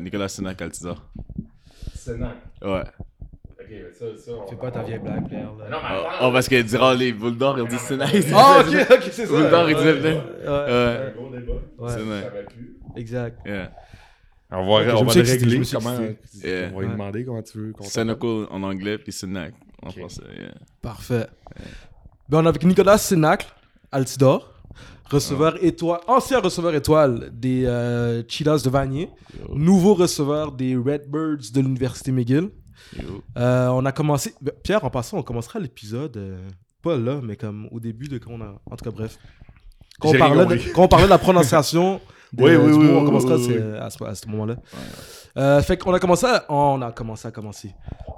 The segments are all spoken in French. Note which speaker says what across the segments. Speaker 1: Nicolas Sénac Altidor.
Speaker 2: C'est non.
Speaker 1: Ouais.
Speaker 2: Ok, mais ça, ça, on
Speaker 3: Fais
Speaker 2: va-
Speaker 3: pas ta vieille blague, Pierre. là.
Speaker 2: Non, mais
Speaker 1: Oh,
Speaker 2: attends.
Speaker 1: oh, parce qu'il dira les boules d'or, ils disent Sénac.
Speaker 3: Ah, ok, ok, c'est ça.
Speaker 1: Vous le temps, il disait,
Speaker 3: Ouais,
Speaker 2: C'est un
Speaker 1: Ouais.
Speaker 2: gros débat.
Speaker 3: Ouais.
Speaker 1: C'est
Speaker 2: Je
Speaker 1: vrai.
Speaker 2: savais plus.
Speaker 3: Exact.
Speaker 1: Yeah.
Speaker 4: On va,
Speaker 3: Ok, je
Speaker 4: on
Speaker 3: me
Speaker 4: va
Speaker 3: suis
Speaker 4: le
Speaker 3: excité, je
Speaker 4: régler
Speaker 3: me suis
Speaker 4: comment.
Speaker 3: excité.
Speaker 4: On va lui
Speaker 3: Ouais.
Speaker 4: demander comment tu veux. qu'on t'appelle.
Speaker 1: Senacle en anglais, puis Sénac en
Speaker 4: Ok.
Speaker 1: français. yeah.
Speaker 3: Parfait. Ben, on est avec Nicolas Sénacle, Altidor, receveur
Speaker 1: Ah.
Speaker 3: étoile, ancien receveur étoile des euh, Cheetahs de Vanier, nouveau receveur des Redbirds de l'Université McGill.
Speaker 1: Yo.
Speaker 3: Euh, on a commencé. ben, Pierre, en passant, on commencera l'épisode, euh, pas là, mais comme au début de quand on a. En tout cas, bref. Quand on,
Speaker 4: J'ai rien
Speaker 3: parlait de,
Speaker 4: compris.
Speaker 3: quand on parlait de la prononciation, des-
Speaker 4: Oui,
Speaker 3: du
Speaker 4: oui,
Speaker 3: mot,
Speaker 4: oui,
Speaker 3: on
Speaker 4: oui,
Speaker 3: commencera
Speaker 4: oui,
Speaker 3: c'est-
Speaker 4: oui.
Speaker 3: à ce, à ce moment-là. Euh, fait qu'on a commencé à, oh, on a commencé à commencer.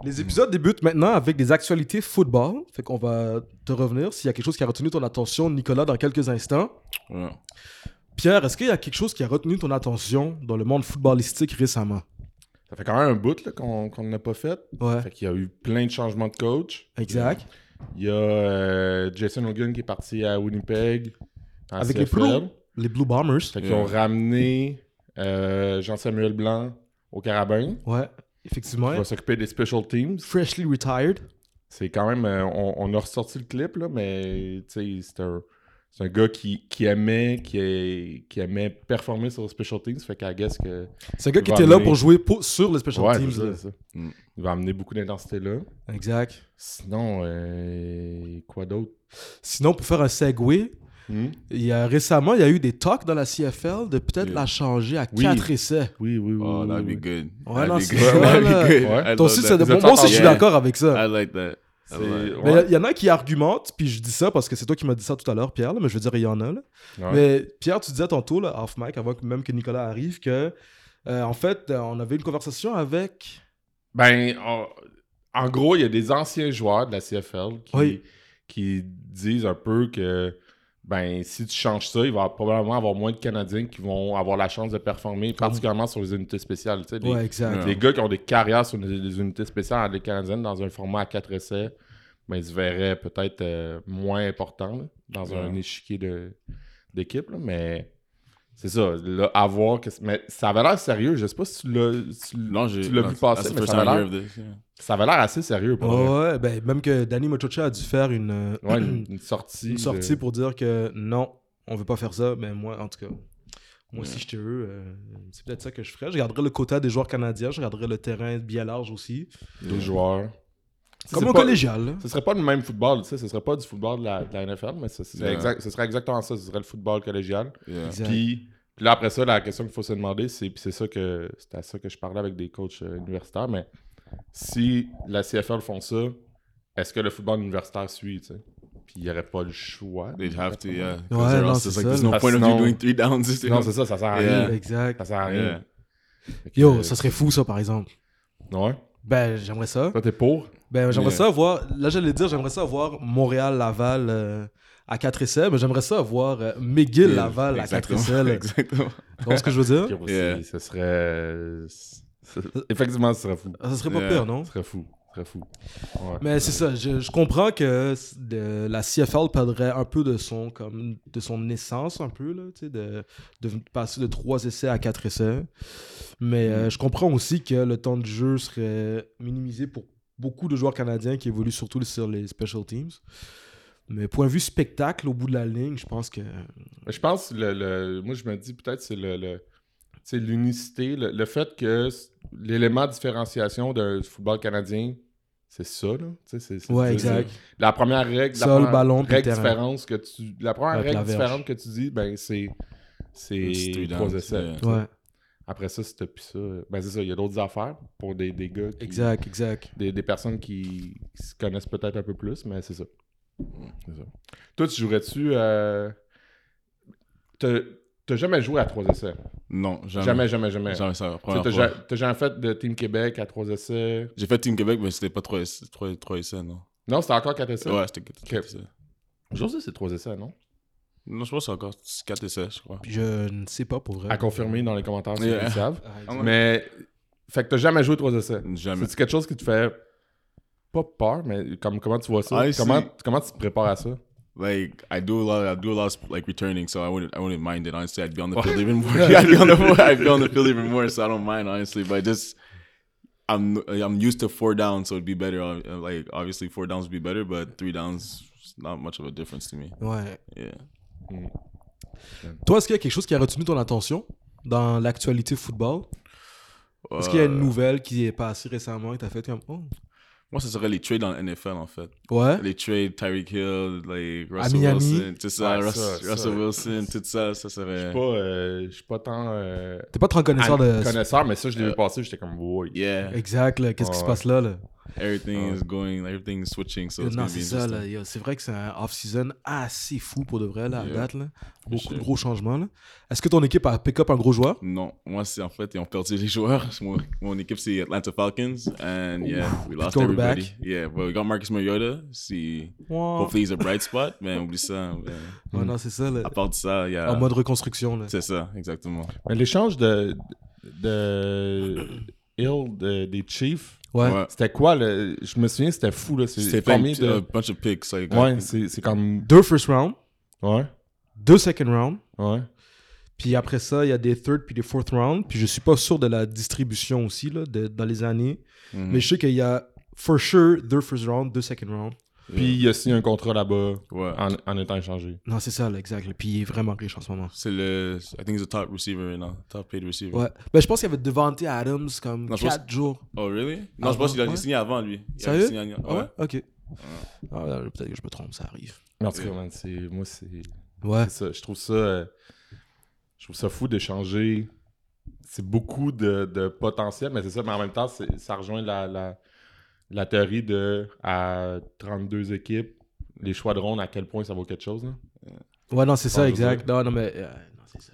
Speaker 3: Les épisodes débutent maintenant avec des actualités football. Fait qu'on va te revenir s'il y a quelque chose qui a retenu ton attention, Nicolas, dans quelques instants.
Speaker 1: Ouais.
Speaker 3: Pierre, est-ce qu'il y a quelque chose qui a retenu ton attention dans le monde footballistique récemment
Speaker 4: Ça fait quand même un bout là, qu'on qu'on n'a pas fait.
Speaker 3: Ouais,
Speaker 4: Fait qu'il y a eu plein de changements de coach.
Speaker 3: exact.
Speaker 4: Il y a euh, Jason Hogan qui est parti à Winnipeg. en
Speaker 3: Avec les
Speaker 4: CFL.
Speaker 3: Blues. Les Blue Bombers.
Speaker 4: Fait qu'ils ont
Speaker 1: Ouais.
Speaker 4: ramené euh, Jean-Samuel Blanc au Carabin.
Speaker 3: Ouais, effectivement.
Speaker 4: Il va s'occuper des special teams.
Speaker 3: Freshly retired.
Speaker 4: C'est quand même. euh, on, on a ressorti le clip, là, mais tu sais, c'est un, c'est un gars qui, qui aimait qui, est- qui aimait performer sur les special teams. Fait qu'à guess que.
Speaker 3: C'est un gars qui
Speaker 4: Il va
Speaker 3: était là
Speaker 4: amener-
Speaker 3: pour jouer pour- sur les special
Speaker 4: Ouais,
Speaker 3: teams.
Speaker 4: c'est ça,
Speaker 3: là.
Speaker 4: c'est ça.
Speaker 1: Mm.
Speaker 4: Il va amener beaucoup d'intensité là.
Speaker 3: Exact.
Speaker 4: Sinon, euh, quoi d'autre
Speaker 3: Sinon, pour faire un segue,
Speaker 4: Hmm?
Speaker 3: il y a, récemment, il y a eu des talks dans la CFL de peut-être
Speaker 1: Yeah.
Speaker 3: la changer à
Speaker 4: Oui.
Speaker 3: 4 essais.
Speaker 4: Oui, oui, oui.
Speaker 1: Oh,
Speaker 4: oui,
Speaker 1: that'd
Speaker 4: oui.
Speaker 1: be good.
Speaker 3: Ouais,
Speaker 1: That'd
Speaker 3: non,
Speaker 1: be
Speaker 3: c'est
Speaker 1: good.
Speaker 3: ça,
Speaker 1: That'd be
Speaker 3: là.
Speaker 1: good.
Speaker 4: Ouais.
Speaker 1: I
Speaker 3: Toi
Speaker 1: love
Speaker 3: aussi,
Speaker 1: that.
Speaker 3: c'est de-
Speaker 4: Vous êtes
Speaker 3: moi aussi, je suis
Speaker 1: entendu?
Speaker 3: d'accord avec ça.
Speaker 1: I like that. I
Speaker 4: C'est-
Speaker 1: like that.
Speaker 3: Mais il y
Speaker 4: Ah, ouais.
Speaker 3: a- il y, en a qui argumentent, puis je dis ça parce que c'est toi qui m'as dit ça tout à l'heure, Pierre, là, mais je veux dire, il y en a. là.
Speaker 4: Ouais.
Speaker 3: Mais Pierre, tu disais tantôt, là, off mic, avant que- même que Nicolas arrive, que euh, en fait, euh, on avait une conversation avec.
Speaker 4: Ben, en- en gros, il y a des anciens joueurs de la CFL qui,
Speaker 3: Oui.
Speaker 4: qui disent un peu que ben, si tu changes ça, il va probablement avoir moins de Canadiens qui vont avoir la chance de performer, particulièrement sur les unités spéciales. tu sais, des-
Speaker 3: Ah. Ouais, exact.
Speaker 4: Les gars qui ont des carrières sur les, les unités spéciales les Canadiennes dans un format à 4 essais, ben, ils se verraient peut-être euh, moins importants là, dans un
Speaker 1: Ouais.
Speaker 4: échiquier de- d'équipe. là, Mais c'est ça, là, à voir. que- mais ça avait l'air sérieux. Je sais pas si tu l'as si
Speaker 1: Non, j'ai-
Speaker 4: tu l'as
Speaker 1: non,
Speaker 4: vu passer,
Speaker 1: that's the
Speaker 4: mais
Speaker 1: first
Speaker 4: ça
Speaker 1: time I
Speaker 4: avait
Speaker 1: hear
Speaker 4: l'air
Speaker 1: of this, yeah.
Speaker 4: ça avait l'air assez sérieux pour
Speaker 3: Ouais,
Speaker 4: vrai.
Speaker 3: ouais, ben, même que Danny Mochocha a dû faire une, euh,
Speaker 4: Ouais, une, une sortie.
Speaker 3: une
Speaker 4: de-
Speaker 3: sortie pour dire que non, on veut pas faire ça, mais moi, en tout cas, moi, si j'étais eux, euh, c'est peut-être ça que je ferais. Je garderais le quota des joueurs canadiens, je garderais le terrain bien large aussi.
Speaker 4: des joueurs.
Speaker 3: Comme
Speaker 4: C'est
Speaker 3: au
Speaker 4: pas-
Speaker 3: collégial. là.
Speaker 4: Ce serait pas le même football, tu sais, ce serait pas du football de la, de la NFL, mais ce serait,
Speaker 1: Ouais.
Speaker 4: exact- ce serait exactement ça, ce serait le football collégial.
Speaker 1: Yeah.
Speaker 3: Exact.
Speaker 4: Puis puis là, après ça, la question qu'il faut se demander, c'est puis c'est ça que c'est à ça que je parlais avec des coachs euh, universitaires, mais si la CFL font ça, est-ce que le football universitaire suit, tu sais? Puis il n'y aurait pas le choix.
Speaker 1: They'd have to, yeah. 'Cause
Speaker 3: Ouais,
Speaker 1: or
Speaker 3: non,
Speaker 1: else
Speaker 3: c'est
Speaker 1: it's like,
Speaker 3: ça,
Speaker 1: there's no
Speaker 4: là.
Speaker 1: point of
Speaker 4: Sinon-
Speaker 1: you doing three downs. tu sais.
Speaker 4: Non, c'est ça, ça sert à
Speaker 1: Yeah.
Speaker 4: rien.
Speaker 3: Exact.
Speaker 4: Ça sert à rien.
Speaker 1: Yeah.
Speaker 4: Fait Ah. que, euh,
Speaker 3: Yo, ça serait fou, ça, par exemple.
Speaker 4: Ouais.
Speaker 3: Ben, j'aimerais ça.
Speaker 4: Toi, t'es pour?
Speaker 3: Ben, j'aimerais
Speaker 1: Yeah.
Speaker 3: ça avoir. Là, j'allais dire, j'aimerais ça avoir Montréal-Laval euh, à 4 essais, mais j'aimerais ça avoir euh, McGill-Laval à 4
Speaker 1: Exactement.
Speaker 3: essais. là. Tu
Speaker 1: Exactement.
Speaker 3: comprends ce que je veux dire?
Speaker 4: Ok, ouais,
Speaker 1: Yeah.
Speaker 4: c'est- Ce serait. euh, c'est- Effectivement, ce serait fou.
Speaker 3: Ah, Ça serait pas
Speaker 1: Yeah.
Speaker 3: pire, non?
Speaker 4: Ce serait fou. Ce serait fou. Ouais.
Speaker 3: Mais c'est ça, je, je comprends que c- de- la CFL perdrait un peu de son, comme, de son essence, un peu, là, tu sais, de, de passer de 3 essais à 4 essais. Mais euh, je comprends aussi que le temps de jeu serait minimisé pour beaucoup de joueurs canadiens qui évoluent surtout sur les special teams. Mais point de vue spectacle, au bout de la ligne, je pense que.
Speaker 4: Je pense, le, le- moi, je me dis peut-être c'est le, le- tu sais, l'unicité, le, le fait que s- l'élément de différenciation d'un football canadien, c'est ça, là. Tu sais, c'est- c'est-
Speaker 3: Ouais,
Speaker 4: c'est-
Speaker 3: exact.
Speaker 4: c'est- La première règle,
Speaker 3: Sol,
Speaker 4: la première
Speaker 3: ballon, puis
Speaker 4: règle
Speaker 3: terrain.
Speaker 4: différence que tu, la première
Speaker 3: Avec la
Speaker 4: règle
Speaker 3: verge.
Speaker 4: différente que tu dis, ben c'est c'est
Speaker 1: It's three
Speaker 4: trois
Speaker 1: downs,
Speaker 4: essais.
Speaker 1: yeah.
Speaker 4: tu sais.
Speaker 3: Ouais,
Speaker 4: Après ça, c'était plus ça. Ben c'est ça, il y a d'autres affaires pour des, des gars qui-
Speaker 3: exact, exact.
Speaker 4: Des, des personnes qui, qui se connaissent peut-être un peu plus, mais c'est ça.
Speaker 1: Mm.
Speaker 4: C'est ça. Toi, tu jouerais-tu. Euh... T'as t'as jamais joué à trois essais.
Speaker 1: Non, jamais.
Speaker 4: Jamais, jamais, jamais.
Speaker 1: Jamais ça.
Speaker 4: Tu sais,
Speaker 1: Première
Speaker 4: T'as
Speaker 1: fois.
Speaker 4: ja- t'as jamais fait de Team Québec à trois essais.
Speaker 1: J'ai fait Team Québec, mais c'était pas 3 essais, non?
Speaker 4: Non, c'était encore quatre essais.
Speaker 1: Ouais, c'était 4
Speaker 4: Ok.
Speaker 1: essais.
Speaker 4: Aujourd'hui, c'est trois essais, non
Speaker 1: Non, je pense que c'est encore 4 essais, je crois.
Speaker 3: Puis je ne sais pas pour vrai.
Speaker 4: À confirmer dans les commentaires si
Speaker 1: Yeah.
Speaker 4: ils savent.
Speaker 3: Ah,
Speaker 1: Ah ouais.
Speaker 4: Mais. Fait que t'as jamais joué trois essais.
Speaker 1: Jamais.
Speaker 4: C'est quelque chose qui te fait. Pas peur, mais comme, comment tu vois ça
Speaker 1: Ah, et
Speaker 4: comment,
Speaker 1: c'est-
Speaker 4: comment tu te prépares à ça
Speaker 1: Like I do a lot, I do a lot of sp- like returning, so I wouldn't, I wouldn't mind it honestly. I'd be on the field even more. I'd be on the, I'd be on the field even more, so I don't mind honestly. But just, I'm, I'm used to four downs, so it'd be better. uh, Like obviously, four downs would be better, but three downs, it's not much of a difference to me.
Speaker 3: Ouais.
Speaker 1: Yeah.
Speaker 3: Toi, est-ce qu'il y a quelque chose qui a retenu ton attention dans l'actualité football Est-ce qu'il y a une
Speaker 1: Euh,
Speaker 3: nouvelle qui est passée récemment et t'as fait comme oh.
Speaker 1: Moi, ça serait les trades dans la NFL en fait.
Speaker 3: Ouais.
Speaker 1: Les trades, Tyreek Hill, like Russell
Speaker 3: Miami.
Speaker 1: Wilson, tout ça,
Speaker 4: Ouais,
Speaker 1: Russ-
Speaker 4: ça, ça.
Speaker 1: Russell Wilson, tout ça, ça serait.
Speaker 4: Je suis pas, euh, je suis pas tant euh,
Speaker 3: T'es pas trop un connaisseur de.
Speaker 4: connaisseur, mais ça, je l'ai
Speaker 1: Euh,
Speaker 4: vu passer, j'étais comme, wow.
Speaker 1: Yeah,
Speaker 3: Exact, là, qu'est-ce qui se
Speaker 4: Ouais.
Speaker 3: passe là, là?
Speaker 1: everything
Speaker 4: Oh.
Speaker 1: is going, everything is switching, so it's
Speaker 3: non,
Speaker 1: gonna be
Speaker 3: c'est ça,
Speaker 1: interesting.
Speaker 3: là. Yo, C'est vrai que c'est un off-season assez fou pour de vrai, là, à
Speaker 1: Yeah.
Speaker 3: date, là. Beaucoup de
Speaker 1: sure.
Speaker 3: gros changements, là. Est-ce que ton équipe a pick up un gros joueur?
Speaker 1: Non, moi c'est en fait ils ont perdu les joueurs. Mon, mon équipe c'est Atlanta Falcons and yeah we lost
Speaker 3: quarterback.
Speaker 1: everybody. Yeah, but we got Marcus Mariota. See,
Speaker 3: Oh.
Speaker 1: hopefully he's a bright spot. Mais oublie ça. man.
Speaker 3: Ouais, non, c'est ça, là.
Speaker 1: À part de ça, yeah.
Speaker 3: En mode reconstruction, là.
Speaker 1: C'est ça, exactement.
Speaker 4: Mais l'échange de, de Hill de- des Chiefs,
Speaker 3: Ouais.
Speaker 1: Ouais.
Speaker 4: c'était quoi le, Je me souviens, c'était fou, là. C'est
Speaker 1: C'était
Speaker 4: combien
Speaker 1: plein a
Speaker 4: de.
Speaker 1: bunch of picks. Like,
Speaker 4: Ouais, c'est c'est comme.
Speaker 3: Deux first round,
Speaker 4: Ouais,
Speaker 3: deux second round,
Speaker 4: ouais.
Speaker 3: puis après ça, il y a des third puis des fourth round, puis je suis pas sûr de la distribution aussi, là, de- dans les années.
Speaker 1: mhm.
Speaker 3: Mais je sais qu'il y a, for sure, deux first round, deux second round.
Speaker 4: Puis il a signé un contrat là-bas
Speaker 1: Ouais.
Speaker 4: en, en étant échangé.
Speaker 3: Non, c'est ça, là, exact. là. Puis il est vraiment riche en ce moment.
Speaker 1: C'est le, I think he's the top receiver right now, top paid receiver.
Speaker 3: Ouais. Ben, je pense qu'il y avait Devante Adams comme
Speaker 1: E. Non, je
Speaker 3: 4 jours.
Speaker 1: Oh really? Non,
Speaker 3: Avant,
Speaker 1: je pense qu'il a
Speaker 3: Ah ouais.
Speaker 1: signé avant lui. Il
Speaker 3: Sérieux?
Speaker 1: avait signé avant-
Speaker 3: Ah
Speaker 1: ouais.
Speaker 3: ouais? Ok. Ah, ben, Peut-être que je me trompe, ça arrive.
Speaker 4: Mais en tout cas, man, c'est- moi, c'est.
Speaker 3: Ouais.
Speaker 4: C'est ça, je trouve ça. euh, je trouve ça fou d'échanger. C'est beaucoup de, de potentiel, mais c'est ça. Mais en même temps, c'est- ça rejoint la, la, la théorie de à 32 équipes, les choix de ronde, à quel point ça vaut quelque chose. hein. là.
Speaker 3: Ouais, non, c'est
Speaker 4: Ah,
Speaker 3: ça,
Speaker 4: je
Speaker 3: exact. Non, non, mais. euh, non, c'est ça.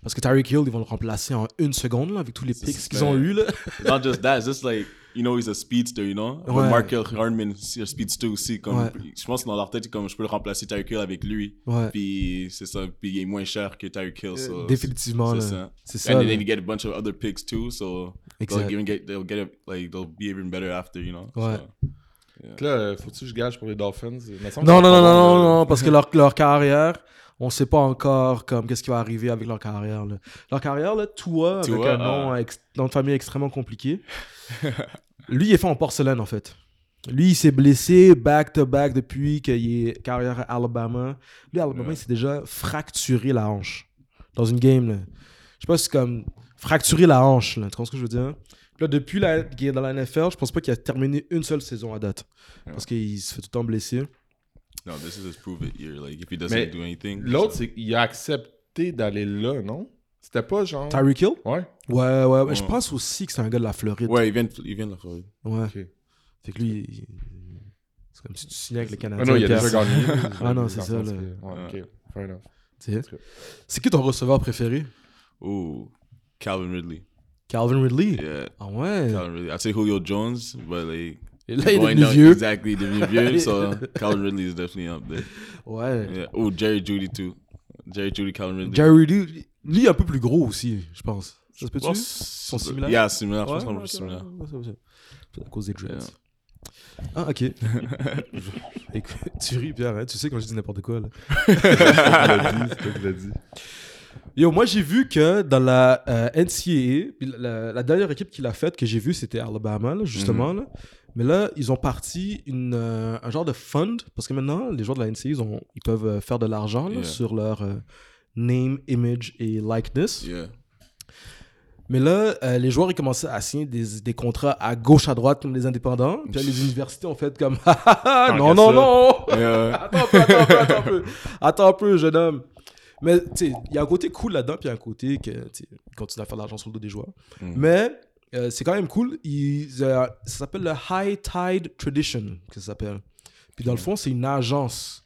Speaker 3: Parce que Tyreek Hill, ils vont le remplacer en une seconde, là, avec tous les
Speaker 1: C'est
Speaker 3: picks
Speaker 1: ça. ben,
Speaker 3: qu'ils ont eus, là.
Speaker 1: Not just that, it's just like, you know, he's a speedster, you know?
Speaker 3: Ouais.
Speaker 1: But Markel Hardman, c'est un speedster aussi. Comme,
Speaker 3: Ouais.
Speaker 1: Je pense que dans leur tête, c'est comme je peux le remplacer Tyreek Hill avec lui.
Speaker 3: Ouais.
Speaker 1: Puis c'est ça, puis il est moins cher que Tyreek Hill. so
Speaker 3: Euh, Définitivement,
Speaker 1: c'est
Speaker 3: là.
Speaker 1: ça.
Speaker 3: C'est
Speaker 1: And
Speaker 3: ça.
Speaker 1: then
Speaker 3: là.
Speaker 1: they get a bunch of other picks too, so they'll
Speaker 3: Exact.
Speaker 1: even get, they'll get it, like, they'll be even better after, you know?
Speaker 3: Ouais.
Speaker 1: So,
Speaker 4: Donc Là, euh, faut-tu que je gage pour les Dolphins Il me semble que c'est
Speaker 3: Non, non, non, non,
Speaker 4: pas bon,
Speaker 3: non,
Speaker 4: là.
Speaker 3: non, parce que leur, leur carrière, on sait pas encore comme qu'est-ce qui va arriver avec leur carrière. Là. Leur carrière, là, Tua, avec
Speaker 1: Tua,
Speaker 3: un nom,
Speaker 1: ah.
Speaker 3: ex- nom de famille extrêmement compliqué. Lui, il est fait en porcelaine, en fait. Lui, il s'est blessé back-to-back depuis qu'il est carrière à Alabama. Lui, à Alabama,
Speaker 1: Ouais.
Speaker 3: il s'est déjà fracturé la hanche dans une game. Là. Je sais pas si c'est comme fracturé la hanche, là. tu comprends ce que je veux dire? Puis Là, depuis la, qu'il est dans la NFL, je pense pas qu'il a terminé une seule saison à date. Parce qu'il se fait tout le temps blesser.
Speaker 1: No, this is his prove it year. Like, if he doesn't
Speaker 4: Mais
Speaker 1: do anything.
Speaker 4: L'autre, c'est qu'il a accepté d'aller là, non C'était pas genre.
Speaker 3: Tyreek Hill?
Speaker 4: Ouais.
Speaker 3: Ouais, ouais, ouais. Je
Speaker 1: Ouais.
Speaker 3: pense aussi que c'est un gars de la Floride.
Speaker 1: Ouais, il vient, de- il vient de la Floride.
Speaker 3: Ouais.
Speaker 4: Ok.
Speaker 3: Fait que lui, il- il- c'est comme si tu signais avec le Canadien.
Speaker 4: Ah non, il a
Speaker 3: puis
Speaker 4: déjà
Speaker 3: à-
Speaker 4: gagné.
Speaker 3: Ah non, c'est ça,
Speaker 4: Dans le
Speaker 3: là.
Speaker 4: sens que- Ouais, ok. Fair enough.
Speaker 3: tu sais. C'est qui ton receveur préféré?
Speaker 1: Ooh, Calvin Ridley.
Speaker 3: Calvin Ridley.
Speaker 1: Yeah.
Speaker 3: Ah ouais.
Speaker 1: Calvin Ridley. I'd say Julio Jones, but like
Speaker 3: Et là, il est
Speaker 1: going
Speaker 3: devenu
Speaker 1: down-
Speaker 3: vieux.
Speaker 1: Exactly, devenu vieux. so Calvin Ridley is definitely up there.
Speaker 3: Ouais.
Speaker 1: Yeah. Oh, Jerry Judy too. Jerry Judy, Calvin Ridley.
Speaker 3: Jerry Ridley, lui, il est un peu plus gros aussi, je pense. Ça se peut-tu?
Speaker 1: Ils
Speaker 3: sont
Speaker 1: sont
Speaker 3: similaires?
Speaker 1: Yeah, similaires.
Speaker 3: Ouais,
Speaker 1: je pense qu'on
Speaker 3: ouais,
Speaker 1: est similaires.
Speaker 3: ouais, ouais, ouais, ouais. C'est à cause des dreads. Ah, ok. Écoute, tu ris, Pierre, hein, tu sais quand je dis n'importe quoi. Là.
Speaker 4: C'est toi qui l'as dit, c'est toi qui l'as dit.
Speaker 3: Yo, moi, j'ai vu que dans la euh, NCAA, puis la- la, la dernière équipe qu'il a faite que j'ai vue, c'était Alabama, là,
Speaker 1: Mhm.
Speaker 3: justement. là. Mais là, ils ont parti une, euh, un genre de fund, parce que maintenant, les joueurs de la NCAA, ils, ont- ils peuvent euh, faire de l'argent là,
Speaker 1: Yeah.
Speaker 3: sur leur euh, name, image et likeness.
Speaker 1: Yeah.
Speaker 3: Mais là, euh, les joueurs, ils commençaient à signer des, des contrats à gauche, à droite, comme les indépendants. Puis là, les universités ont fait comme Ah, ah, ah, non,
Speaker 4: qu'à
Speaker 3: non,
Speaker 4: ça.
Speaker 3: non
Speaker 1: Yeah.
Speaker 3: Attends un peu, attends un peu, attends un peu. Attends un peu, jeune homme. Mais tu sais, il y a un côté cool là-dedans, puis il y a un côté que tu sais, ils continuent à faire de l'argent sur le dos des joueurs.
Speaker 1: Mm.
Speaker 3: Mais euh, c'est quand même cool. Ils, euh, ça s'appelle le High Tide Tradition, que ça s'appelle. Puis dans
Speaker 1: Mm.
Speaker 3: le fond, c'est une agence.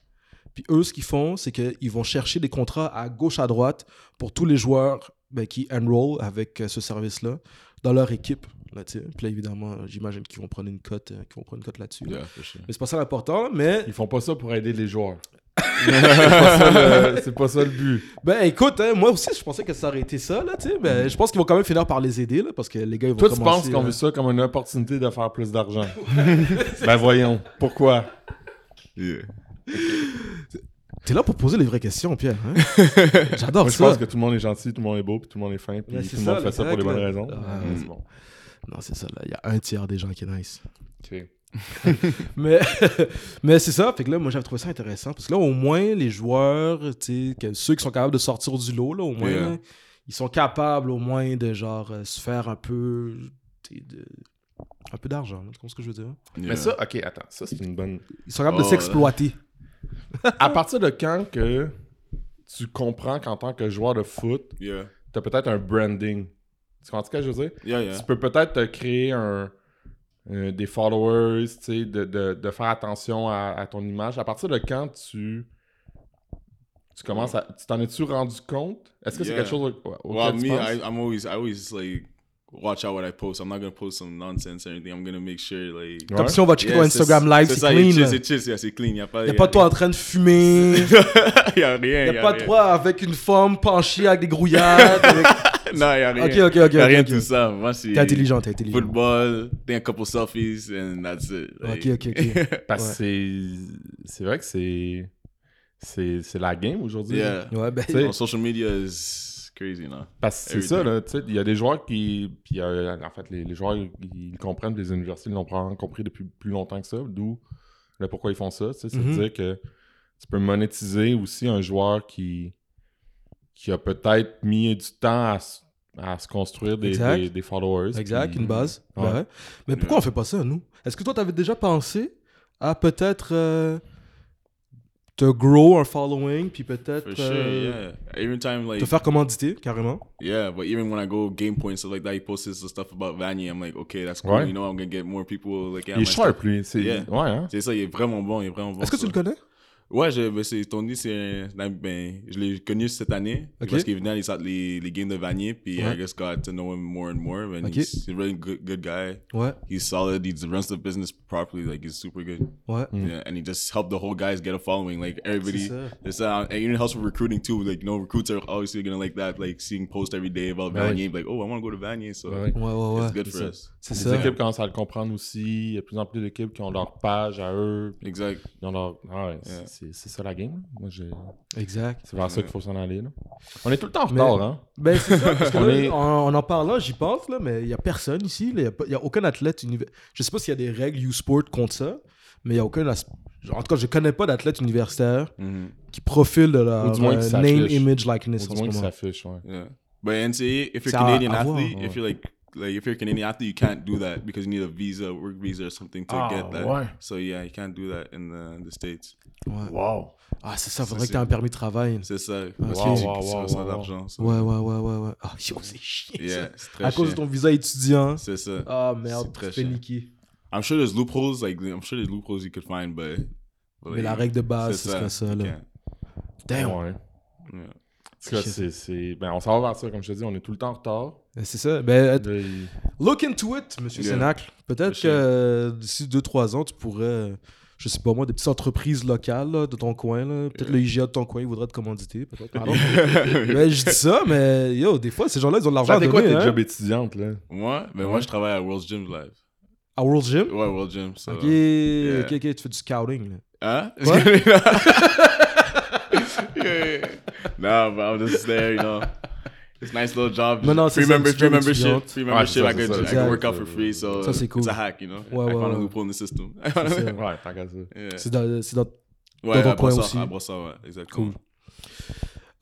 Speaker 3: Puis eux, ce qu'ils font, c'est qu'ils vont chercher des contrats à gauche, à droite pour tous les joueurs ben, qui enroll avec euh, ce service-là dans leur équipe. Là, tu sais. puis là, évidemment, euh, j'imagine qu'ils vont prendre une cote, euh, qu'ils vont prendre une cote là-dessus.
Speaker 1: Yeah, for sure.
Speaker 3: Mais c'est pas ça l'important, là, mais
Speaker 4: Ils font pas ça pour aider les joueurs. c'est, pas ça le, c'est pas ça le but.
Speaker 3: Ben écoute, hein, moi aussi je pensais que ça aurait été ça, là, tu sais. Ben, je pense qu'ils vont quand même finir par les aider, là, parce que les gars ils vont
Speaker 4: Toi, tu
Speaker 3: commencer. euh,
Speaker 4: penses qu'on
Speaker 3: là.
Speaker 4: veut ça comme une opportunité de faire plus d'argent. ben voyons, pourquoi?
Speaker 1: Yeah.
Speaker 3: T'es là pour poser les vraies questions, Pierre. hein? J'adore
Speaker 4: Moi, je
Speaker 3: ça.
Speaker 4: pense que tout le monde est gentil, tout le monde est beau, puis tout le monde est fin, puis
Speaker 3: Ouais,
Speaker 4: tout
Speaker 3: c'est
Speaker 4: le
Speaker 3: ça,
Speaker 4: monde fait ça pour les
Speaker 3: exact,
Speaker 4: bonnes
Speaker 3: là.
Speaker 4: raisons.
Speaker 3: Ah,
Speaker 4: Ouais,
Speaker 1: ouais.
Speaker 4: c'est bon.
Speaker 3: Non, c'est ça, là. Il y a un tiers des gens qui est nice.
Speaker 4: Ok.
Speaker 3: Mais, mais c'est ça. Fait que là, moi, j'avais trouvé ça intéressant. Parce que là, au moins, les joueurs, tu sais, que ceux qui sont capables de sortir du lot, là, au moins,
Speaker 1: Yeah.
Speaker 3: là, ils sont capables, au moins, de genre euh, se faire un peu. tu sais, de- Un peu d'argent, là. tu comprends ce que je veux dire?
Speaker 1: Yeah.
Speaker 4: Mais ça, ok, attends, ça c'est une bonne.
Speaker 3: Ils sont capables de
Speaker 1: Oh,
Speaker 3: s'exploiter.
Speaker 4: À partir de quand que tu comprends qu'en tant que joueur de foot,
Speaker 1: Yeah.
Speaker 4: t'as peut-être un branding Tu comprends ce que je veux dire
Speaker 1: Yeah, yeah.
Speaker 4: Tu peux peut-être te créer un, euh, des followers, tu sais, de, de- de faire attention à, à ton image. À partir de quand tu. Tu commences à. Tu t'en es-tu rendu compte? Est-ce que
Speaker 1: Yeah.
Speaker 4: c'est quelque chose au, auquel
Speaker 1: Well,
Speaker 4: tu
Speaker 1: me,
Speaker 4: penses?
Speaker 1: I, I'm always, I always like watch out what I post. I'm not gonna post some nonsense or anything. I'm gonna make sure like.
Speaker 4: Ouais.
Speaker 3: Comme si on va checker
Speaker 1: Yeah,
Speaker 3: ton
Speaker 1: c'est-
Speaker 3: Instagram live, c'est
Speaker 1: ça, il est
Speaker 3: clean.
Speaker 1: chill,
Speaker 3: là.
Speaker 1: C'est chill, yeah, c'est clean. Y a pas,
Speaker 3: Il n'y a pas toi en train de fumer.
Speaker 1: y a rien.
Speaker 3: Il
Speaker 1: y
Speaker 3: n'y
Speaker 1: a
Speaker 3: a pas de
Speaker 1: rien.
Speaker 3: toi avec une femme penchée avec des grouillades. avec-
Speaker 1: Non, y a rien.
Speaker 3: Ok, ok, ok.
Speaker 1: y a
Speaker 3: ok,
Speaker 1: rien
Speaker 3: ok.
Speaker 1: de tout ça. Moi, c'est
Speaker 3: T'es intelligent, t'es intelligent.
Speaker 1: football, take a couple selfies, and that's it. Like,
Speaker 3: Ok, ok, ok.
Speaker 4: Parce que c'est- c'est vrai que c'est. C'est c'est la game aujourd'hui. là.
Speaker 1: Yeah.
Speaker 3: Ouais, ben.
Speaker 4: Tu sais,
Speaker 1: On social media is crazy, non?
Speaker 4: Parce que c'est
Speaker 1: Everything.
Speaker 4: ça, là, tu sais, il y a des joueurs qui. Puis euh, en fait, les, les joueurs, ils ils comprennent, les universités ils l'ont probablement compris depuis plus longtemps que ça, d'où le pourquoi ils font ça. tu sais,
Speaker 3: Mhm.
Speaker 4: C'est-à-dire que tu peux monétiser aussi un joueur qui, qui a peut-être mis du temps à, s- à se construire des,
Speaker 3: Exact.
Speaker 4: des, des followers.
Speaker 3: Exact,
Speaker 4: puis-
Speaker 3: une base.
Speaker 4: Ouais.
Speaker 3: Ben ouais. Mais pourquoi on fait pas ça, nous Est-ce que toi, t'avais déjà pensé à peut-être euh, te grow un following, puis peut-être
Speaker 1: For sure,
Speaker 3: euh,
Speaker 1: yeah. Every time, like,
Speaker 3: te faire commanditer, carrément
Speaker 1: yeah, but even when I go game points, stuff like that, he posts the stuff about Vanier. I'm like, okay, that's cool.
Speaker 4: Ouais.
Speaker 1: You know, I'm gonna get more people. Like, yeah,
Speaker 4: Il est
Speaker 1: my
Speaker 4: sharp,
Speaker 1: stuff.
Speaker 4: lui. c'est-
Speaker 1: Yeah.
Speaker 4: Ouais, hein?
Speaker 1: C'est ça, il est vraiment bon, il est vraiment bon.
Speaker 3: Est-ce que tu
Speaker 1: ça.
Speaker 3: le connais
Speaker 1: Ouais, je, ben, c'est, Tony, c'est un, un- ben, je l'ai connu cette année
Speaker 3: Ok.
Speaker 1: parce qu'il venait à les, les, les games de Vanier, puis
Speaker 3: Ouais.
Speaker 1: I just got to know him more and more. And
Speaker 3: Ok.
Speaker 1: he's, he's a really good, good guy.
Speaker 3: Ouais,
Speaker 1: He's solid. He runs the business properly. Like he's super good.
Speaker 3: ouais.
Speaker 4: Mm.
Speaker 1: Yeah, and he just helped the whole guys get a following. Like
Speaker 3: C'est
Speaker 1: everybody,
Speaker 3: ça.
Speaker 1: it's uh, and even helps with recruiting too. Like you know, recruits are obviously gonna like that. Like seeing posts every day about
Speaker 4: Ouais.
Speaker 1: Vanier, like oh, I want to go to Vanier, so
Speaker 4: Ouais.
Speaker 3: Ouais, ouais, ouais.
Speaker 1: it's good
Speaker 3: C'est
Speaker 1: for
Speaker 3: ça.
Speaker 1: us.
Speaker 3: C'est
Speaker 4: Les
Speaker 3: ça.
Speaker 4: équipes commencent à le comprendre aussi. Il y a de plus en plus d'équipes qui ont leur page à eux. puis
Speaker 1: Exactly.
Speaker 4: Ils ont leur... ah ouais, c'est-
Speaker 1: Yeah.
Speaker 4: c'est c'est ça la game. là. Moi, j'ai.
Speaker 3: Exact.
Speaker 4: C'est vers ça qu'il faut s'en aller. Là. On est tout le temps en
Speaker 3: Mais-
Speaker 4: retard, hein?
Speaker 3: Ben, c'est ça, parce que
Speaker 4: On
Speaker 3: là,
Speaker 4: est-
Speaker 3: en, en en parlant, j'y pense, là, mais il n'y a personne ici. Il n'y a, aucun athlète universitaire. Je sais pas s'il y a des règles U-Sport contre ça, mais il n'y a aucun. as- En tout cas, je connais pas d'athlète universitaire
Speaker 1: Mhm.
Speaker 3: qui profile de leur
Speaker 4: Ou du moins
Speaker 3: euh,
Speaker 4: qui s'affiche.
Speaker 3: name, image,
Speaker 4: Au
Speaker 3: likeness en
Speaker 4: du
Speaker 3: ce
Speaker 4: moins qu'ils
Speaker 3: moment.
Speaker 4: s'affichent, ouais.
Speaker 1: Yeah, but NCAA, if you're
Speaker 3: Ça,
Speaker 1: Canadian
Speaker 3: à voir,
Speaker 1: athlete,
Speaker 3: ouais.
Speaker 1: if you're like like if you're a Canadian athlete, you can't do that because you need a visa, work visa, or something to
Speaker 4: Ah,
Speaker 1: get that.
Speaker 4: ouais.
Speaker 1: So yeah, you can't do that in the, in the states.
Speaker 3: Ouais.
Speaker 4: Wow!
Speaker 3: Ah, c'est ça,
Speaker 1: Ça,
Speaker 3: faudrait que
Speaker 1: c'est-
Speaker 3: tu aies un permis de travail.
Speaker 1: C'est ça.
Speaker 3: Wow,
Speaker 1: Parce que tu-
Speaker 4: wow,
Speaker 1: tu
Speaker 4: wow,
Speaker 1: reçois
Speaker 4: wow,
Speaker 1: de l'argent, so-
Speaker 3: Ouais, ouais, ouais, ouais, ouais. Ah, yo, c'est chiant.
Speaker 1: Yeah, c'est
Speaker 3: ça.
Speaker 1: très
Speaker 3: À cause de
Speaker 1: cher.
Speaker 3: ton visa étudiant.
Speaker 1: C'est ça.
Speaker 3: Ah,
Speaker 1: C'est
Speaker 3: merde, tu
Speaker 1: très
Speaker 3: te fais
Speaker 1: cher.
Speaker 3: niquer.
Speaker 1: I'm sure there's loopholes. Like I'm sure there's loopholes you could find, but. but,
Speaker 3: Mais la
Speaker 1: like,
Speaker 3: règle de
Speaker 1: c'est
Speaker 3: base, ce serait ça,
Speaker 1: you
Speaker 3: là.
Speaker 1: can't.
Speaker 3: Damn.
Speaker 4: Ouais. En
Speaker 1: Yeah.
Speaker 4: tout cas, c'est- c'est. Ben, on s'en va vers ça, comme je te dis, on est tout le temps en retard.
Speaker 3: C'est ça. Ben,
Speaker 4: Là, il-
Speaker 3: Look into it, monsieur
Speaker 1: Yeah.
Speaker 3: Sénacle. Peut-être
Speaker 1: Monsieur.
Speaker 3: que euh, d'ici 2-3 ans, tu pourrais, euh, je sais pas moi, des petites entreprises locales là, de ton coin. là. Peut-être le IGA de ton coin, il voudrait te commanditer. peut-être. I don't know. Ben, je dis ça, mais yo, des fois, ces gens-là, ils ont de l'argent
Speaker 4: Ça
Speaker 3: à
Speaker 4: fait
Speaker 3: donner.
Speaker 4: quoi tes
Speaker 3: hein.
Speaker 4: jobs étudiantes, là?
Speaker 1: Moi, ben moi, je travaille à World's Gym Live.
Speaker 3: hein. À World Gym?
Speaker 1: Ouais, World Gym. Hein? So.
Speaker 3: Ok,
Speaker 1: Yeah.
Speaker 3: ok, ok, tu fais du scouting. là.
Speaker 1: Huh?
Speaker 3: What?
Speaker 1: yeah, yeah. Nah, but ben, I'm just there, you know. It's a nice little job.
Speaker 3: No, no,
Speaker 1: free,
Speaker 3: it's- it's
Speaker 1: member, free
Speaker 3: very
Speaker 1: membership.
Speaker 3: brilliant.
Speaker 1: Free
Speaker 4: Ah,
Speaker 1: membership. I
Speaker 4: it's-
Speaker 1: could, I
Speaker 4: it's-
Speaker 1: could work out for free, so
Speaker 3: Ça, c'est
Speaker 1: it's
Speaker 3: cool.
Speaker 1: a hack, you know. I
Speaker 3: Ouais, ouais,
Speaker 1: found a
Speaker 3: ouais.
Speaker 1: loophole in the system.
Speaker 3: C'est ça.
Speaker 4: Ouais, tant qu'à ça.
Speaker 1: yeah.
Speaker 3: C'est dans- c'est dans-
Speaker 1: Ouais,
Speaker 3: ton
Speaker 1: à
Speaker 3: coin
Speaker 1: Brossard,
Speaker 3: aussi.
Speaker 1: À Brossard, ouais, exactement.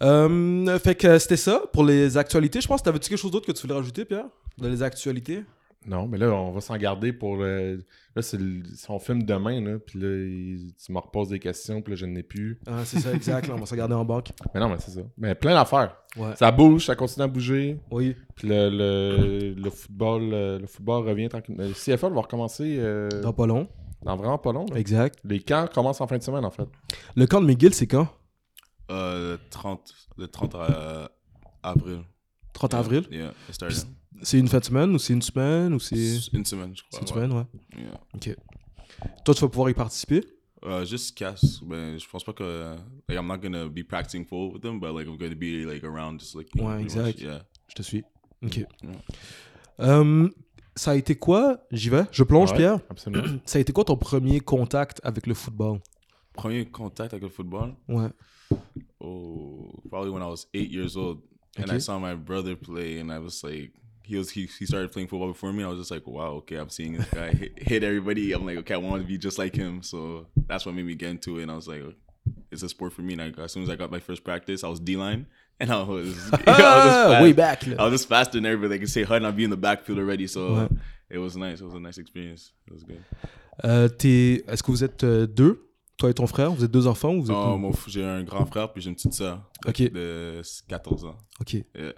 Speaker 3: Euh, fait que c'était ça pour les actualités. Je pense, t'avais-tu quelque chose d'autre que tu voulais rajouter, Pierre Dans les actualités
Speaker 4: Non, mais là, on va s'en garder pour le. Là, c'est le- si on filme demain, là, puis là, il- tu me reposes des questions, puis là, je n'ai plus.
Speaker 3: Ah, C'est ça, exact. là, on va se regarder en banque.
Speaker 4: Mais non, mais c'est ça. Mais plein d'affaires.
Speaker 3: Ouais.
Speaker 4: Ça bouge, ça continue à bouger.
Speaker 3: Oui.
Speaker 4: Puis le, le, le football, euh, le football revient tranquillement. Le CFL va recommencer euh,
Speaker 3: Dans pas long.
Speaker 4: dans vraiment pas long. là.
Speaker 3: Exact.
Speaker 4: Les camps commencent en fin de semaine, en fait.
Speaker 3: Le camp de McGill, c'est quand
Speaker 1: Euh, le 30, le 30 euh, avril.
Speaker 3: 30
Speaker 4: Euh.
Speaker 3: avril
Speaker 1: Yeah, it started.
Speaker 3: C'est une fin de semaine ou c'est une semaine ou c'est.
Speaker 1: Une semaine, je
Speaker 3: C'est
Speaker 1: crois. ouais.
Speaker 3: une semaine, ouais.
Speaker 1: Yeah.
Speaker 3: Ok. Toi, tu vas pouvoir y participer.
Speaker 1: Euh, juste casse. Ben, je pense pas que. uh, Like, I'm not gonna be practicing full with them, but like, I'm gonna be like around just like. you know,
Speaker 3: Ouais,
Speaker 1: pretty much,
Speaker 3: exact.
Speaker 1: Yeah.
Speaker 3: Je te suis. Ok.
Speaker 1: Ouais.
Speaker 3: Hum, ça a été quoi J'y vais. Je plonge,
Speaker 4: Ouais,
Speaker 3: Pierre.
Speaker 4: Absolument.
Speaker 3: Ça a été quoi ton premier contact avec le football
Speaker 1: premier contact avec le football,
Speaker 3: Ouais.
Speaker 1: oh, probably when I was eight years old, and I
Speaker 3: Okay.
Speaker 1: saw my brother play, and I was like, he was he, he started playing football before me. and I was just like, wow, okay, I'm seeing this guy hit, hit everybody. I'm like, okay, I want to be just like him. So that's what made me get into it. And I was like, it's a sport for me. And I, as soon as I got my first practice, I was D line, and I was, I was just
Speaker 3: Ah, way
Speaker 1: fast.
Speaker 3: back.
Speaker 1: I
Speaker 3: Là.
Speaker 1: was just faster than everybody. They could say HUD and I'd be in the backfield already. So
Speaker 3: Ouais.
Speaker 1: it was nice. It was a nice experience. It was good.
Speaker 3: Euh, t'es- Est-ce que vous êtes euh, deux Toi et ton frère Vous êtes deux enfants ou vous êtes.
Speaker 1: Oh, mon f- j'ai un grand frère puis j'ai une petite sœur
Speaker 3: Ok.
Speaker 1: de 14 ans.
Speaker 3: Ok.
Speaker 1: Yeah.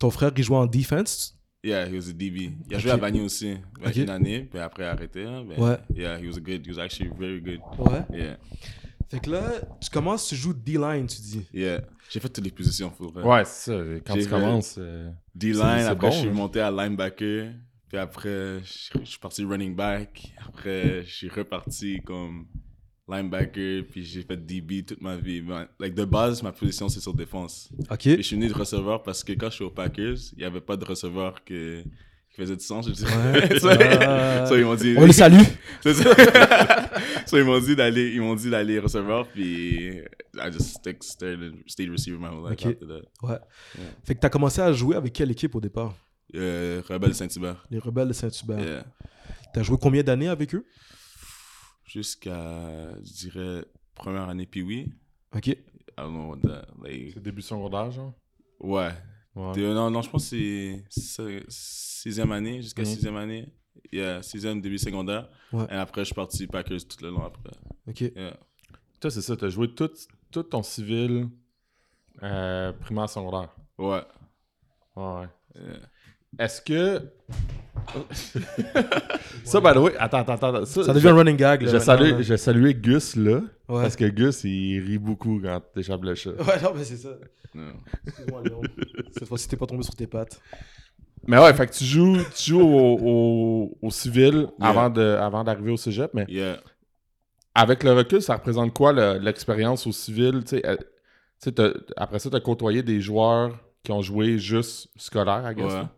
Speaker 3: Ton frère, il joue en defense
Speaker 1: Yeah, he was a DB. Il a joué à
Speaker 3: Ok.
Speaker 1: Vanier aussi, ben,
Speaker 3: Ok.
Speaker 1: une année, puis après arrêté. hein, ben,
Speaker 3: Ouais.
Speaker 1: Yeah, he was good. He was actually very good.
Speaker 3: Ouais.
Speaker 1: Yeah,
Speaker 3: Fait que là, tu commences, tu joues D-line, tu dis.
Speaker 1: yeah. J'ai fait toutes les positions pour vrai.
Speaker 4: Ouais, c'est ça. Quand
Speaker 1: J'ai
Speaker 4: tu
Speaker 1: vu.
Speaker 4: commences. euh,
Speaker 1: D-line,
Speaker 4: C'est- c'est
Speaker 1: après
Speaker 4: bon,
Speaker 1: je suis
Speaker 4: hein.
Speaker 1: monté à linebacker, puis après je je suis parti running back, après je suis reparti comme linebacker, puis j'ai fait DB toute ma vie. Ben, like, de base, ma position c'est sur défense.
Speaker 3: Ok.
Speaker 1: Et je suis venu de receveur parce que quand je suis au Packers, il n'y avait pas de receveur que- qui faisait du sens. Je dirais.
Speaker 3: Ouais.
Speaker 1: So,
Speaker 3: Ouais.
Speaker 1: so, ils m'ont dit.
Speaker 3: On le salue.
Speaker 1: C'est ça. So, ils m'ont dit d'aller, ils m'ont dit d'aller receveur, puis I just stick, stayed, stayed receiver my whole life
Speaker 3: Ok.
Speaker 1: after that.
Speaker 3: Ouais. Fait que t'as commencé à jouer avec quelle équipe au départ
Speaker 1: Euh, Rebelle Saint-Hubert.
Speaker 3: Les Rebelles de Saint-Hubert.
Speaker 1: Yeah.
Speaker 3: T'as joué combien d'années avec eux
Speaker 1: Jusqu'à, je dirais, première année, puis oui.
Speaker 3: Ok.
Speaker 1: I don't know what that, like,
Speaker 4: C'est début secondaire, genre.
Speaker 1: ouais.
Speaker 4: Ouais.
Speaker 1: De- non, non, je pense que c'est- c'est sixième année, jusqu'à
Speaker 4: Mhm.
Speaker 1: sixième année. Yeah, sixième, début secondaire.
Speaker 3: Ouais.
Speaker 1: Et après, je suis parti Packers tout le long après.
Speaker 3: Ok.
Speaker 1: Yeah.
Speaker 4: Toi, c'est ça. T'as joué tout, tout ton civil euh, primaire secondaire.
Speaker 1: Ouais.
Speaker 4: Ouais.
Speaker 1: Yeah.
Speaker 4: Est-ce que. ça, by the way, attends, attends, attends. Ça,
Speaker 3: Ça devient un running gag. là,
Speaker 4: Je
Speaker 3: maintenant,
Speaker 4: salue,
Speaker 3: là.
Speaker 4: je saluais Gus là,
Speaker 3: Ouais.
Speaker 4: parce que Gus il rit beaucoup quand t'échappes le chat.
Speaker 3: Ouais, non, mais c'est ça.
Speaker 1: Yeah.
Speaker 3: Excuse-moi, Léon. Cette fois-ci, t'es pas tombé sur tes pattes.
Speaker 4: Mais ouais, fait que tu joues, tu joues au, au- au civil
Speaker 1: Yeah.
Speaker 4: avant de, avant d'arriver au cégep, mais
Speaker 1: Yeah.
Speaker 4: avec le recul, ça représente quoi le- l'expérience au civil Tu sais, euh, tu sais, t'as- après ça, t'as côtoyé des joueurs qui ont joué juste scolaire, à guess.
Speaker 1: Ouais.
Speaker 4: là.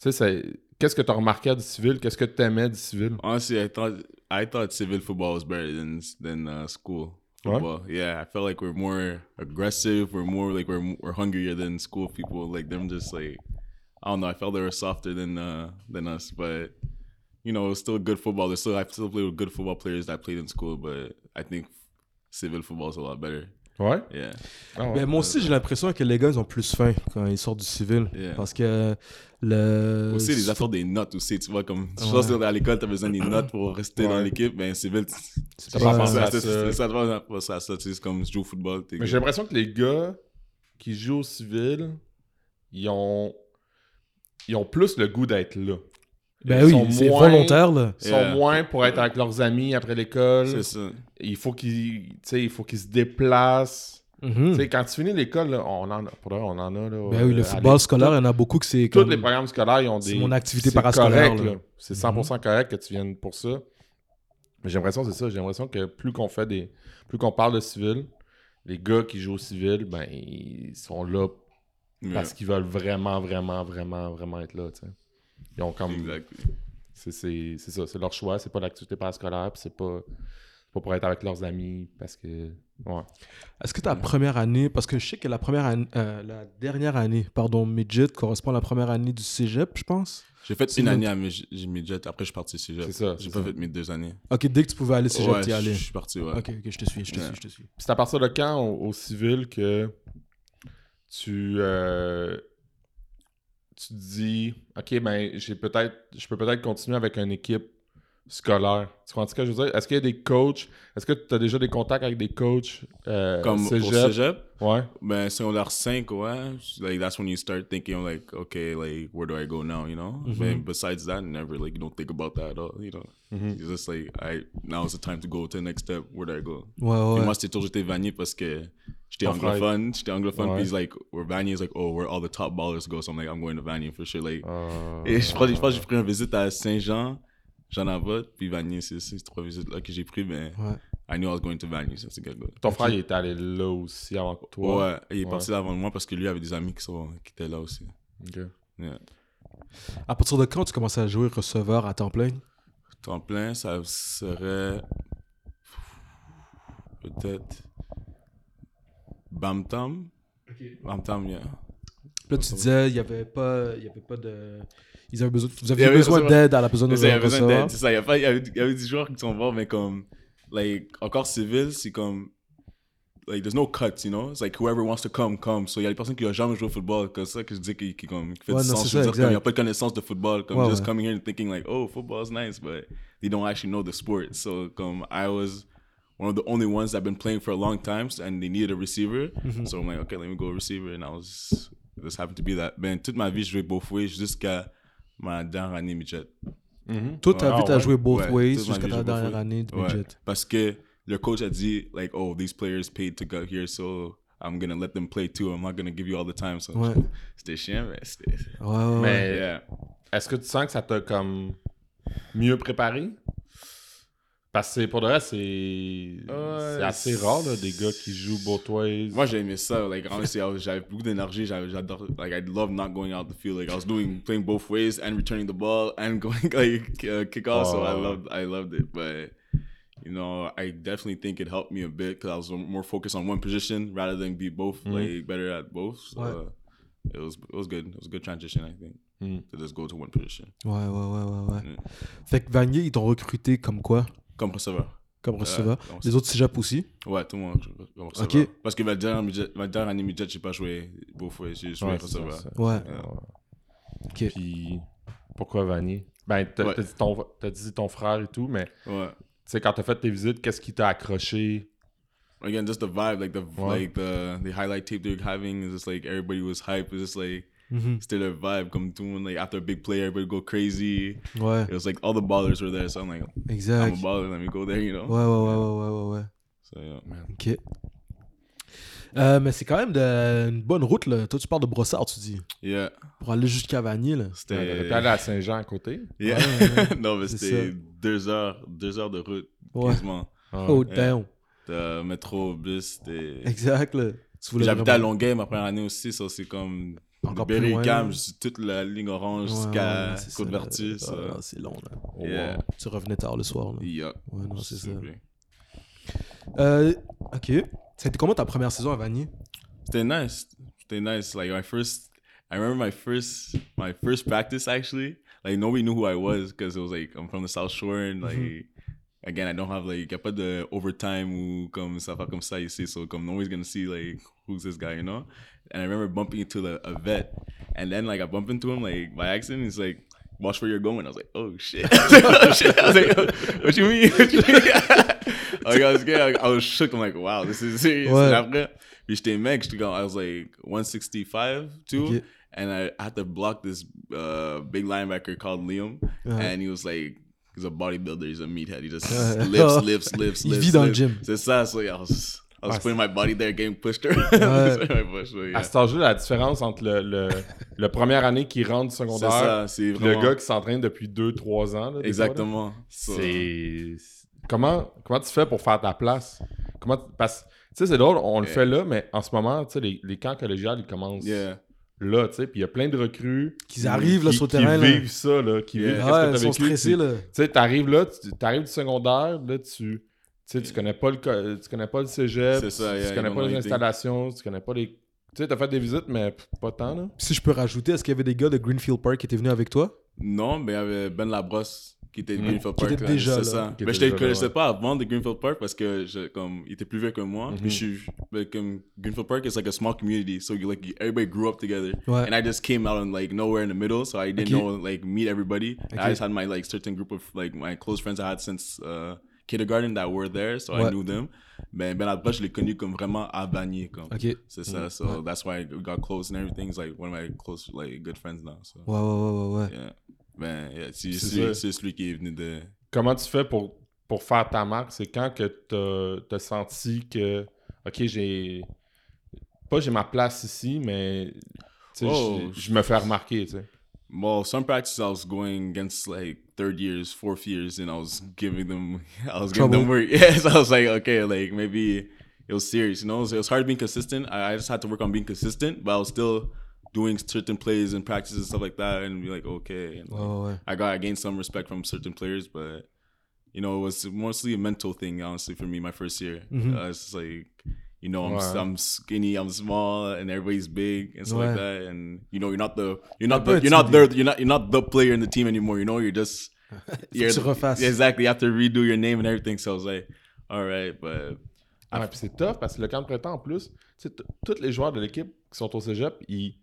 Speaker 4: Tu sais, c'est- qu'est-ce que t'as remarqué du civil Qu'est-ce que t'aimais du civil
Speaker 1: Honestly, I thought I thought civil football was better than than uh, school
Speaker 4: Ouais?
Speaker 1: football. Yeah, I felt like we're more aggressive. We're more like we're we're hungrier than school people. Like them, just like I don't know. I felt they were softer than uh, than us, but you know, it's still good football. There's still I still play with good football players that played in school, but I think civil football is a lot better.
Speaker 4: Ouais.
Speaker 1: Yeah,
Speaker 4: Ah ouais.
Speaker 1: Ben,
Speaker 3: Mais moi aussi, j'ai l'impression que les gars, ils ont plus faim quand ils sortent du civil.
Speaker 1: Yeah.
Speaker 3: Parce que le.
Speaker 1: aussi les affaires des notes aussi. Tu vois comme je pense que à l'école t'as besoin des notes pour rester dans
Speaker 4: Ouais.
Speaker 1: l'équipe, mais civil
Speaker 4: T'as pas
Speaker 3: Ouais.
Speaker 4: pensé
Speaker 1: ça
Speaker 4: à ça.
Speaker 1: ça te passe à ça. Tu sais, c'est comme je joue au football. t'es
Speaker 4: Mais j'ai l'impression que les gars qui jouent au civil, ils ont, ils ont plus le goût d'être là.
Speaker 3: Ben
Speaker 4: Ils sont
Speaker 3: oui, c'est
Speaker 4: moins-
Speaker 3: volontaire, là.
Speaker 4: Ils
Speaker 1: Yeah.
Speaker 4: sont moins pour être avec leurs amis après l'école.
Speaker 1: C'est ça.
Speaker 4: Il faut qu'ils tu sais, il faut qu'ils se déplacent.
Speaker 3: Mhm.
Speaker 4: Tu sais, Quand tu finis l'école, là, on en a. Pour de vrai, on en a. Là,
Speaker 3: Ben oui,
Speaker 4: euh,
Speaker 3: le
Speaker 4: à
Speaker 3: football
Speaker 4: l'école.
Speaker 3: scolaire, il y en a beaucoup que c'est.
Speaker 4: Tous
Speaker 3: comme-
Speaker 4: les programmes scolaires, ils ont des.
Speaker 3: C'est mon activité
Speaker 4: c'est
Speaker 3: parascolaire,
Speaker 4: correct,
Speaker 3: là. Mm-hmm.
Speaker 4: là. C'est 100% correct que tu viennes pour ça. Mais j'ai l'impression, que c'est ça. J'ai l'impression que plus qu'on fait des. Plus qu'on parle de civil, les gars qui jouent au civil, ben, ils sont là
Speaker 1: Yeah,
Speaker 4: parce qu'ils veulent vraiment, vraiment, vraiment, vraiment être là, tu sais. Ils ont comme...
Speaker 1: exactly.
Speaker 4: C'est c'est- c'est ça, c'est leur choix, c'est pas l'activité parascolaire, puis c'est pas, c'est pas pour être avec leurs amis, parce que... Ouais.
Speaker 3: Est-ce que ta première année, parce que je sais que la première année, euh, la dernière année, pardon, midget correspond à la première année du cégep, je pense.
Speaker 1: J'ai fait une année à Mij- j'ai midget, après je suis parti
Speaker 4: C'est
Speaker 1: cégep.
Speaker 4: ça,
Speaker 1: J'ai
Speaker 4: c'est
Speaker 1: pas
Speaker 4: ça.
Speaker 1: fait mes deux années.
Speaker 3: Ok, dès que tu pouvais aller cégep,
Speaker 1: ouais,
Speaker 3: t'y allais.
Speaker 1: je suis parti, ouais.
Speaker 3: Ok, ok, je te suis, je te
Speaker 1: Ouais.
Speaker 3: suis, je te suis.
Speaker 4: Puis c'est à partir de quand, au, au civil, que tu... euh, tu te dis, OK, ben, j'ai peut-être... Je peux peut-être continuer avec une équipe scolaire. Tu comprends ce que je veux dire? Est-ce qu'il y a des coachs... Est-ce que tu as déjà des contacts avec des coachs euh,
Speaker 1: Comme au
Speaker 4: cégep?
Speaker 1: cégep,
Speaker 4: Ouais.
Speaker 1: ben secondaire 5, ouais. Like that's when you start thinking like, okay, like where do I go now, you know? But besides that, never like you don't think about that at all, you know. It's just like I now is the time to go to the next step. Where do I go?
Speaker 3: Ouais,
Speaker 1: Puis
Speaker 3: ouais.
Speaker 1: moi, c'était toujours été Vanier parce que j'étais
Speaker 4: Ton frère.
Speaker 1: anglophone. J'étais anglophone.
Speaker 4: Ouais.
Speaker 1: Puis, he's like, where Vanier is like, oh, where all the top ballers go. So I'm like, I'm going to Vanier for sure. Like,
Speaker 4: Euh,
Speaker 1: Et je, pense, je pense que j'ai pris une visite à Saint-Jean, Jean-Avotte, puis Vanier. C'est ces trois visites-là que j'ai pris, mais
Speaker 3: Ouais.
Speaker 1: I knew I was going to Vanier. Ça, c'est quelque chose.
Speaker 4: Ton frère, il est allé là aussi avant que toi.
Speaker 1: Ouais, il est parti là avant moi parce que lui avait des amis qui, sont, qui étaient là aussi.
Speaker 4: Ok.
Speaker 1: Yeah.
Speaker 3: À partir de quand tu commences à jouer receveur à temps plein
Speaker 1: Temps plein, ça serait peut-être Bamtam. Bamtam, yeah.
Speaker 3: Puis Là, tu disais, il n'y avait, pas- il y avait pas de. Ils avaient besoin, vous
Speaker 1: Il y
Speaker 3: aviez
Speaker 1: avait
Speaker 3: besoin
Speaker 1: besoin-
Speaker 3: d'aide à la personne de
Speaker 1: Mais ça, il y a besoin
Speaker 3: recevoir.
Speaker 1: d'aide, c'est ça. Il y, a pas- il y avait, il y avait des joueurs qui sont morts, mais comme, like, encore civil, c'est comme, like, there's no cuts, you know? It's like, whoever wants to come, come. So, il y a des personnes qui n'ont jamais joué au football, comme ça que je dis qui, qui, comme, qui fait
Speaker 3: Ouais,
Speaker 1: du
Speaker 3: non,
Speaker 1: sens.
Speaker 3: c'est
Speaker 1: Je veux
Speaker 3: ça,
Speaker 1: dire, comme, il n'y a
Speaker 3: exact.
Speaker 1: pas de connaissance de football. Comme,
Speaker 3: Ouais,
Speaker 1: just
Speaker 3: ouais.
Speaker 1: coming here and thinking, like, oh, football is nice, but they don't actually know the sport. So, comme, I was one of the only ones that have been playing for a long time, and they needed a receiver.
Speaker 3: Mm-hmm.
Speaker 1: So, I'm like, okay, let me go receiver. And I was, this happened to be that. Ben, toute ma vie, je jouais both ways jusqu'à ma dernière année midget.
Speaker 3: Toute ta
Speaker 4: Ah,
Speaker 3: vie, t'as
Speaker 4: ouais.
Speaker 3: joué both
Speaker 1: Ouais,
Speaker 3: ways
Speaker 1: toute ma
Speaker 3: jusqu'à
Speaker 1: vie,
Speaker 3: ta
Speaker 1: j'ai both
Speaker 3: dernière
Speaker 1: ways.
Speaker 3: année de
Speaker 1: Ouais,
Speaker 3: budget.
Speaker 1: Parce que le coach a dit, like, oh, these players paid to go here, so I'm gonna let them play too. I'm not gonna give you all the time. So
Speaker 3: Ouais.
Speaker 1: c'était chiant, mais c'était.
Speaker 3: Ouais, ouais, ouais.
Speaker 4: Mais
Speaker 1: Yeah.
Speaker 4: est-ce que tu sens que ça t'a comme mieux préparé? Parce que c'est- pour le reste, c'est
Speaker 1: Ouais,
Speaker 4: c'est assez
Speaker 1: Euh, c'est-
Speaker 4: rare, là, des gars qui jouent both ways.
Speaker 1: Moi, j'aimais ça. Like, honestly, I was- j'avais beaucoup d'énergie. j'avais- J'adore. Like, I love not going out the field. Like, I was doing playing both ways and returning the ball and going like uh, kick off. So I
Speaker 4: Oh.
Speaker 1: loved, I loved it. But you know, I definitely think it helped me a bit because I was more focused on one position rather than be both
Speaker 4: Mm-hmm.
Speaker 1: like better at both. So
Speaker 3: Ouais.
Speaker 1: uh, it was it was good. It was a good transition, I think,
Speaker 4: Mm.
Speaker 1: to just go to one position.
Speaker 3: Ouais, ouais, ouais, ouais, ouais.
Speaker 1: Mm.
Speaker 3: Fait que Vanier, ils t'ont recruté comme quoi
Speaker 1: Comme receveur.
Speaker 3: Comme
Speaker 1: Euh,
Speaker 3: receveur.
Speaker 1: comme
Speaker 3: Les autres cégep aussi.
Speaker 1: Ouais, tout le monde comme receveur.
Speaker 3: Ok.
Speaker 1: Parce que ma dernière, midget- ma dernière année midget, j'ai pas joué beau fois, j'ai joué
Speaker 4: Ouais, c'est ça,
Speaker 1: receveur.
Speaker 4: ça.
Speaker 3: Ouais.
Speaker 1: Ouais.
Speaker 3: Ok.
Speaker 4: Puis pourquoi Vanier? Ben, t'as
Speaker 1: Ouais.
Speaker 4: t'as dit, ton- t'as dit ton frère et tout, mais tu
Speaker 1: Ouais.
Speaker 4: sais, quand t'as fait tes visites, qu'est-ce qui t'a accroché?
Speaker 1: again just the vibe like the
Speaker 4: Wow.
Speaker 1: like the the highlight tape they're having is just like everybody was hype it's just like
Speaker 3: Mhm.
Speaker 1: still their vibe come to and like after a big play everybody go crazy
Speaker 3: Ouais,
Speaker 1: it was like all the ballers were there so i'm like i'm a
Speaker 3: exact. Ouais,
Speaker 1: baller let me go there you know
Speaker 3: ouais, ouais, ouais, ouais, ouais, ouais.
Speaker 1: so yeah
Speaker 3: Ok. Euh, mais c'est quand même de- une bonne route, là. Toi, tu pars de Brossard, tu dis.
Speaker 1: yeah
Speaker 3: Pour aller jusqu'à Vanier, là.
Speaker 1: stay
Speaker 4: T'es allé à Saint-Jean à côté?
Speaker 1: yeah no but
Speaker 3: C'est
Speaker 1: stay
Speaker 3: ça.
Speaker 1: deux heures deux heures de route
Speaker 3: Ouais.
Speaker 1: quasiment
Speaker 3: Oh,
Speaker 1: Ouais.
Speaker 3: damn.
Speaker 1: de métro bus c'était
Speaker 3: Exact, là. Tu voulais
Speaker 1: J'habitais à
Speaker 3: vraiment-
Speaker 1: Longueuil ma première année aussi, ça c'est comme
Speaker 3: Encore plus
Speaker 1: berry
Speaker 3: loin,
Speaker 1: cam
Speaker 3: là.
Speaker 1: toute la ligne orange
Speaker 3: Ouais,
Speaker 1: jusqu'à
Speaker 3: ouais, c'est ça,
Speaker 1: Côte-Vertu.
Speaker 3: là. Ah,
Speaker 1: Ça.
Speaker 3: C'est long, là.
Speaker 4: Oh,
Speaker 1: Yeah.
Speaker 4: wow.
Speaker 3: Tu revenais tard le soir, là.
Speaker 1: Yeah.
Speaker 3: Ouais, non, c'est ça.
Speaker 1: Super.
Speaker 3: Euh, ok. C'était comment ta première saison à Vanier
Speaker 1: C'était nice. C'était nice. Like my first, I remember my first, my first practice actually. Like nobody knew who I was because it was like I'm from the South Shore and like again I don't have like y a pas de overtime ou comme ça fait comme ça ici. So comme nobody's gonna see like who's this guy, you know. And I remember bumping into the, a vet, and then like I bump into him like by accident. He's like. Watch where you're going. I was like, oh shit. Oh, shit. I was like, what you mean? What you mean? like, I was scared. I was shook. I'm like, wow, this is serious.
Speaker 3: What?
Speaker 1: And après, puis j'étais mec, j'étais comme, I was like 165, too.
Speaker 3: Ok.
Speaker 1: And I had to block this uh, big linebacker called Liam.
Speaker 3: Uh-huh. Euh,
Speaker 4: Euh,
Speaker 1: And he was like, he's a bodybuilder, he's a meathead. He just
Speaker 3: Ouais.
Speaker 1: lifts, lifts, lifts,
Speaker 3: Il
Speaker 1: lifts.
Speaker 3: vit dans le
Speaker 1: lifts.
Speaker 3: gym.
Speaker 1: C'est ça, so yeah, I was, I was
Speaker 4: Ah,
Speaker 1: putting my body there, getting pushed around.
Speaker 3: Ouais.
Speaker 1: Putting my push, so, yeah.
Speaker 4: À cet âge-là, la différence entre le, le, le première année qui rentre du
Speaker 1: C'est
Speaker 4: secondaire
Speaker 1: ça, c'est
Speaker 4: et
Speaker 1: vraiment.
Speaker 4: le gars qui s'entraîne depuis 2-3 ans. là, des fois, là.
Speaker 1: Exactement. So,
Speaker 4: C'est. Comment, comment tu fais pour faire ta place? Comment tu- Parce que, tu sais, c'est drôle, on le
Speaker 1: Ouais.
Speaker 4: fait là, mais en ce moment, tu sais, les, les camps collégiales, ils commencent
Speaker 1: yeah.
Speaker 4: là, tu sais, puis il y a plein de recrues.
Speaker 3: Qu'ils arrivent, là,
Speaker 4: qui-
Speaker 3: sur le
Speaker 4: qui
Speaker 3: terrain, là.
Speaker 4: vivent ça, là, qui
Speaker 1: Yeah.
Speaker 4: vivent qu'est-ce
Speaker 3: Ouais,
Speaker 4: que
Speaker 3: ils
Speaker 4: t'as
Speaker 3: sont
Speaker 4: vécu,
Speaker 3: stressés,
Speaker 4: tu-
Speaker 3: là.
Speaker 4: Tu sais, t'arrives là, tu t'arrives du secondaire, là, tu. Tu sais, tu connais pas le, co- tu connais pas le cégep,
Speaker 1: C'est ça,
Speaker 4: tu,
Speaker 1: yeah,
Speaker 4: tu
Speaker 1: ils
Speaker 4: connais
Speaker 1: ont
Speaker 4: pas les
Speaker 1: été.
Speaker 4: installations, tu connais pas les. Tu sais, t'as fait des visites, mais pff, pas tant, là.
Speaker 3: Si je peux rajouter, est-ce qu'il y avait des gars de Greenfield Park qui étaient venus avec toi
Speaker 1: Non, mais il y avait Ben Labrosse qui était de
Speaker 4: Mm.
Speaker 1: Greenfield
Speaker 3: Qui
Speaker 1: Park.
Speaker 3: était
Speaker 1: là,
Speaker 3: déjà là.
Speaker 1: C'est ça.
Speaker 4: Qui
Speaker 1: mais je
Speaker 4: était
Speaker 1: ne le
Speaker 4: déjà là,
Speaker 1: connaissais
Speaker 4: ouais.
Speaker 1: pas avant de Greenfield Park parce que je, comme, il était plus vieux que moi.
Speaker 3: Mm-hmm.
Speaker 1: Puis je suis- ben, comme, Greenfield Park is like a small community. So you, like, you- everybody grew up together.
Speaker 3: Ouais.
Speaker 1: And I just came out of like nowhere in the middle. So I didn't
Speaker 3: Ok.
Speaker 1: know like meet everybody. And
Speaker 3: Ok.
Speaker 1: I just had my like certain group of like my close friends I had since uh, kindergarten that were there. So I
Speaker 3: Ouais.
Speaker 1: knew them. Mais Ben Labrosse, je l'ai connu comme vraiment à Vanier. Comme.
Speaker 3: Ok.
Speaker 1: C'est ça. So that's why we got close and everything. He's like one of my close, like good friends now. So.
Speaker 3: Ouais, ouais, ouais, ouais. ouais.
Speaker 1: Yeah. Ben, yeah, c'est
Speaker 4: C'est
Speaker 1: celui,
Speaker 4: ça.
Speaker 1: c'est celui qui est venu de.
Speaker 4: comment tu fais pour, pour faire ta marque? C'est quand que t'as- t'as senti que, OK, j'ai... Pas j'ai ma place ici, mais tu sais,
Speaker 1: Oh.
Speaker 4: je je me fais remarquer, tu sais.
Speaker 1: Well, some practices I was going against like third years, fourth years, and I was giving them, I was giving them
Speaker 3: Trouble.
Speaker 1: work. Yes, I was like, okay, like maybe it was serious, you know. So it was hard being consistent. I, I just had to work on being consistent, but I was still doing certain plays and practices and stuff like that, and be like, okay. And,
Speaker 3: Ouais, ouais, ouais.
Speaker 1: I got I gained some respect from certain players, but you know, it was mostly a mental thing, honestly, for me, my first year.
Speaker 3: Mhm.
Speaker 1: Uh, it's just like, you know, I'm, s-
Speaker 4: Ouais.
Speaker 1: I'm skinny, I'm small, and everybody's big and stuff like
Speaker 3: Ouais.
Speaker 1: that. And you know, you're not the you're not
Speaker 3: peu
Speaker 1: the, you're not there
Speaker 3: intimidé.
Speaker 1: you're not you're not the player in the team anymore. You know, you're just you're
Speaker 3: tu refasses.
Speaker 1: Yeah, exactly. You have to redo your name and everything. So I was like, all right, but Ah,
Speaker 4: Ouais, puis c'est tough parce que le camp de printemps, en plus, tu sais, t- tous les joueurs de l'équipe qui sont au cégep, ils,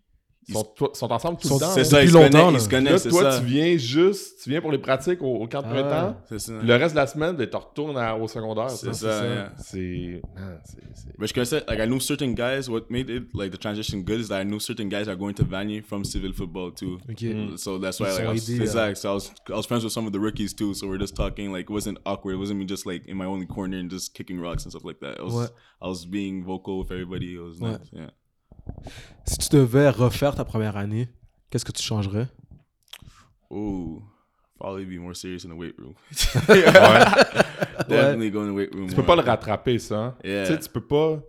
Speaker 1: Ils
Speaker 4: sont, to- sont ensemble tout
Speaker 3: sont-
Speaker 4: le temps.
Speaker 1: c'est
Speaker 4: là.
Speaker 1: ça, ils
Speaker 3: depuis
Speaker 1: se connaissent,
Speaker 3: longtemps,
Speaker 1: ils
Speaker 3: là.
Speaker 1: se
Speaker 4: Puis
Speaker 1: connaissent,
Speaker 4: là,
Speaker 1: c'est
Speaker 4: toi,
Speaker 1: ça.
Speaker 4: tu viens juste, tu viens pour les pratiques au, au camp de
Speaker 3: Ah ouais.
Speaker 4: printemps.
Speaker 1: C'est ça.
Speaker 4: Le reste de la semaine, ben, tu retournes à- au secondaire.
Speaker 1: C'est
Speaker 4: tu sais.
Speaker 1: ça, yeah.
Speaker 4: C'est. man, c'est- c'est-
Speaker 1: But like I said, like I knew certain guys. What made it like the transition good is that I knew certain guys are going to Vanier from civil football too.
Speaker 3: Okay. Mm.
Speaker 1: So that's why
Speaker 3: It's
Speaker 1: like I
Speaker 3: all
Speaker 1: was,
Speaker 3: idea.
Speaker 1: exact. So I was I was friends with some of the rookies too. So we're just talking like it wasn't awkward. It wasn't me just like in my own corner and just kicking rocks and stuff like that. I was
Speaker 3: What?
Speaker 1: I was being vocal with everybody. It was
Speaker 3: What?
Speaker 1: nice. Yeah.
Speaker 3: Si tu devais refaire ta première année, qu'est-ce que tu changerais
Speaker 1: Ooh, probably be more serious in the weight room.
Speaker 4: Ouais.
Speaker 1: Definitely go in the weight room.
Speaker 4: tu peux
Speaker 1: more.
Speaker 4: pas le rattraper, ça. hein.
Speaker 1: Yeah.
Speaker 4: Tu sais, tu peux pas.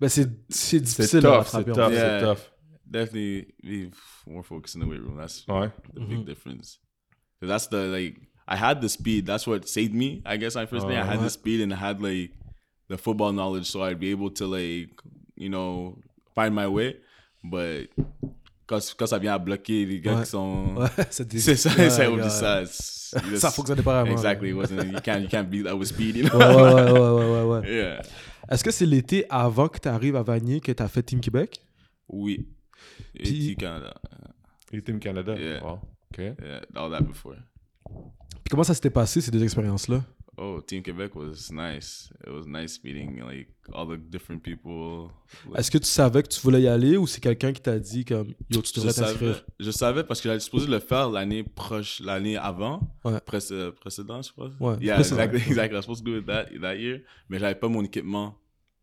Speaker 3: ben, C'est c'est
Speaker 4: C'est
Speaker 3: difficile de
Speaker 4: tough, c'est
Speaker 3: rattraper. en
Speaker 4: tough,
Speaker 3: fait.
Speaker 1: Yeah.
Speaker 4: c'est tough.
Speaker 1: Definitely be more focused in the weight room. That's
Speaker 4: Ouais.
Speaker 1: the big difference. 'Cause that's the like I had the speed. That's what saved me. I guess my first day I had the
Speaker 3: Alright.
Speaker 1: speed and I had like the football knowledge, so I'd be able to like you know find my way. But cause cause I bien bloqué les gars
Speaker 3: Ouais.
Speaker 1: qui sont
Speaker 3: Ouais, c'est des-
Speaker 1: c'est ça
Speaker 3: Ouais,
Speaker 1: ça
Speaker 3: gars.
Speaker 1: oublie ça. It's- you
Speaker 3: Ça
Speaker 1: just-
Speaker 3: fonctionnait pas vraiment.
Speaker 1: Exactly, it wasn't you can't you can't beat that with speed. You know?
Speaker 3: Ouais, ouais, ouais, ouais, ouais, ouais, ouais.
Speaker 1: yeah.
Speaker 3: Est-ce que c'est l'été avant que tu arrives à Vanier que tu as fait Team Québec
Speaker 1: We.
Speaker 3: Puis-
Speaker 1: Puis, Canada.
Speaker 4: Et Team Canada.
Speaker 1: Yeah.
Speaker 4: Wow. OK.
Speaker 1: uh, Yeah, all that before.
Speaker 3: Puis comment ça s'était passé ces deux expériences-là
Speaker 1: Oh, Team Quebec was nice. It was nice meeting like all the different people. Like,
Speaker 3: Est-ce que tu savais que tu voulais y aller ou c'est quelqu'un qui t'a dit comme yo tu
Speaker 1: je,
Speaker 3: devrais
Speaker 1: savais,
Speaker 3: t'inscrire
Speaker 1: je savais parce que j'avais supposé le faire l'année proche, l'année avant,
Speaker 3: Ouais.
Speaker 1: précédente, précédent, je crois.
Speaker 3: Ouais,
Speaker 1: yeah,
Speaker 3: précédent.
Speaker 1: exactly, exactly. I was supposed to do it that that year, mais j'avais pas mon équipement,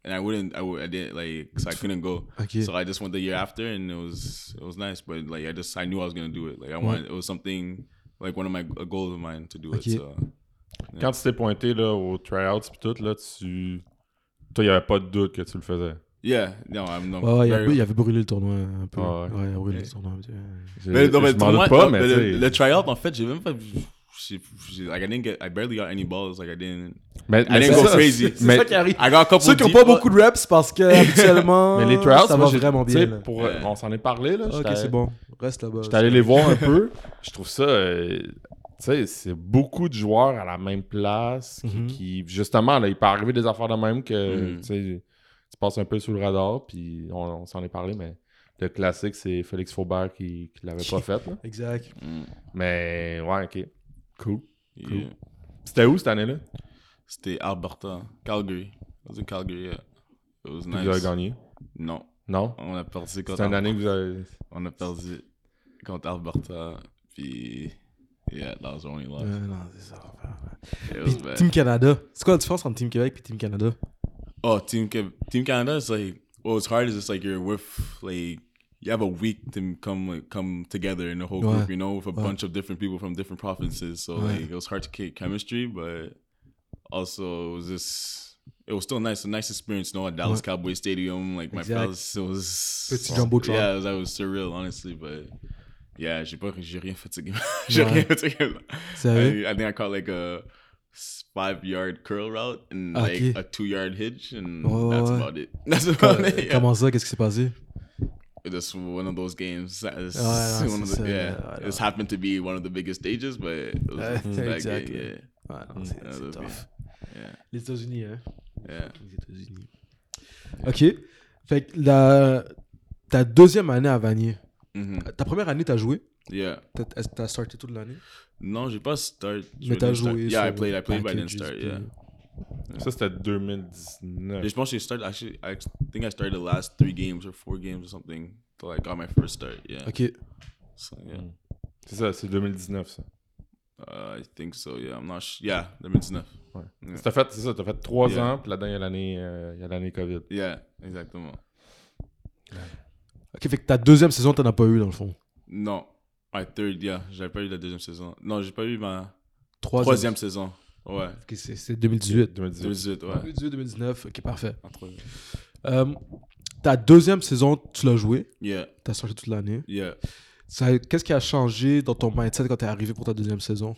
Speaker 1: and I wouldn't, I, would, I didn't like, so I couldn't go.
Speaker 3: Ok.
Speaker 1: So I just went the year after, and it was it was nice, but like I just I knew I was gonna do it. Like I wanted, it was something like one of my a goal of mine to do
Speaker 3: Ok.
Speaker 1: it. So
Speaker 4: Quand tu t'es pointé là, aux tryouts pis tout, là, tu. Toi, il avait pas de doute que tu le faisais.
Speaker 1: yeah, no, I'm no.
Speaker 3: Ouais, ouais, il,
Speaker 1: very-
Speaker 3: avait, il avait brûlé le tournoi un peu.
Speaker 4: Ah
Speaker 3: Ouais,
Speaker 4: ouais.
Speaker 3: il a brûlé le tournoi. un petit peu.
Speaker 4: Je,
Speaker 1: Mais, non, mais
Speaker 4: Euh, je m'en
Speaker 1: pour moi,
Speaker 4: doute pas,
Speaker 1: non,
Speaker 4: mais,
Speaker 1: mais
Speaker 4: tu
Speaker 1: le,
Speaker 4: sais-
Speaker 1: le tryout, en fait, j'ai même pas. j'ai- j'ai- Like, I didn't get. I barely got any balls. Like, I didn't.
Speaker 4: mais,
Speaker 1: I
Speaker 4: mais
Speaker 1: didn't
Speaker 4: c'est
Speaker 1: go
Speaker 4: ça.
Speaker 1: crazy.
Speaker 4: Mais-
Speaker 3: arrive.
Speaker 1: I got a couple
Speaker 3: Ceux qui n'ont
Speaker 1: deep
Speaker 3: pas
Speaker 1: balls.
Speaker 3: beaucoup de reps parce que habituellement
Speaker 4: Mais les tryouts,
Speaker 3: ça va
Speaker 4: moi, j'ai-
Speaker 3: vraiment
Speaker 4: tu sais,
Speaker 3: bien. là.
Speaker 4: Pour, euh, On s'en est parlé, là.
Speaker 3: Ok,
Speaker 4: j'étais-
Speaker 3: c'est bon. Reste là-bas.
Speaker 4: J'étais allé les voir un peu. Je trouve ça. euh, tu sais, c'est beaucoup de joueurs à la même place qui,
Speaker 3: Mhm.
Speaker 4: qui, justement, là, il peut arriver des affaires de même que
Speaker 1: Mhm.
Speaker 4: tu sais, tu passes un peu sous le radar, puis on, on s'en est parlé, mais le classique, c'est Félix Faubert qui, qui l'avait pas fait. là.
Speaker 3: Exact.
Speaker 1: Mm,
Speaker 4: Mais ouais, ok. Cool. Cool.
Speaker 1: yeah.
Speaker 4: C'était où cette année-là
Speaker 1: C'était Alberta, Calgary. I was in Calgary, yeah. It was
Speaker 4: que Vous avez
Speaker 1: nice.
Speaker 4: gagné
Speaker 1: Non,
Speaker 4: Non
Speaker 1: on a perdu contre.
Speaker 4: C'était une
Speaker 1: Al-
Speaker 4: année que vous avez.
Speaker 1: On a perdu contre Alberta. Puis. Yeah, that was the only loss.
Speaker 3: Ouais, non, c'est ça.
Speaker 1: It
Speaker 3: Puis
Speaker 1: was bad.
Speaker 3: Team Canada. C'est quoi la différence entre Team Québec et Team Canada
Speaker 1: Oh, Team Ca- Team Canada is like well, it's hard is it's like you're with like you have a week to come like come together in a whole
Speaker 3: Ouais.
Speaker 1: group, you know, with a bunch of different people from different provinces. So
Speaker 3: Ouais.
Speaker 1: like it was hard to create chemistry, but also it was just it was still nice, a nice experience, you know, at Dallas
Speaker 3: Ouais.
Speaker 1: Cowboy Stadium. Like my
Speaker 3: Exact.
Speaker 1: fellas, it was
Speaker 3: Petit jumbotron.
Speaker 1: Yeah, it was, that was surreal, honestly, but. Yeah, j'ai pas, j'ai rien fait ce game. j'ai
Speaker 3: Ouais.
Speaker 1: rien fait ce game. I,
Speaker 3: Sérieux
Speaker 1: I think I caught like a s- five yard curl route and
Speaker 3: Okay.
Speaker 1: like a two yard hitch, and
Speaker 3: Oh,
Speaker 1: that's
Speaker 3: ouais.
Speaker 1: about it. That's about
Speaker 3: Comment-
Speaker 1: it. Yeah.
Speaker 3: Euh, Comment ça Qu'est-ce qui s'est passé
Speaker 1: Just one of those games. It's
Speaker 3: Ouais, ouais,
Speaker 1: one of the-
Speaker 3: c'est ça,
Speaker 1: yeah,
Speaker 3: ouais, ouais,
Speaker 1: it's happened to be one of the biggest stages, but it was
Speaker 3: Ouais,
Speaker 1: it was that
Speaker 3: Uh, exactly.
Speaker 1: game,
Speaker 3: Ouais,
Speaker 1: Yeah,
Speaker 3: non, c'est c'est
Speaker 1: that'd be-
Speaker 3: tough.
Speaker 1: yeah,
Speaker 3: Ah, Les États-Unis, hein
Speaker 1: yeah, yeah.
Speaker 3: Les États-Unis. Ok. Fait que la... ta deuxième année à Vanier,
Speaker 1: hmm
Speaker 3: ta première année, t'as joué
Speaker 1: yeah.
Speaker 3: T'as- Est-ce que t'as starté toute l'année
Speaker 1: No, j'ai pas start.
Speaker 3: Mais t'as
Speaker 1: didn't start-
Speaker 3: joué.
Speaker 1: Yeah, I
Speaker 3: sur
Speaker 1: played. I played, but I didn't
Speaker 3: packages,
Speaker 1: start.
Speaker 3: puis-
Speaker 1: Yeah.
Speaker 4: Ça, c'était 2019.
Speaker 1: Mais je pense que j'ai start. Actually, I think I started the last three games or four games or something till I got my first start. Yeah.
Speaker 3: Ok.
Speaker 1: So yeah.
Speaker 3: Mm.
Speaker 4: C'est ça, c'est 2019, ça.
Speaker 1: Uh, I think so. Yeah, I'm not. Sh- yeah, that means enough.
Speaker 4: Ouais.
Speaker 1: Yeah.
Speaker 4: T'as fait, c'est ça, t'as fait trois
Speaker 1: Yeah.
Speaker 4: ans, puis là-dedans, il y a l'année, euh, il y a l'année COVID.
Speaker 1: Yeah, exactement.
Speaker 3: Ok, fait que ta deuxième saison, t'en as pas eu dans le fond.
Speaker 1: Non, my third. Yeah, j'avais pas eu la deuxième saison. Non, j'ai pas eu ma
Speaker 3: Troisième.
Speaker 1: troisième saison. Ouais,
Speaker 3: Ok, c'est- c'est 2018.
Speaker 4: 2018.
Speaker 1: 2018. Ouais.
Speaker 3: 2018-2019, ok, parfait.
Speaker 1: Entre-
Speaker 3: Euh, ta deuxième saison, tu l'as joué.
Speaker 1: Yeah,
Speaker 3: T'as starté toute l'année.
Speaker 1: yeah.
Speaker 3: Ça- Qu'est-ce qui a changé dans ton mindset quand t'es arrivé pour ta deuxième saison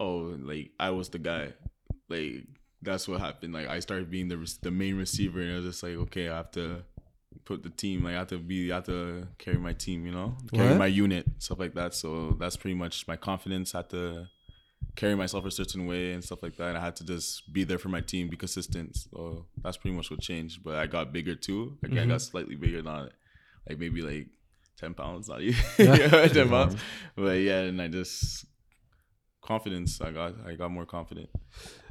Speaker 1: Oh, like I was the guy. Like that's what happened. Like I started being the rec- the main receiver, and I was just like, okay, I have to put the team. Like I have to be, I have to carry my team. You know, carry
Speaker 3: Ouais.
Speaker 1: my unit, stuff like that. So that's pretty much my confidence. I had to carry myself a certain way and stuff like that. I had to just be there for my team, be consistent. So that's pretty much what changed. But I got bigger too. Like I got slightly bigger than like maybe like ten pounds, not even ten pounds. But yeah, and I just confidence. I got I got more confident.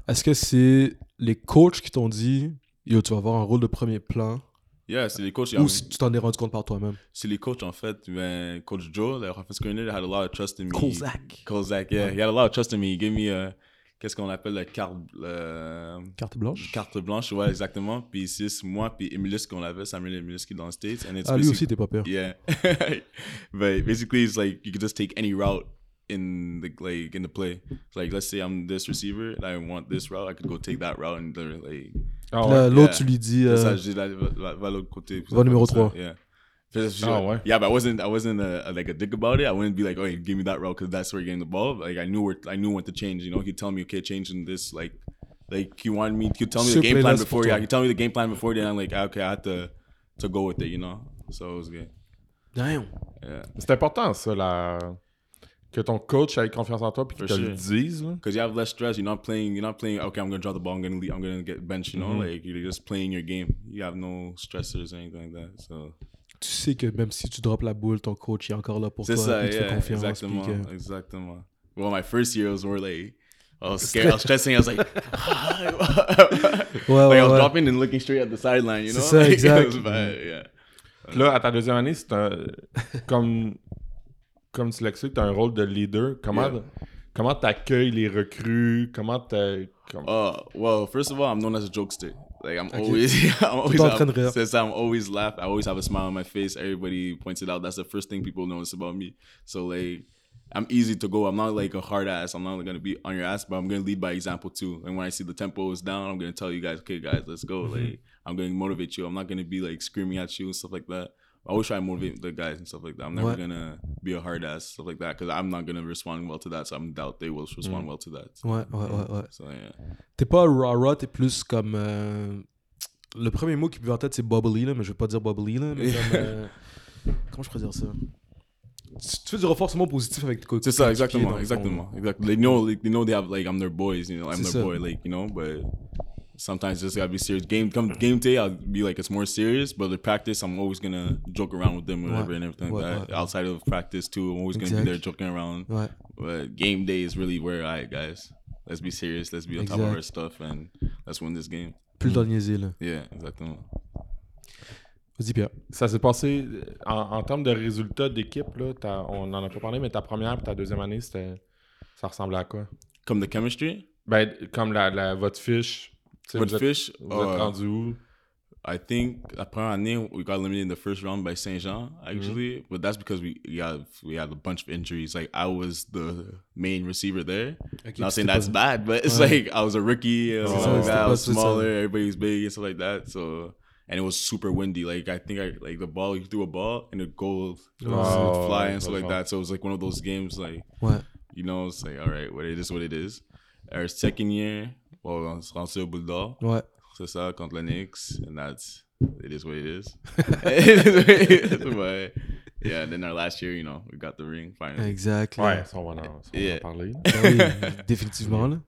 Speaker 3: Est-ce que c'est les coachs qui t'ont dit Yo, tu vas avoir un rôle de premier plan
Speaker 1: Yeah, c'est les coachs.
Speaker 3: Ou si tu t'en es rendu compte par toi-même
Speaker 1: C'est les coachs en fait. Ben, Coach Joe, their offensive coordinator, had a lot of trust in me. Kozak, yeah, he had a lot of trust in me. He gave me a qu'est-ce qu'on appelle la carte le-
Speaker 3: Carte blanche
Speaker 1: carte blanche, ouais, exactement. Puis c'est moi puis Emilus qu'on avait, Samuel Emilus qui est dans les States. And it's
Speaker 3: Ah, lui
Speaker 1: basic-
Speaker 3: aussi, t'es pas pire.
Speaker 1: Yeah, but basically, it's like you could just take any route in the like in the play. Like, let's say I'm this receiver and I want this route, I could go take that route and they're like
Speaker 4: Ah
Speaker 3: Là,
Speaker 4: ouais.
Speaker 3: L'autre,
Speaker 1: yeah.
Speaker 3: tu lui dis
Speaker 1: ça,
Speaker 3: euh,
Speaker 1: j'ai la- va- va- va l'autre côté.
Speaker 3: va numéro trois.
Speaker 1: Yeah. Because
Speaker 4: Ah, ouais.
Speaker 1: Yeah, but I wasn't, I wasn't a, a- like a dick about it. I wouldn't be like, oh, hey, give me that route because that's where you're getting the ball. Like I knew where, I knew when to change. You know, he'd tell me, okay, changing this. Like, like he wanted me, he'd tell me
Speaker 3: Ce
Speaker 1: the game plan
Speaker 3: playlist pour
Speaker 1: before.
Speaker 3: toi.
Speaker 1: Yeah, he'd tell me the game plan before. Then I'm like, ah, okay, I had to, to go with it. You know, so it was good.
Speaker 3: Damn.
Speaker 1: Yeah.
Speaker 4: C'est important, ça, la... que ton coach ait confiance en toi puis qu'il
Speaker 1: For
Speaker 4: te le
Speaker 1: sure.
Speaker 4: dise. là.
Speaker 1: because you have less stress. You're not playing. You're not playing. Okay, I'm gonna drop the ball. I'm gonna leave, I'm gonna get benched. You know,
Speaker 4: Mm-hmm.
Speaker 1: like you're just playing your game. You have no stressors or anything like that. So
Speaker 3: Tu sais que même si tu drops la boule, ton coach il est encore là pour toi.
Speaker 1: c'est ça.
Speaker 3: il te fait
Speaker 1: uh, Yeah,
Speaker 3: confiance, puis
Speaker 1: exactement,
Speaker 3: que-
Speaker 1: exactement. Well, my first year was more like. I was scared. I was stressing. I was like, like
Speaker 3: Ouais, ouais,
Speaker 1: I was
Speaker 3: ouais.
Speaker 1: dropping and looking straight at the sideline. You know,
Speaker 3: C'est ça,
Speaker 1: Like, it
Speaker 3: exact.
Speaker 1: was bad, yeah.
Speaker 4: Puis là, à ta deuxième année, c'est un... comme... comme tu l'expliques, tu as un rôle de leader. Comment
Speaker 1: Yeah.
Speaker 4: comment t'accueilles les recrues? Comment t'as... comme-
Speaker 1: Uh, well, first of all, I'm known as a jokester. Like I'm always, I'm always,
Speaker 3: en train de
Speaker 1: I'm,
Speaker 3: rire.
Speaker 1: since I'm always laugh, I always have a smile on my face. Everybody points it out. That's the first thing people notice about me. So like, I'm easy to go. I'm not like a hard ass. I'm not gonna be on your ass, but I'm gonna lead by example too. And when I see the tempo is down, I'm gonna tell you guys, okay, guys, let's go. Like I'm gonna motivate you. I'm not gonna be like screaming at you and stuff like that. I always try to motivate the guys and stuff like that. I'm never
Speaker 3: Ouais.
Speaker 1: gonna be a hard ass stuff like that because I'm not gonna respond well to that. So I'm doubt they will respond well to that.
Speaker 3: Ouais, ouais, ouais, ouais.
Speaker 1: So yeah.
Speaker 3: T'es pas rara, t'es plus comme. euh, Le premier mot qui me vient en tête, c'est bubbly, là, mais je vais pas dire bubbly. Là, mais comme, euh, Comment je pourrais dire ça tu, tu fais du renforcement positif avec tes co-
Speaker 1: C'est ça,
Speaker 3: coéquipiers, dans
Speaker 1: exactement,
Speaker 3: le fond, là.
Speaker 1: exactement, exactly. They know, like, they know they have like I'm their boys, you know, I'm
Speaker 3: C'est
Speaker 1: their
Speaker 3: ça.
Speaker 1: boy, like you know. But sometimes just gotta be serious. Game come game day, I'll be like it's more serious. But the practice, I'm always gonna joke around with them, whatever, and everything like
Speaker 3: Ouais,
Speaker 1: that.
Speaker 3: ouais.
Speaker 1: Outside of practice too, I'm always gonna
Speaker 3: Exact.
Speaker 1: be there joking around.
Speaker 3: Ouais.
Speaker 1: But game day is really where, all right, guys, let's be serious, let's be on top of
Speaker 3: Exact.
Speaker 1: our stuff, and let's win this game.
Speaker 3: Plus dans le niaiser, là.
Speaker 1: Yeah, exactement.
Speaker 3: Vas-y, Pierre.
Speaker 4: Ça s'est passé en, en termes de résultats d'équipe, là, t'as- on n'en a pas parlé, mais ta première et ta deuxième année, c'était ça ressemblait à quoi?
Speaker 1: Come the chemistry,
Speaker 4: Ben, comme la, la- votre fiche. Ah. tu sais,
Speaker 1: Votre
Speaker 4: vous êtes-
Speaker 1: fiche,
Speaker 4: Vous
Speaker 1: euh,
Speaker 4: êtes rendu où?
Speaker 1: I think la première année, we got eliminated in the first round by Saint Jean, actually, but that's because we we had we had a bunch of injuries. Like I was the main receiver there. Not saying that's bad, but it's
Speaker 3: Ouais.
Speaker 1: like I was a rookie. I was,
Speaker 4: Ouais,
Speaker 1: like
Speaker 4: c'était
Speaker 1: that, I
Speaker 3: pas-
Speaker 1: was
Speaker 3: c'est ça.
Speaker 1: smaller. Everybody was big and stuff like that. So and it was super windy. Like I think I like the ball. You threw a ball and the goal
Speaker 3: Ouais,
Speaker 4: Wow.
Speaker 1: would fly
Speaker 4: ouais,
Speaker 1: and stuff
Speaker 4: pas
Speaker 1: like
Speaker 4: fort.
Speaker 1: Oh, that. So it was like one of those games. Like
Speaker 3: Ouais.
Speaker 1: you know, it's like all right, what it is, what it is. Our second year, well, on se rendait au Bulldog.
Speaker 3: Ouais.
Speaker 1: C'est ça, contre le Knicks, and that's it is what it is. It is what it is, but yeah, then our last year, you know, we got the ring finally.
Speaker 3: Exact.
Speaker 4: Ouais,
Speaker 3: là.
Speaker 4: ça, on va en, ça, on va en
Speaker 1: Yeah.
Speaker 4: parler.
Speaker 3: Ben oui, définitivement, là.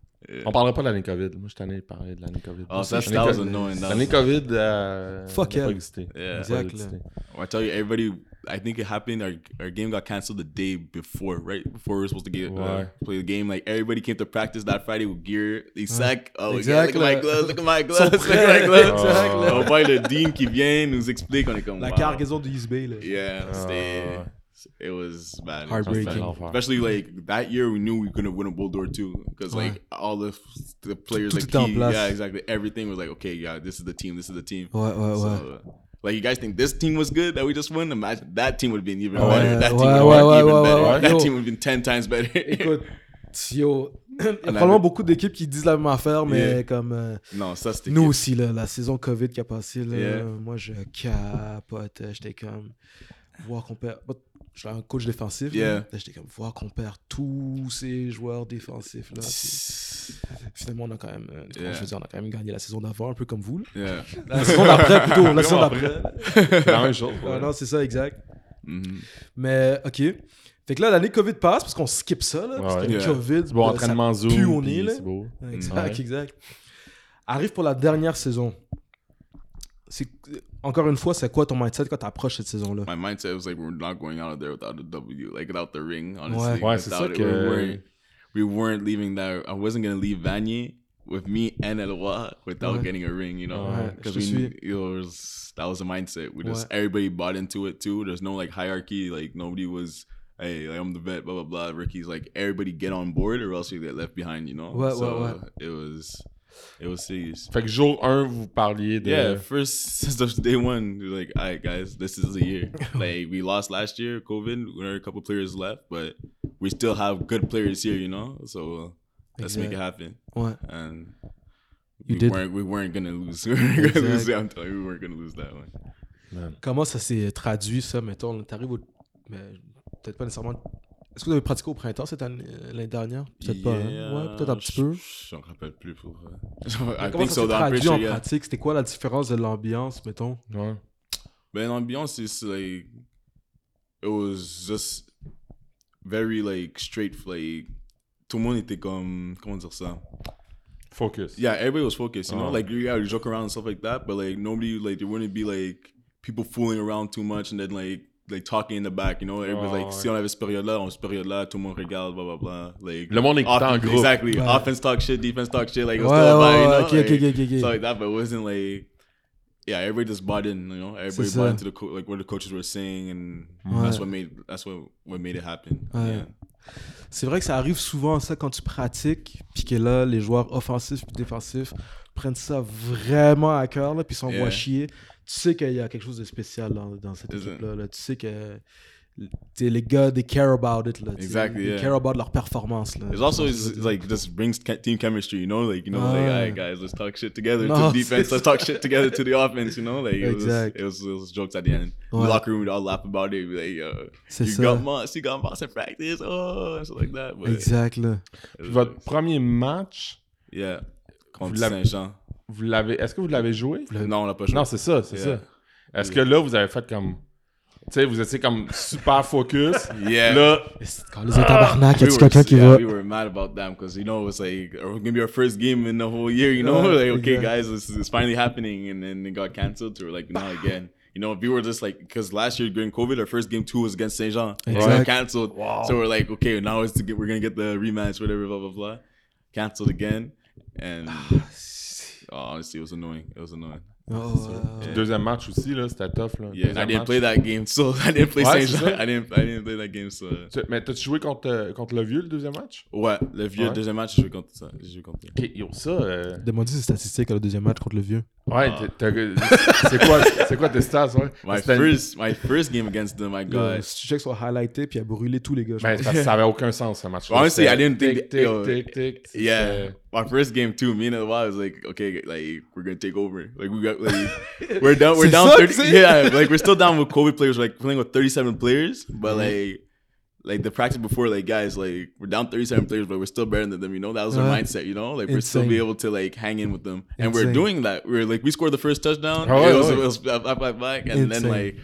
Speaker 4: On parlera pas de l'année COVID. Moi, je suis tanné de parler de l'année COVID.
Speaker 1: Oh, that's
Speaker 4: L'année
Speaker 1: that was
Speaker 4: co-
Speaker 1: annoying. That
Speaker 4: L'année
Speaker 1: was,
Speaker 4: COVID, euh,
Speaker 3: Fuck
Speaker 4: n'a pas
Speaker 3: elle.
Speaker 4: existé.
Speaker 1: Yeah.
Speaker 4: N'a pas
Speaker 3: Exact, là.
Speaker 4: existé.
Speaker 1: I tell you, everybody, I think it happened. Our, our game got canceled the day before, right before we were supposed to get uh,
Speaker 4: Why?
Speaker 1: play the game. Like everybody came to practice that Friday with gear. They sack. Oh,
Speaker 3: Exactly.
Speaker 1: yeah, look at my gloves. Look at my gloves. Look at my gloves. Oh,
Speaker 4: Exact, là.
Speaker 1: On voit le dean qui vient nous explique. On est comme
Speaker 3: La
Speaker 1: wow.
Speaker 3: cargaison de East Bay, là.
Speaker 1: Yeah, c'était-
Speaker 4: ouais.
Speaker 1: it was bad. It was
Speaker 4: Ça, c'était
Speaker 3: Heartbreaking.
Speaker 4: l'enfer.
Speaker 1: Especially like that year, we knew we couldn't win a Bull Door too, because
Speaker 3: Ouais.
Speaker 1: like all the the players,
Speaker 3: Tout
Speaker 1: like
Speaker 3: était en
Speaker 1: key-
Speaker 3: place.
Speaker 1: yeah, exactly, everything was like, okay, yeah, this is the team, this is the team.
Speaker 3: Ouais, ouais, ouais.
Speaker 1: So, uh, like you guys think this team was good that we just won? Imagine that team would have been even
Speaker 4: Ouais,
Speaker 1: better. That team
Speaker 3: ouais,
Speaker 1: would have
Speaker 3: ouais,
Speaker 1: been
Speaker 3: ouais,
Speaker 1: even
Speaker 3: ouais,
Speaker 1: better.
Speaker 3: ouais,
Speaker 1: That
Speaker 3: yo.
Speaker 1: team would have been ten times better.
Speaker 3: Écoute, yo, il y a
Speaker 1: On
Speaker 3: probablement
Speaker 1: avait-
Speaker 3: beaucoup d'équipes qui disent la même affaire, mais
Speaker 1: Yeah.
Speaker 3: comme euh,
Speaker 1: non, ça c'était
Speaker 3: nous aussi, là, la saison COVID qui a passé, là,
Speaker 1: Yeah.
Speaker 3: moi je capotais, j'étais euh, comme. voir qu'on perd. But, J'étais un coach défensif.
Speaker 1: Yeah.
Speaker 3: là. Là, J'étais comme, voir qu'on perd tous ces joueurs défensifs. Là. Puis, finalement, on a quand même, euh,
Speaker 1: Yeah.
Speaker 3: je veux dire, on a quand même gagné la saison d'avant, un peu comme vous. là.
Speaker 1: Yeah.
Speaker 3: La saison d'après, plutôt. La saison
Speaker 4: Vraiment
Speaker 3: d'après.
Speaker 4: la même chose.
Speaker 3: Ah, non, c'est ça, exact.
Speaker 1: Mhm.
Speaker 3: Mais, OK. Fait que là, l'année COVID passe, parce qu'on skip ça, là, parce
Speaker 4: Ouais.
Speaker 3: que le
Speaker 1: Yeah.
Speaker 3: COVID, euh,
Speaker 4: C'est bon,
Speaker 3: ça
Speaker 4: entraînement Zoom.
Speaker 3: pue au
Speaker 4: puis
Speaker 3: nez, là.
Speaker 4: C'est beau.
Speaker 1: Mm.
Speaker 3: Exact,
Speaker 4: Ouais.
Speaker 3: exact. Arrive pour la dernière saison. C'est encore une fois, c'est quoi ton mindset quand t'approches cette saison-là
Speaker 1: My mindset was like, we're not going out of there without a W, like without the ring, honestly.
Speaker 4: Ouais, c'est ça
Speaker 1: Without it,
Speaker 4: que-
Speaker 1: we, weren't, we weren't leaving that. I wasn't going to leave Vanier with me and Eloi without
Speaker 3: Ouais.
Speaker 1: getting a ring, you know?
Speaker 3: Ouais,
Speaker 1: Because
Speaker 3: je te
Speaker 1: we,
Speaker 3: suis.
Speaker 1: it was, that was a mindset. We just,
Speaker 3: Ouais.
Speaker 1: everybody bought into it too. There's no like hierarchy. Like nobody was, hey, like, I'm the vet, blah, blah, blah. Ricky's like, everybody get on board or else you get left behind, you know?
Speaker 3: Ouais, ouais,
Speaker 1: so
Speaker 3: ouais.
Speaker 1: it was, it was serious.
Speaker 4: Fait que jour 1, vous parliez de.
Speaker 1: Yeah, first since the day one, we we're like, all right, guys, this is the year. like we lost last year, COVID. We had a couple players left, but we still have good players here, you know. So uh, let's make it happen.
Speaker 3: Ouais.
Speaker 1: And we
Speaker 3: You did.
Speaker 1: weren't we weren't gonna lose. we weren't gonna lose.
Speaker 3: Exact.
Speaker 1: I'm telling you, we weren't gonna lose that one.
Speaker 3: Comment ça s'est traduit, ça, mettons là, T'arrives au. mais Peut-être pas nécessairement. Est-ce que vous avez pratiqué au printemps cette année, euh, l'année dernière Peut-être pas. hein? Ouais, peut-être un petit peu.
Speaker 1: Je m'en rappelle plus pour. vrai. I
Speaker 3: Comment
Speaker 1: think
Speaker 3: ça
Speaker 1: so.
Speaker 3: s'est
Speaker 1: though, I'm
Speaker 3: traduit
Speaker 1: pretty sure.
Speaker 3: en
Speaker 1: Yeah.
Speaker 3: pratique C'était quoi la différence de l'ambiance, mettons
Speaker 4: Ouais.
Speaker 1: But in ambiance, it's like it was just very like straight like. Tout le monde était comme comment dire ça.
Speaker 4: Focus.
Speaker 1: Yeah, everybody was focused, you know?
Speaker 4: Oh.
Speaker 1: Like, you gotta joke around and stuff like that, but, like, nobody, like, there wouldn't be, like, people fooling around too much and then, like, like talking in the back, you know? Everybody's like,
Speaker 4: Oh,
Speaker 1: si on avait cette période-là, on a cette période-là, tout le monde regarde, blah, blah, blah. Like,
Speaker 4: Le monde écoutait en
Speaker 1: off-
Speaker 4: groupe.
Speaker 1: Exactly.
Speaker 3: Ouais.
Speaker 1: Offense talk shit, defense talk shit, like, it
Speaker 3: Ouais,
Speaker 1: was still about, you know?
Speaker 3: ouais, ok,
Speaker 1: like,
Speaker 3: ok, ok, ok, ok.
Speaker 1: Stuff like that, but it wasn't, like, yeah, everybody just bought in, you know? Everybody
Speaker 3: ça.
Speaker 1: bought into the, co- like, what the coaches were saying, and
Speaker 3: Ouais.
Speaker 1: that's what made, that's what, what made it happen.
Speaker 3: Ouais.
Speaker 1: Yeah.
Speaker 3: C'est vrai que ça arrive souvent, ça, quand tu pratiques, puis que là, les joueurs offensifs puis défensifs prennent ça vraiment à cœur, là, puis s'envoient
Speaker 1: Yeah.
Speaker 3: chier. Tu sais qu'il y a quelque chose de spécial dans, dans cette
Speaker 1: Is it?
Speaker 3: équipe-là. là. Tu sais que tu sais, les gars, they care about it. Là, tu sais.
Speaker 1: Exactly,
Speaker 3: They
Speaker 1: yeah.
Speaker 3: care about leur performance. Là,
Speaker 1: It's also it's, it's like just brings ca- team chemistry, you know. Like you know,
Speaker 3: Ah.
Speaker 1: like all right, guys, let's talk shit together
Speaker 3: No,
Speaker 1: to the defense. Let's talk shit together to the offense, you know. Like it was,
Speaker 3: Exact.
Speaker 1: it was it was jokes at the end. In
Speaker 3: Ouais.
Speaker 1: the locker room, we'd all laugh about it. We'd be like, Yo,
Speaker 3: C'est
Speaker 1: you
Speaker 3: ça.
Speaker 1: got months, you got months in practice, oh, and stuff like that. But
Speaker 3: Exact,
Speaker 1: it
Speaker 3: là.
Speaker 4: Puis
Speaker 1: was
Speaker 4: votre
Speaker 1: nice.
Speaker 4: premier match,
Speaker 1: yeah, contre
Speaker 4: Vous l'avez-
Speaker 1: Saint-Jean.
Speaker 4: vous l'avez. Est-ce que vous l'avez joué
Speaker 1: Non, on l'a pas joué.
Speaker 4: Non, c'est ça, c'est
Speaker 1: Yeah.
Speaker 4: ça. Est-ce que là, vous avez fait comme. Tu sais, vous étiez comme super focus.
Speaker 1: Yeah.
Speaker 4: Là,
Speaker 3: Quand les tabarnak, y a-tu
Speaker 1: were-
Speaker 3: quelqu'un qui
Speaker 1: yeah,
Speaker 3: va.
Speaker 1: Ah. we were mad about them because you know it was like it was gonna be our first game in the whole year. You know,
Speaker 3: Yeah,
Speaker 1: like okay,
Speaker 3: exactly.
Speaker 1: guys, this is finally happening, and then it got canceled. So we're like, now again. You know, if we were just like, because last year during COVID, our first game two was against Saint Jean. It
Speaker 3: Exact.
Speaker 1: got canceled. So we're like, okay, now it's to get, we're gonna get the rematch, whatever, blah blah blah. Canceled again, and oh, honestly, it was annoying. It was annoying.
Speaker 3: Oh, ouais.
Speaker 4: deuxième match aussi, là, c'était tough. Là.
Speaker 1: Yeah,
Speaker 4: Deuxième
Speaker 1: I didn't
Speaker 4: match.
Speaker 1: play that game, so I didn't play Saint
Speaker 4: Ouais, c'est
Speaker 1: Jean.
Speaker 4: ça.
Speaker 1: I didn't, I didn't play that game, so.
Speaker 4: Tu- Mais t'as-tu joué contre, euh, contre le vieux le deuxième match
Speaker 1: Ouais, le vieux
Speaker 4: Ouais.
Speaker 1: deuxième match, je vais contre ça. Je vais contre ça.
Speaker 4: Ok, yo, ça. euh, ah.
Speaker 3: Demandez ses statistiques à le deuxième match contre le vieux.
Speaker 4: Ouais, t'as- t'as- c'est quoi, c'est quoi tes stats, ouais?
Speaker 1: My
Speaker 4: C'était-
Speaker 1: first, my first game against them, I
Speaker 3: Là,
Speaker 1: got.
Speaker 3: Si tu checks, soit highlighté, puis il a brûlé tous les gars. je
Speaker 4: Ben,
Speaker 3: pense.
Speaker 4: c'est parce que ça avait aucun sens, ce match.
Speaker 1: Honestly, I didn't think
Speaker 4: Tic,
Speaker 1: that- yo,
Speaker 4: tic, tic, tic.
Speaker 1: Yeah,
Speaker 4: C'était-
Speaker 1: my first game too. Me and the was like, okay, like we're gonna take over. Like we got, like we're down, we're down.
Speaker 3: Sucks,
Speaker 1: 30,
Speaker 3: eh?
Speaker 1: yeah, like we're still down with COVID players. Like playing with thirty-seven players, but
Speaker 4: Mm-hmm.
Speaker 1: like, like the practice before, like guys, like we're down thirty-seven players, but we're still better than them. You know, that was our
Speaker 3: Ouais.
Speaker 1: mindset. You know, like we're still be
Speaker 3: Uh-huh. Insane.
Speaker 1: able to like hang in with them, and we're
Speaker 3: Insane.
Speaker 1: doing that. We're like we scored the first touchdown.
Speaker 4: Oh,
Speaker 1: it was,
Speaker 4: yeah.
Speaker 1: it was uh, back, back, back, back, and
Speaker 3: Insane.
Speaker 1: then like.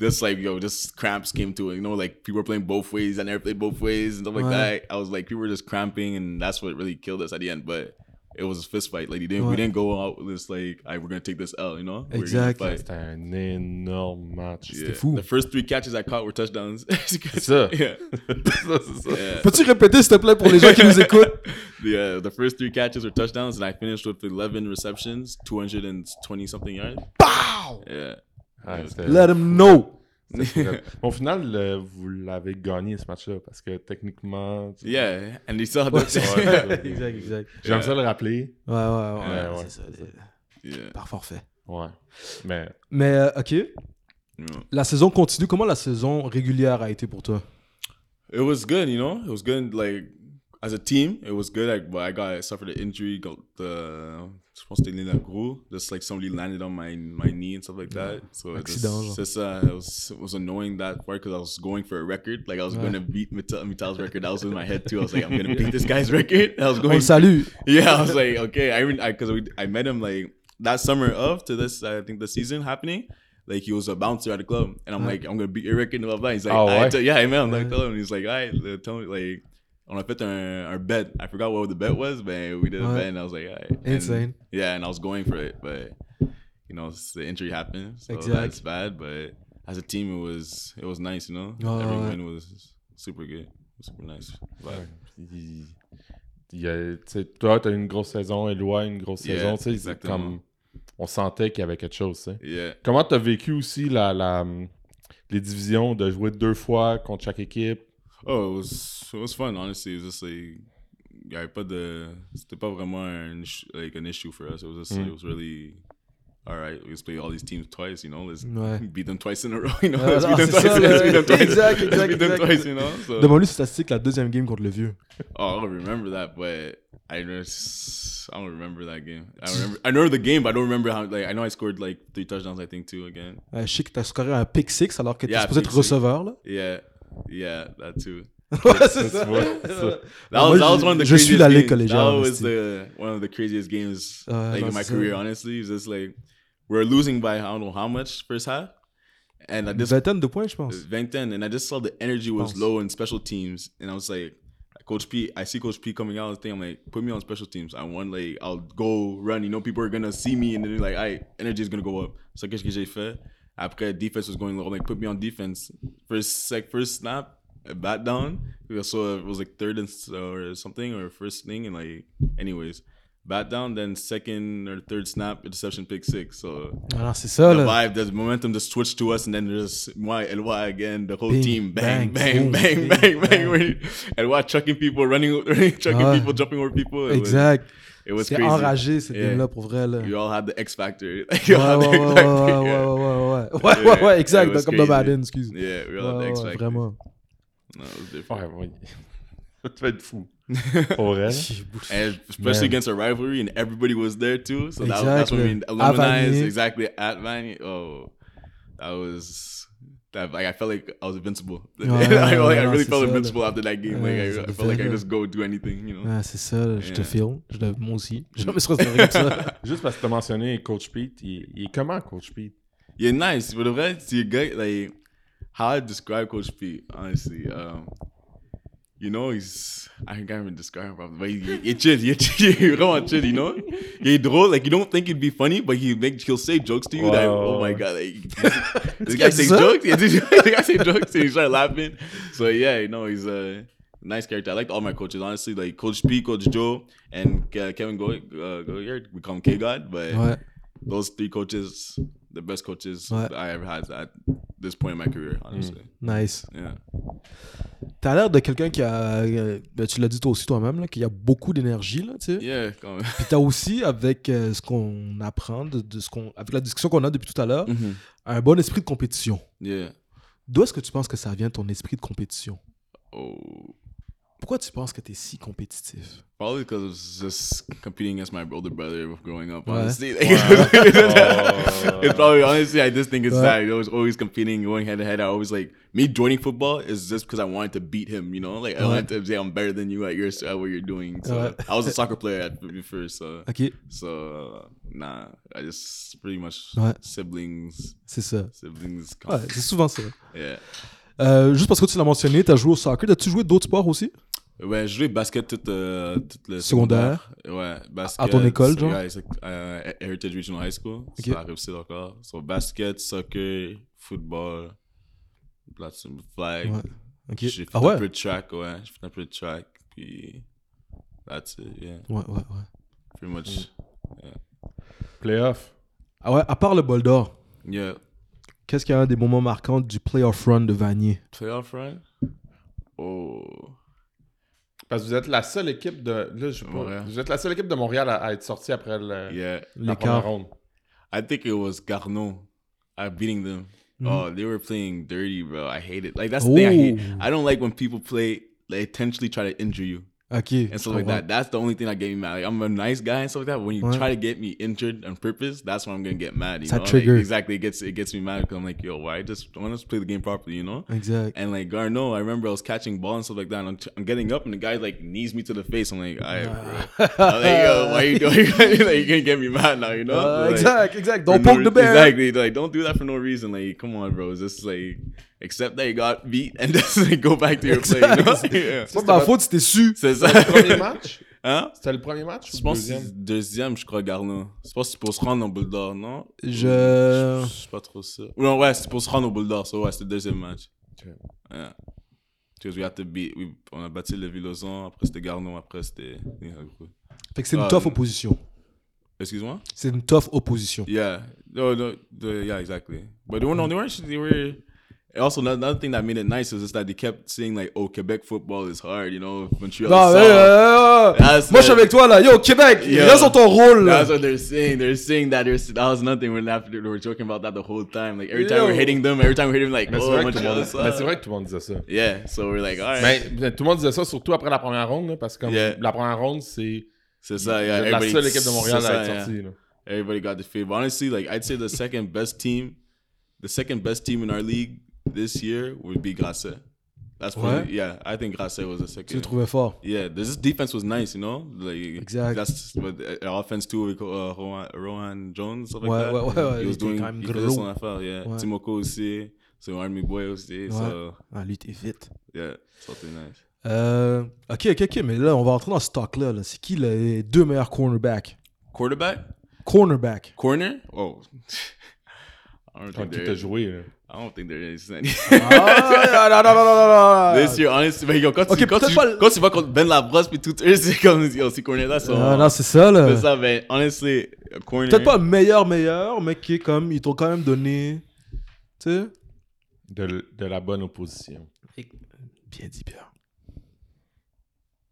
Speaker 1: This like yo, just cramps came to it. You know, like people were playing both ways. I never played both ways and stuff like
Speaker 3: Ouais.
Speaker 1: that. I was like, people were just cramping, and that's what really killed us at the end. But it was a fist fight. Like, you didn't, we
Speaker 3: Ouais.
Speaker 1: didn't go out with this, like, all right, we're going to take this L, you know? We're gonna
Speaker 3: Exactly.
Speaker 1: fight.
Speaker 4: C'était un énorme match.
Speaker 1: Yeah.
Speaker 3: fou.
Speaker 1: The first three catches I caught were touchdowns.
Speaker 4: C'est ça.
Speaker 1: yeah.
Speaker 4: Ça, c'est ça.
Speaker 1: yeah.
Speaker 3: Peux-tu répéter, s'il te plaît, pour les gens qui nous écoutent
Speaker 1: The, uh, the first three catches were touchdowns, and I finished with 11 receptions, 220 something yards. Pow! Yeah.
Speaker 4: Ouais, c'était-
Speaker 3: Let him know.
Speaker 4: c'était vrai. Au final, le- vous l'avez gagné, ce match-là, parce que techniquement... tu-
Speaker 1: Yeah. And they still had
Speaker 4: Ouais.
Speaker 1: the.
Speaker 3: exact, exact.
Speaker 4: J'aime ça le rappeler.
Speaker 3: Ouais, ouais, ouais.
Speaker 4: Ouais, ouais,
Speaker 3: c'est ça, des-
Speaker 1: Euh, yeah.
Speaker 3: Par forfait.
Speaker 4: Ouais. Mais
Speaker 3: Mais, euh, ok.
Speaker 1: You know.
Speaker 3: La saison continue. Comment la saison régulière a été pour toi
Speaker 1: It was good, you know. It was good. Like as a team, it was good. Like, but I got I suffered an injury. Got the je pense que c'était Nina Gros. Just like somebody landed on my my knee and stuff like that. So it just-
Speaker 3: Accident, genre.
Speaker 1: c'est ça. It was it was annoying that part because I was going for a record. Like I was
Speaker 3: Ouais.
Speaker 1: gonna beat Metal, Metal's record. That was in my head too. I was like, I'm gonna beat this guy's record. I was
Speaker 3: On
Speaker 1: going.
Speaker 3: le salue.
Speaker 1: yeah, I was like, okay. I even because we I met him like that summer of to this. I think the season happening. Like he was a bouncer at a club, and I'm like, I'm gonna beat Eric and blah blah. He's like,
Speaker 3: Oh,
Speaker 4: Ah
Speaker 1: I
Speaker 4: ouais?
Speaker 1: tell- yeah, man.
Speaker 3: Ouais.
Speaker 1: Like, tell him. He's like, alright, le- tell me like. On a fait un, un bet. I forgot what the bet was, but we did a
Speaker 3: Ouais.
Speaker 1: bet, and I was like, alright. And-
Speaker 3: Insane.
Speaker 1: yeah, and I was going for it, but you know, s- the injury happened, so
Speaker 3: Exact.
Speaker 1: that's bad. But as a team, it was it was nice, you know.
Speaker 3: Ouais,
Speaker 1: Every
Speaker 3: ouais.
Speaker 1: win was super good, super nice. But
Speaker 4: Il- il y a- tu sais, toi, t'as eu une grosse saison, Eloi, une grosse
Speaker 1: Yeah,
Speaker 4: saison. tu sais, c'est
Speaker 1: exactement.
Speaker 4: comme, on sentait qu'il y avait quelque chose. tu sais.
Speaker 1: yeah,
Speaker 4: Comment t'as vécu aussi la, la, les divisions de jouer deux fois contre chaque équipe?
Speaker 1: Oh, it was it was fun. Honestly, it was just like yeah, but the c'était pas vraiment un, ish- like an issue for us. It was just
Speaker 4: Mm.
Speaker 1: it was really all right. We just play all these teams twice, you know. Let's
Speaker 3: Ouais.
Speaker 1: beat them twice in a row, you know.
Speaker 3: Ah,
Speaker 1: Let's
Speaker 3: non,
Speaker 1: beat them
Speaker 3: c'est ça,
Speaker 1: twice. Let's beat them
Speaker 3: là.
Speaker 1: twice.
Speaker 3: Exact,
Speaker 1: Let's
Speaker 3: exact,
Speaker 1: beat them
Speaker 3: exact.
Speaker 1: twice, you know. So
Speaker 3: Demande-lui les statistiques la deuxième game contre le vieux.
Speaker 1: oh, I don't remember that, but. I just, I don't remember that game. I don't remember. I remember the game, but I don't remember how. Like I know I scored like three touchdowns. I think two again.
Speaker 3: Euh, je sais que t'as scoré un pick six alors que t'es
Speaker 1: Yeah,
Speaker 3: supposé être
Speaker 1: pick six.
Speaker 3: receveur là.
Speaker 1: Yeah, yeah, that too.
Speaker 3: ouais,
Speaker 4: ça,
Speaker 3: c'est ça.
Speaker 4: tu vois, c'est ça.
Speaker 1: That
Speaker 3: Moi,
Speaker 1: was, that was
Speaker 3: je-
Speaker 1: one of the
Speaker 3: je suis
Speaker 1: craziest
Speaker 3: la ligue
Speaker 1: games.
Speaker 3: collégiale,
Speaker 1: That was
Speaker 3: honesty.
Speaker 1: the one of the craziest games
Speaker 3: Uh,
Speaker 1: like in my
Speaker 3: that's it.
Speaker 1: career. Honestly, it's just like we're losing by I don't know how much first half, and I
Speaker 3: Une
Speaker 1: just
Speaker 3: vingtaine de points, je pense.
Speaker 1: banked in, and I just saw the energy was
Speaker 3: Bounce.
Speaker 1: low in special teams, and I was like, Coach P, I see Coach P coming out. and thing, I'm like, put me on special teams. I want like I'll go run. You know, people are gonna see me, and then they're like, I energy is gonna go up. So qu'est-ce que j'ai fait? Après, defense was going low. I'm like, put me on defense. First sec, first snap, a bat down. So it was like third and s- or something or first thing, and like, anyways. Bat down, then second or third snap, interception, pick six. So
Speaker 3: Alors, c'est ça
Speaker 1: the
Speaker 3: là.
Speaker 1: vibe, the momentum just switched to us, and then there's why LY again, the whole
Speaker 3: Bing,
Speaker 1: team, bang,
Speaker 3: bang,
Speaker 1: bang,
Speaker 3: bang,
Speaker 1: bang, bang,
Speaker 3: bang.
Speaker 1: bang, bang. LY chucking people, running, running chucking
Speaker 3: Ah.
Speaker 1: people, jumping over people. It
Speaker 3: Exact.
Speaker 1: Was, it was
Speaker 3: C'est
Speaker 1: crazy.
Speaker 3: enragé cette
Speaker 1: Yeah.
Speaker 3: game là pour vrai là.
Speaker 1: You all had the X factor.
Speaker 3: Ouais,
Speaker 1: you
Speaker 3: ouais,
Speaker 1: all had the
Speaker 3: ouais, ouais,
Speaker 1: X factor.
Speaker 3: ouais,
Speaker 1: yeah.
Speaker 3: ouais, ouais, ouais, ouais, ouais, ouais, exact,
Speaker 1: It was
Speaker 3: comme dans
Speaker 1: crazy.
Speaker 3: Madden, excuse.
Speaker 1: Yeah, we all had the
Speaker 3: Ouais,
Speaker 1: X
Speaker 3: ouais,
Speaker 1: factor.
Speaker 3: vraiment.
Speaker 1: No, it was different.
Speaker 4: Ouais, oui. tu vas être fou. Pour vrai. là.
Speaker 1: And especially
Speaker 4: Man.
Speaker 1: against a rivalry, and everybody was there too. So that, that's
Speaker 3: Exactly.
Speaker 1: what I mean. Alumni is
Speaker 3: Vanier.
Speaker 1: exactly at Vanier. Oh, that was that. Like I felt like I was invincible.
Speaker 3: Yeah,
Speaker 1: I,
Speaker 3: yeah,
Speaker 1: felt like
Speaker 3: yeah,
Speaker 1: I really
Speaker 3: c'est
Speaker 1: felt
Speaker 3: ça,
Speaker 1: invincible after that game.
Speaker 3: Yeah,
Speaker 1: like
Speaker 3: c'est
Speaker 1: I, I felt like I
Speaker 3: vrai.
Speaker 1: could just go do anything. You know.
Speaker 3: Ah, c'est ça, là, je
Speaker 1: Yeah.
Speaker 3: te
Speaker 1: Mm.
Speaker 3: file. Je le- moi aussi. Je me suis retrouvé comme ça.
Speaker 4: Juste parce que t'as mentionné Coach Pete, il, il est comment, Coach Pete?
Speaker 1: Yeah, nice. But the rest, you get like how I describe Coach Pete. Honestly, um, you know, he's I can't even describe him properly, but he, he chill, he chill, he vraiment chill, you know. He drôle, like you don't think it'd be funny, but he make he'll say jokes to you that oh my
Speaker 4: Wow.
Speaker 1: god, like this guy say
Speaker 3: ça?
Speaker 1: jokes, yeah, this guy say jokes, and he start laughing. So yeah, you know, he's a nice character. I liked all my coaches, honestly, like Coach P, Coach Joe, and Ke- Kevin Goy, uh, Goyard, we call him K God, but
Speaker 3: Ouais.
Speaker 1: those three coaches, the best coaches
Speaker 3: Ouais.
Speaker 1: that I ever had at this point in my career, honestly.
Speaker 3: Nice.
Speaker 1: Yeah.
Speaker 3: T'as l'air de quelqu'un qui a. euh, ben, tu l'as dit toi aussi toi-même, là, qui a beaucoup d'énergie, là, tu sais.
Speaker 1: Yeah, quand même.
Speaker 3: Puis t'as aussi, avec euh, ce qu'on apprend, de, de ce qu'on, avec la discussion qu'on a depuis tout à l'heure, un bon esprit de compétition.
Speaker 1: Yeah.
Speaker 3: D'où est-ce que tu penses que ça vient, ton esprit de compétition
Speaker 1: Oh.
Speaker 3: Pourquoi tu penses que t'es si compétitif
Speaker 1: Probably because it was just competing against my older brother growing up,
Speaker 3: Ouais.
Speaker 1: honestly.
Speaker 4: Wow.
Speaker 1: it's probably, honestly, I just think it's
Speaker 3: Ouais.
Speaker 1: that. I was always competing, going head to head. I always like, me joining football is just because I wanted to beat him, you know? Like, I
Speaker 3: Ouais.
Speaker 1: wanted to say I'm better than you at, your, at what you're doing. So,
Speaker 3: Ouais.
Speaker 1: I was a soccer player at first, so.
Speaker 3: Ok,
Speaker 1: So uh, nah, I just pretty much
Speaker 3: Ouais.
Speaker 1: siblings,
Speaker 3: c'est ça.
Speaker 1: siblings.
Speaker 3: Ouais, c'est souvent ça.
Speaker 1: Yeah.
Speaker 3: Euh, juste parce que tu l'as mentionné, t'as joué au soccer. T'as-tu joué d'autres sports aussi
Speaker 1: Ouais, je jouais basket toute, euh, toute le
Speaker 3: Secondaire.
Speaker 1: Ouais, basket.
Speaker 3: ton école,
Speaker 1: c'est-
Speaker 3: genre?
Speaker 1: ouais, c'est- euh, Heritage Regional High School.
Speaker 3: Ok.
Speaker 1: Ça arrive aussi encore. So basket, soccer, football, platform flag.
Speaker 3: Ouais. Ok.
Speaker 1: J'ai fait
Speaker 3: Ah
Speaker 1: un
Speaker 3: ouais
Speaker 1: peu de track, ouais. J'ai fait un peu de track, puis that's it, yeah.
Speaker 3: Ouais, ouais, ouais.
Speaker 1: Pretty much,
Speaker 4: Playoff.
Speaker 3: Ah ouais, à part le bol d'or,
Speaker 1: yeah.
Speaker 3: qu'est-ce qu'il y a un des moments marquants du playoff run de Vanier
Speaker 1: Playoff run? Oh.
Speaker 4: Parce que vous êtes la seule équipe de. Là, je sais pas.
Speaker 1: Montréal.
Speaker 4: Vous êtes la seule équipe de Montréal à, à être sortie après le,
Speaker 1: Yeah.
Speaker 4: la première
Speaker 3: L'écart.
Speaker 4: ronde.
Speaker 1: I think it was Garnon. I beating them.
Speaker 3: Mhm.
Speaker 1: Oh, they were playing dirty, bro. I hate it. Like that's the thing I hate.
Speaker 3: Ooh.
Speaker 1: I don't like when people play. They intentionally try to injure you.
Speaker 3: Ok.
Speaker 1: and stuff like that. That's the only thing that get me mad. Like I'm a nice guy and stuff like that. When you
Speaker 3: Ouais.
Speaker 1: try to get me injured on purpose, that's when I'm gonna get mad. You
Speaker 3: Ça
Speaker 1: know? Like,
Speaker 3: trigger.
Speaker 1: exactly. It gets it gets me mad because I'm like, yo, why just I want us to play the game properly, you know?
Speaker 3: Exact.
Speaker 1: And like Garneau, I remember I was catching ball and stuff like that. And I'm, t- I'm getting up and the guy like knees me to the face. I'm like, I, bro. I'm like, yo, why you doing? like, you can get me mad now, you know?
Speaker 3: Uh,
Speaker 1: Like,
Speaker 3: exact, exact.
Speaker 1: for
Speaker 3: Don't
Speaker 1: no
Speaker 3: poke the
Speaker 1: re-
Speaker 3: bear.
Speaker 1: Exactly. Like, don't do that for no reason. Like, come on, bro. It's just like, accept that you got beat and just like go back to your
Speaker 3: Exact.
Speaker 1: play. You know? Yeah.
Speaker 3: C'est pas de ma faute si t'es su.
Speaker 1: C'est ça.
Speaker 4: C'était le premier match
Speaker 1: Hein?
Speaker 4: C'était le premier match
Speaker 1: Je
Speaker 4: ou le
Speaker 1: pense que
Speaker 4: deuxième
Speaker 1: c'est deuxième, je crois, Garneau. Je pense que c'est pour se rendre au Bulldog, non?
Speaker 3: Je-
Speaker 1: Je je suis pas trop sûr. Non, ouais, c'est pour se rendre au Bulldog. So, ouais, c'est le deuxième match.
Speaker 4: Ok.
Speaker 1: Yeah. Because we had to beat... we- On a battu le Villozon, après c'était Garneau, après c'était...
Speaker 3: Fait que c'est une
Speaker 1: Ah,
Speaker 3: tough
Speaker 1: non.
Speaker 3: opposition.
Speaker 1: Excuse-moi?
Speaker 3: C'est une tough opposition.
Speaker 1: Yeah. No, no, the, yeah, exactly. But they were, no, they weren't... They were... and Also, another another thing that made it nice is just that they kept saying, like, oh, Quebec football is hard, you know, Montreal
Speaker 3: Non,
Speaker 1: is
Speaker 3: mais,
Speaker 1: soft.
Speaker 3: euh,
Speaker 1: That's
Speaker 3: moi, je suis
Speaker 1: the-
Speaker 3: avec toi, là. Yo, Québec,
Speaker 1: Ah, Yo. Ah,
Speaker 3: reste sur ton rôle. là.
Speaker 1: That's what they're saying. They're saying that there's that was nothing. We're laughing. They were joking about that the whole time. Like every time we're
Speaker 3: Yo.
Speaker 1: hitting them, every time we're hitting them, like
Speaker 4: Mais c'est
Speaker 1: oh,
Speaker 4: vrai, que tout le
Speaker 1: Montreal
Speaker 4: monde-
Speaker 1: is
Speaker 4: mais c'est
Speaker 1: up.
Speaker 4: vrai que tout le monde disait ça.
Speaker 1: Yeah. So we're like, all right.
Speaker 4: Mais, mais tout le monde disait ça, surtout après la première ronde, là, parce que comme
Speaker 1: Yeah.
Speaker 4: la première ronde, c'est
Speaker 1: c'est ça. Yeah.
Speaker 4: la
Speaker 1: everybody-
Speaker 4: seule équipe de Montréal
Speaker 1: c'est
Speaker 4: à
Speaker 1: ça,
Speaker 4: être
Speaker 1: yeah.
Speaker 4: sortie. là.
Speaker 1: Everybody got defeated. But honestly, like I'd say the second best team, the second best team in our league this year would be Grasset. That's probably yeah. I think Grasset was the
Speaker 3: Tu le
Speaker 1: second.
Speaker 3: trouvais fort.
Speaker 1: Yeah, this defense was nice, you know. Like
Speaker 3: Exact.
Speaker 1: That's but uh, our offense too with uh, Rohan, Rohan Jones, stuff like
Speaker 3: Ouais,
Speaker 1: that.
Speaker 3: ouais, ouais, ouais,
Speaker 1: He
Speaker 3: il
Speaker 1: was
Speaker 3: était
Speaker 1: doing
Speaker 3: quand même
Speaker 1: he faisait
Speaker 3: gros.
Speaker 1: son affaire, yeah.
Speaker 3: Ouais.
Speaker 1: Timoko aussi, so Army Boy aussi, so
Speaker 3: Ah, lui, t'es vite.
Speaker 1: yeah, something nice.
Speaker 3: Euh, ok, ok, ok, mais là, on va rentrer dans ce talk-là. là. C'est qui les deux meilleurs cornerbacks
Speaker 1: Quarterback,
Speaker 3: Cornerback.
Speaker 1: corner. Oh, I don't
Speaker 4: Quand
Speaker 1: think
Speaker 4: tout
Speaker 1: there
Speaker 4: a
Speaker 1: is.
Speaker 4: joué. là.
Speaker 1: I don't think there is any.
Speaker 3: Ah, non, non, non, non, non, non.
Speaker 1: This year, honestly, mais yo, quand,
Speaker 3: Ok,
Speaker 1: tu, quand,
Speaker 3: peut-être
Speaker 1: tu,
Speaker 3: pas le-
Speaker 1: quand tu vas contre Ben Labrosse puis tout, eux, c'est comme yo, c'est corner là, so,
Speaker 3: Ah, non, c'est ça, là.
Speaker 1: c'est ça, mais honestly, corner.
Speaker 3: Peut-être pas le meilleur, meilleur, mais qui est comme. Ils t'ont quand même donné. Tu sais
Speaker 4: De, l- de la bonne opposition.
Speaker 3: Bien dit, Pierre.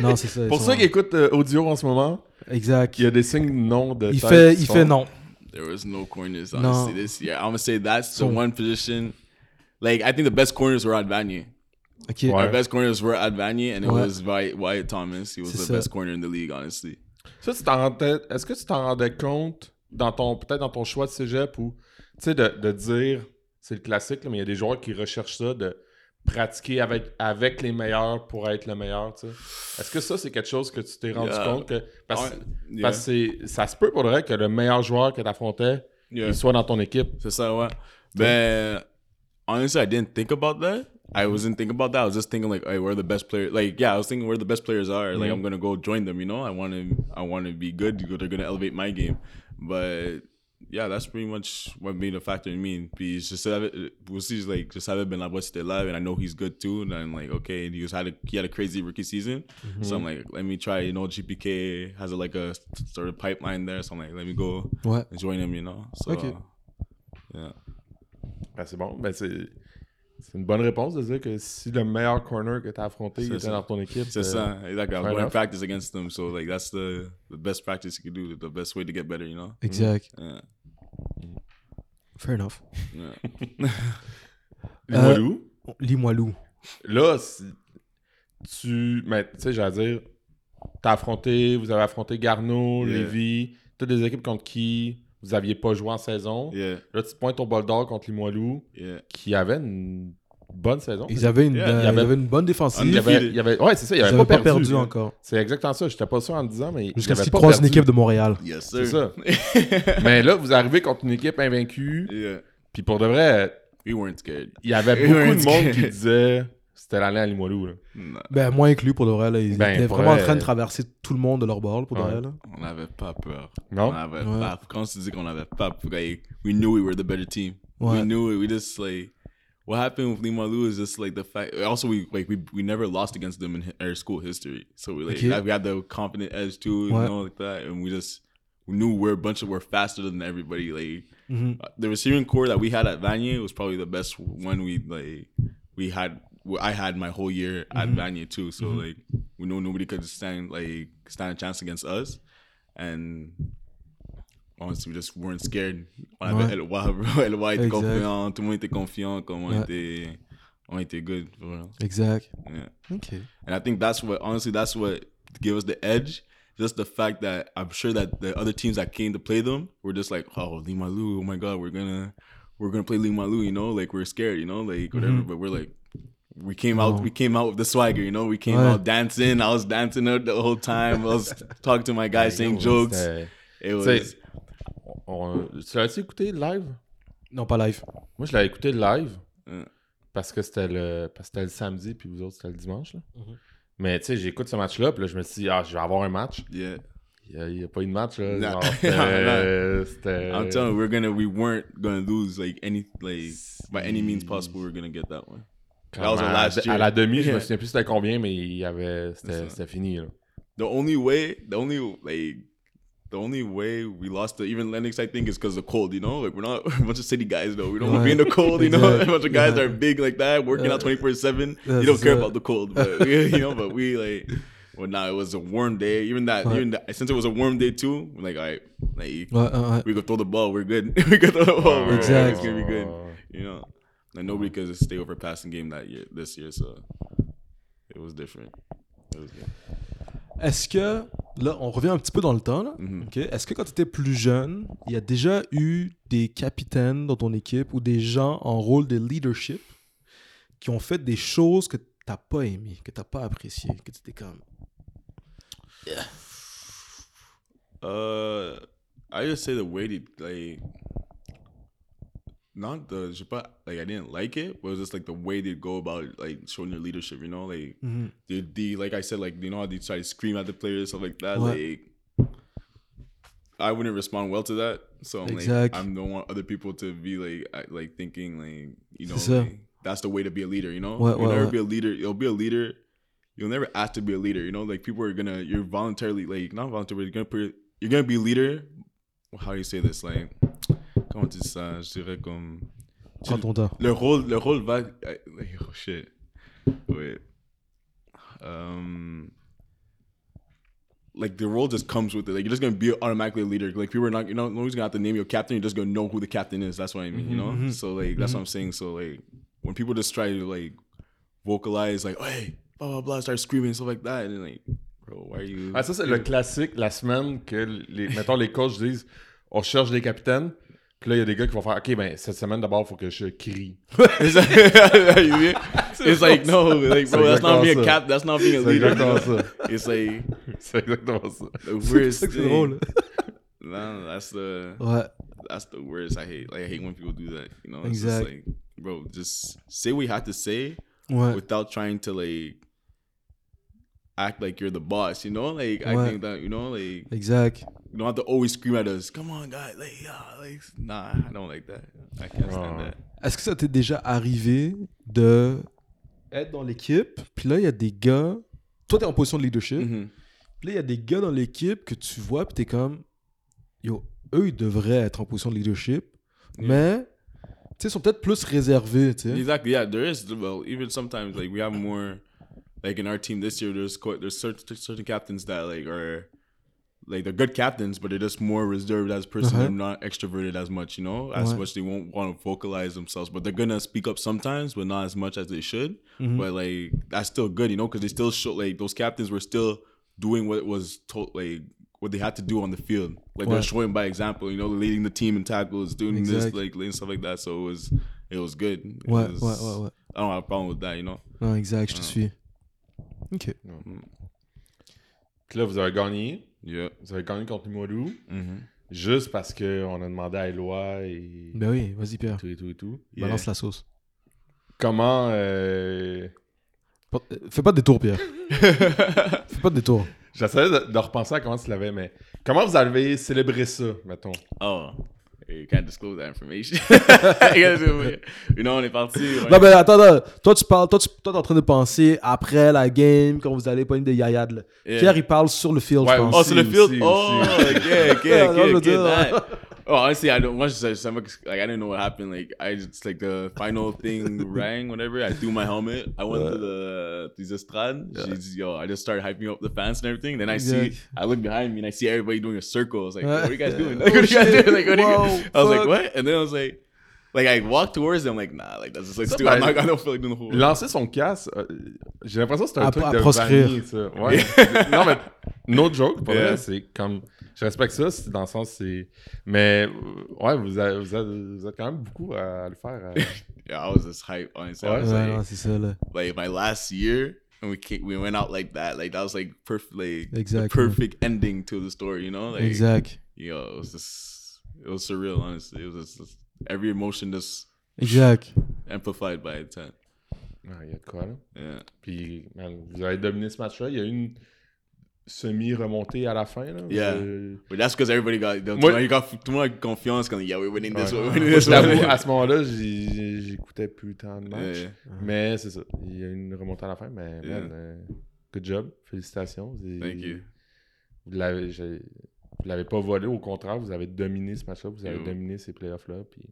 Speaker 3: non, c'est ça. ils
Speaker 4: Pour
Speaker 3: sont-
Speaker 4: ceux qui écoutent euh, audio en ce moment,
Speaker 3: Exact.
Speaker 4: il y a des signes non de
Speaker 3: Il
Speaker 4: tête
Speaker 3: fait,
Speaker 4: qui
Speaker 3: il
Speaker 4: sont-
Speaker 3: fait non.
Speaker 1: There was no corners,
Speaker 3: No.
Speaker 1: honestly, this year. I'm gonna say that's the
Speaker 3: So-
Speaker 1: one position. Like I think the best corners were at Vanier.
Speaker 3: Ok.
Speaker 4: Ouais.
Speaker 1: Our best corners were at Vanier, and it
Speaker 3: Ouais.
Speaker 1: was Wyatt, Wyatt Thomas. He was
Speaker 3: C'est
Speaker 1: the
Speaker 3: ça.
Speaker 1: best corner in the league, honestly.
Speaker 4: Ça, tu t'en rendais- Est-ce que tu t'en rendais compte dans ton peut-être dans ton choix de cégep ou tu sais de, de dire c'est le classique là, mais il y a des joueurs qui recherchent ça de pratiquer avec avec les meilleurs pour être le meilleur. tu sais. Est-ce que ça c'est quelque chose que tu t'es rendu
Speaker 1: Yeah.
Speaker 4: compte que parce,
Speaker 1: Ouais, yeah.
Speaker 4: parce que c'est- ça se peut pour le vrai que le meilleur joueur que t'affrontais
Speaker 1: Yeah.
Speaker 4: il soit dans ton équipe.
Speaker 1: C'est ça, ouais. Ben, honestly, I didn't think about that. I wasn't thinking about that. I was just thinking like, hey, we're the best players. Like, yeah, I was thinking where the best players are. Like,
Speaker 4: Mhm.
Speaker 1: I'm gonna go join them. You know, I want to, I want to be good. They're gonna elevate my game. But yeah, that's pretty much what made a factor in me. Puis just uh, we'll see. Like, just haven't been like, still alive, and I know he's good too. And I'm like, okay, and he was had a, he had a crazy rookie season. So I'm like, let me try. You know, GPK has a, like a sort of pipeline there. So I'm like, let me go
Speaker 4: Mm.
Speaker 3: Ouais.
Speaker 1: and join him. You know, so
Speaker 3: Okay.
Speaker 1: yeah.
Speaker 4: Ben, c'est bon, ben, c'est c'est une bonne réponse de dire que si le meilleur corner que t'as affronté il
Speaker 1: C'est
Speaker 4: était
Speaker 1: ça.
Speaker 4: dans ton équipe.
Speaker 1: It's just
Speaker 4: euh,
Speaker 1: uh, like I was going
Speaker 4: fair
Speaker 1: to
Speaker 4: enough.
Speaker 1: practice against them, so like that's the the best practice you can do, the best way to get better, you know.
Speaker 3: Exact.
Speaker 1: Yeah,
Speaker 3: Fair enough.
Speaker 1: yeah.
Speaker 4: Limoilou.
Speaker 3: Lis-moi loup.
Speaker 4: là, si- tu. Mais tu sais, j'allais dire, t'as affronté, vous avez affronté Garneau,
Speaker 1: Yeah.
Speaker 4: Lévis, toutes les équipes contre qui vous aviez pas joué en saison.
Speaker 1: yeah,
Speaker 4: Là, tu te pointes au bol d'or contre Limoilou,
Speaker 1: yeah.
Speaker 4: qui avait une bonne saison.
Speaker 3: Ils avaient une,
Speaker 1: Yeah,
Speaker 3: euh,
Speaker 4: il y avait-
Speaker 3: ils avaient une bonne
Speaker 1: Un
Speaker 4: Il y
Speaker 3: défensive.
Speaker 1: défi-
Speaker 4: avait, il y avait- ouais, c'est ça, il
Speaker 3: Ils
Speaker 4: avait
Speaker 3: n'avaient
Speaker 4: pas,
Speaker 3: pas
Speaker 4: perdu.
Speaker 3: perdu
Speaker 4: là.
Speaker 3: encore.
Speaker 4: C'est exactement ça, j'étais pas sûr en disant, mais. il
Speaker 3: Jusqu'à
Speaker 4: avait
Speaker 3: ce qu'ils
Speaker 4: pas
Speaker 3: croisent une
Speaker 4: perdu.
Speaker 3: équipe de Montréal.
Speaker 1: Yes, sir.
Speaker 4: C'est ça. mais là, vous arrivez contre une équipe invaincue,
Speaker 1: Yeah,
Speaker 4: puis pour de vrai,
Speaker 1: we weren't scared.
Speaker 4: il y avait
Speaker 1: Et
Speaker 4: beaucoup
Speaker 1: ouais,
Speaker 4: de monde
Speaker 1: c'est-
Speaker 4: qui disait c'était l'année à Limoilou. là.
Speaker 1: Nah,
Speaker 3: Ben, moi inclus pour le vrai. Là, ils
Speaker 4: Ben,
Speaker 3: étaient
Speaker 4: pour
Speaker 3: vraiment
Speaker 4: vrai,
Speaker 3: en train de
Speaker 4: euh,
Speaker 3: traverser tout le monde de leur bord là, pour de
Speaker 4: Ouais.
Speaker 3: vrai. Là.
Speaker 1: on avait pas peur.
Speaker 4: Non?
Speaker 1: On avait
Speaker 3: Ouais.
Speaker 1: pas. Quand on se dit qu'on avait pas peur, like, we knew we were the better team.
Speaker 3: Ouais.
Speaker 1: We knew it. We just like what happened with Limalu is just like the fact. Also, we like we we never lost against them in hi- our school history, so we like
Speaker 3: Okay.
Speaker 1: that- we had the confident edge too, you
Speaker 3: What?
Speaker 1: know, like that, and we just. We knew we're a bunch of we're faster than everybody. Like
Speaker 3: Mhm.
Speaker 1: Uh, the receiving core that we had at Vanier was probably the best one we like we had well, I had my whole year at Vanier too. So like we know nobody could stand like stand a chance against us. And honestly we just weren't scared. On avait
Speaker 3: Ouais.
Speaker 1: le roi, bro. Le roi était
Speaker 3: Exact.
Speaker 1: confiant, tout le monde était confiant, comme on
Speaker 3: Ouais.
Speaker 1: était on était good for real.
Speaker 3: Exact.
Speaker 1: Yeah.
Speaker 3: OK.
Speaker 1: And I think that's what honestly that's what gave us the edge. Just the fact that I'm sure that the other teams that came to play them were just like, oh, Lima Lu, oh my god, we're gonna we're gonna play Lima Lu, you know, like we're scared, you know, like whatever. But we're like, we came out,
Speaker 3: Oh.
Speaker 1: we came out with the swagger, you know, we came
Speaker 3: Ouais.
Speaker 1: out dancing. I was dancing the the whole time. I was talking to my guys, saying jokes.
Speaker 4: C'était-
Speaker 1: It
Speaker 4: tu
Speaker 1: was.
Speaker 4: sais, on- Tu l'as-tu écouté live?
Speaker 3: Non, pas live.
Speaker 4: Moi, je l'avais écouté live
Speaker 1: Hein.
Speaker 4: parce que c'était le parce que c'était le samedi, puis vous autres, c'était le dimanche. là.
Speaker 3: Mhm.
Speaker 4: Mais tu sais, j'écoute ce match-là, puis là, je me suis dit, ah, je vais avoir un match.
Speaker 1: Yeah,
Speaker 4: Il n'y a, pas eu de match. Là.
Speaker 1: Non.
Speaker 4: Genre, c'était- c'était-
Speaker 1: I'm telling you, we're gonna, we weren't gonna lose like any, like by any means possible, we're gonna get that one.
Speaker 4: Quand
Speaker 1: that was the
Speaker 4: à-
Speaker 1: last year.
Speaker 4: À la demi, je me
Speaker 1: Yeah.
Speaker 4: souviens plus c'était combien, mais il y avait, c'était,
Speaker 1: ça.
Speaker 4: c'était fini. Là.
Speaker 1: the only way, the only like, the only way we lost to even Lennox, I think, is because of cold. You know, like we're not a bunch of city guys though. We don't want to be in the cold. You know, a bunch of guys that are big like that, working out twenty four seven. You don't
Speaker 3: That's,
Speaker 1: care
Speaker 3: uh,
Speaker 1: about the cold, but you know. But we like, well, nah, it was a warm day. Even that, even that, since it was a warm day too, we're like, all right, like
Speaker 3: Ouais, ouais, ouais.
Speaker 1: we could throw the ball. We're good. we could throw the ball. We're good. It's
Speaker 3: Exactly.
Speaker 1: gonna be good. You know, and nobody could stay over passing game that year, this year. So it was different. It was good.
Speaker 3: Est-ce que, là, on revient un petit peu dans le temps, là.
Speaker 1: Mhm.
Speaker 3: OK. Est-ce que quand tu étais plus jeune, il y a déjà eu des capitaines dans ton équipe ou des gens en rôle de leadership qui ont fait des choses que t'as pas aimé, que t'as pas apprécié, que tu étais comme.
Speaker 1: Uh, I just say the weighted like, not the Japan. Like I didn't like it, but it was just like the way they go about it, like showing their leadership. You know, like
Speaker 3: Mm-hmm.
Speaker 1: the the like I said, like you know how they try to scream at the players, stuff like that.
Speaker 3: What?
Speaker 1: Like I wouldn't respond well to that, so I'm
Speaker 3: Exact.
Speaker 1: like I don't want other people to be like I- like thinking like you know
Speaker 3: C'est ça.
Speaker 1: like, that's the way to be a leader. You know,
Speaker 3: Ouais,
Speaker 1: you'll
Speaker 3: ouais,
Speaker 1: never
Speaker 3: ouais.
Speaker 1: be a leader. You'll be a leader. You'll never ask to be a leader. You know, like people are gonna you're voluntarily like not voluntarily you're gonna put, you're gonna be a leader. How do you say this? Like, comment tu dis ça? Je dirais comme
Speaker 3: Prends ton temps.
Speaker 1: le rôle, le rôle va. euh, Oh shit. Wait. Um. Like the role just comes with it. Like you're just gonna be automatically a leader. Like people are not, you know, no one's gonna have to name your captain. You're just gonna know who the captain is. That's what I mean. You know. So like that's what I'm saying. So like when people just try to like vocalize like, hey, blah blah blah, start screaming and stuff like that, and then, like, bro, why are you?
Speaker 4: Ah, ça, c'est le classique, la semaine que, les, mettons, les coachs disent on cherche des capitaines. Puis là, il y a des gars qui vont faire OK, ben cette semaine, d'abord, il faut que je crie.
Speaker 1: it's like, it's like no, like bro, that's not being a cap. That's not being a
Speaker 4: C'est
Speaker 1: leader.
Speaker 4: exactement
Speaker 1: you know?
Speaker 4: ça.
Speaker 1: It's like
Speaker 4: C'est exactement ça.
Speaker 1: the
Speaker 3: C'est
Speaker 1: weirdest.
Speaker 3: ça que c'est
Speaker 1: thing.
Speaker 3: drôle.
Speaker 1: No, no, that's the
Speaker 3: Ouais.
Speaker 1: that's the worst. I hate. Like I hate when people do that. You know, it's just
Speaker 3: Exact.
Speaker 1: like, bro, just say what you have to say
Speaker 3: Ouais.
Speaker 1: without trying to like act like you're the boss. You know, like
Speaker 3: What?
Speaker 1: I think that you know, like you
Speaker 3: Exact.
Speaker 1: don't have to always scream at us. Come on, guys. Like, yeah, like, nah, I don't like that. I can't stand
Speaker 4: Oh.
Speaker 1: that.
Speaker 3: Est-ce que ça t'est déjà arrivé de être dans l'équipe, puis là, il y a des gars. Toi, t'es en position de leadership,
Speaker 1: Mhm.
Speaker 3: puis là, il y a des gars dans l'équipe que tu vois, puis t'es comme. Yo, eux, ils devraient être en position de leadership, mais. Tu sais, ils sont peut-être plus réservés, tu sais.
Speaker 1: Exactly. Yeah, there is. Well, even sometimes like we have more. Like in our team this year, there's quite, there's certain certain captains that like are like they're good captains, but they're just more reserved as a person.
Speaker 3: Uh-huh.
Speaker 1: They're not extroverted as much, you know. As
Speaker 3: Right.
Speaker 1: much they won't want to vocalize themselves, but they're gonna speak up sometimes, but not as much as they should.
Speaker 3: Mhm.
Speaker 1: But like that's still good, you know, because they still show like those captains were still doing what was told like what they had to do on the field. Like they're
Speaker 3: Right.
Speaker 1: showing by example, you know, leading the team in tackles, doing this,
Speaker 3: Exact.
Speaker 1: like and stuff like that. So it was it was good. It
Speaker 3: Ouais,
Speaker 1: was-
Speaker 3: ouais, ouais, ouais.
Speaker 1: I don't have a problem with that, you know.
Speaker 3: Non, exact, je te suis. Ok.
Speaker 4: Puis là, vous avez gagné.
Speaker 1: Yeah.
Speaker 4: Vous avez gagné contre Limoilou.
Speaker 1: Mm-hmm.
Speaker 4: Juste parce qu'on a demandé à Eloi et
Speaker 3: Ben oui, vas-y, Pierre.
Speaker 4: tout et tout et tout.
Speaker 1: Yeah.
Speaker 3: Balance la sauce.
Speaker 4: Comment. euh,
Speaker 3: Pas- euh, Fais pas de détour, Pierre. Fais pas de détour.
Speaker 4: J'essayais de, de repenser à comment tu l'avais, mais comment vous avez célébré ça, mettons
Speaker 1: Oh, you can't disclose that information. you, gotta do it. you know, on est parti. on est-
Speaker 3: Non, mais attends, attends. toi, tu parles, toi, tu toi, t'es en train de penser après la game, quand vous allez pogner des yayades. là.
Speaker 1: Yeah.
Speaker 3: Pierre, il parle sur le field,
Speaker 4: Ouais,
Speaker 3: je pense.
Speaker 1: Oh, sur le
Speaker 4: aussi,
Speaker 1: field.
Speaker 4: aussi,
Speaker 1: oh,
Speaker 4: aussi.
Speaker 1: okay, okay,
Speaker 3: Yeah,
Speaker 1: okay,
Speaker 3: that's what
Speaker 1: okay.
Speaker 3: it is.
Speaker 1: that. Oh, honestly, I don't. Once I stomach- like, I didn't know what happened. Like, I just like the final thing rang, whatever. I threw my helmet. I went to the these estrades. She's yo. I just started hyping up the fans and everything. Then I see,
Speaker 3: Exact.
Speaker 1: I look behind me and I see everybody doing a circle. I was like,
Speaker 3: Uh,
Speaker 1: what are you guys doing?
Speaker 3: yeah.
Speaker 1: Like, what are you guys
Speaker 3: Oh, shit.
Speaker 1: doing? Like, what are you?
Speaker 3: Whoa,
Speaker 1: I was like,
Speaker 3: fuck.
Speaker 1: what? And then I was like. like I walk towards them, like nah, like that's just like stupid. I'm not, I don't feel like doing the whole.
Speaker 4: Lancer son casse, euh, j'ai l'impression que c'est un
Speaker 3: À-
Speaker 4: truc
Speaker 3: à
Speaker 4: de
Speaker 3: proscrire.
Speaker 4: vanille, ça. Ouais. non, mais no joke, pour
Speaker 1: Yeah.
Speaker 4: vrai, c'est comme... Je respecte ça, c'est dans le sens, c'est... Mais, euh, ouais, vous, avez- vous, avez- vous êtes quand même beaucoup à, à le faire. euh.
Speaker 1: Yeah, I was just hype. Honestly, I
Speaker 4: Ouais.
Speaker 1: was
Speaker 3: Ouais,
Speaker 1: like,
Speaker 3: non, c'est ça, là.
Speaker 1: like my last year, and we came, we went out like that. Like that was like perfect, like the
Speaker 3: Exactly.
Speaker 1: perfect ending to the story. You know, like
Speaker 3: exact.
Speaker 1: yo, it was just it was surreal. Honestly, it was just, just every emotion just
Speaker 3: Exact.
Speaker 1: amplified by a ten.
Speaker 4: Ah, il y a de quoi, là.
Speaker 1: Yeah,
Speaker 4: Puis, man, vous avez dominé ce match-là. Il y a eu une semi-remontée à la fin, là.
Speaker 1: Yeah.
Speaker 4: Euh,
Speaker 1: but that's because everybody got the
Speaker 4: Moi-
Speaker 1: you got too much confiance. Cause yeah, we're winning this,
Speaker 4: Ouais.
Speaker 1: we're winning
Speaker 4: Moi,
Speaker 1: this.
Speaker 4: je
Speaker 1: we're
Speaker 4: t'avoue,
Speaker 1: winning
Speaker 4: à ce moment-là, j'ai- j'ai- j'écoutais plus tant de matchs.
Speaker 1: this. Yeah.
Speaker 4: Mais c'est ça. Il y a une remontée à la fin, mais
Speaker 1: Yeah.
Speaker 4: man, euh, good job. Félicitations. Vous avez-
Speaker 1: Thank you.
Speaker 4: Vous l'avez, j'ai- vous l'avez pas volé, au contraire, vous avez dominé ce match-là, vous avez
Speaker 1: Yo.
Speaker 4: dominé ces playoffs-là. Puis...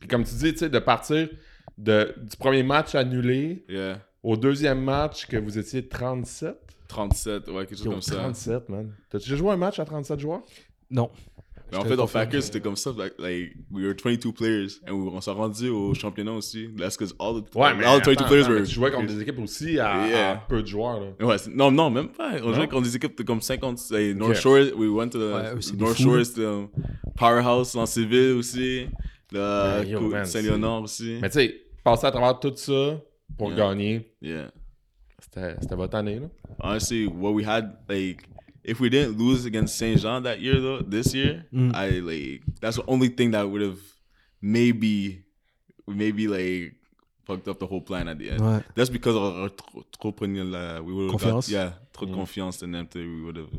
Speaker 4: puis comme tu dis, tu sais, de partir de, du premier match annulé
Speaker 1: Yeah.
Speaker 4: au deuxième match que vous étiez 37.
Speaker 1: 37, ouais, quelque chose
Speaker 4: Yo,
Speaker 1: comme ça.
Speaker 4: 37, man. T'as déjà joué un match à 37 joueurs?
Speaker 3: Non.
Speaker 1: Mais en
Speaker 3: Je te
Speaker 1: fait, au
Speaker 3: confirme
Speaker 1: Packers,
Speaker 3: que-
Speaker 1: c'était comme ça. Like, like, we were 22 players. And we, on s'est rendu au championnat aussi. That's because all the, all the 22
Speaker 4: attends,
Speaker 1: players
Speaker 4: attends, mais
Speaker 1: were.
Speaker 4: tu jouais contre des équipes aussi à,
Speaker 1: Yeah.
Speaker 4: à peu de joueurs. Là.
Speaker 1: Ouais, c'est- non, non, même pas. On
Speaker 4: Non?
Speaker 1: jouait contre des équipes de comme 50. like, North Shore, we went to the
Speaker 3: Ouais, c'est des
Speaker 1: North
Speaker 3: fous,
Speaker 1: Shore,
Speaker 3: là.
Speaker 1: c'était um, Powerhouse en civil aussi. Le
Speaker 4: Ben, yo,
Speaker 1: Cou-
Speaker 4: man,
Speaker 1: Saint-Léonard aussi.
Speaker 4: Mais tu sais, passer à travers tout ça pour
Speaker 1: Yeah.
Speaker 4: gagner,
Speaker 1: Yeah.
Speaker 4: c'était c'était votre année. Là.
Speaker 1: Honestly, what we had, like, if we didn't lose against Saint Jean that year, though, this year,
Speaker 3: Mm.
Speaker 1: I like that's the only thing that would have maybe, maybe like fucked up the whole plan at the end.
Speaker 3: Ouais.
Speaker 1: That's because of our trop, trop prenait la, we would have
Speaker 3: Confiance.
Speaker 1: Got, yeah, trop de
Speaker 4: Mm.
Speaker 1: confiance and then we would have,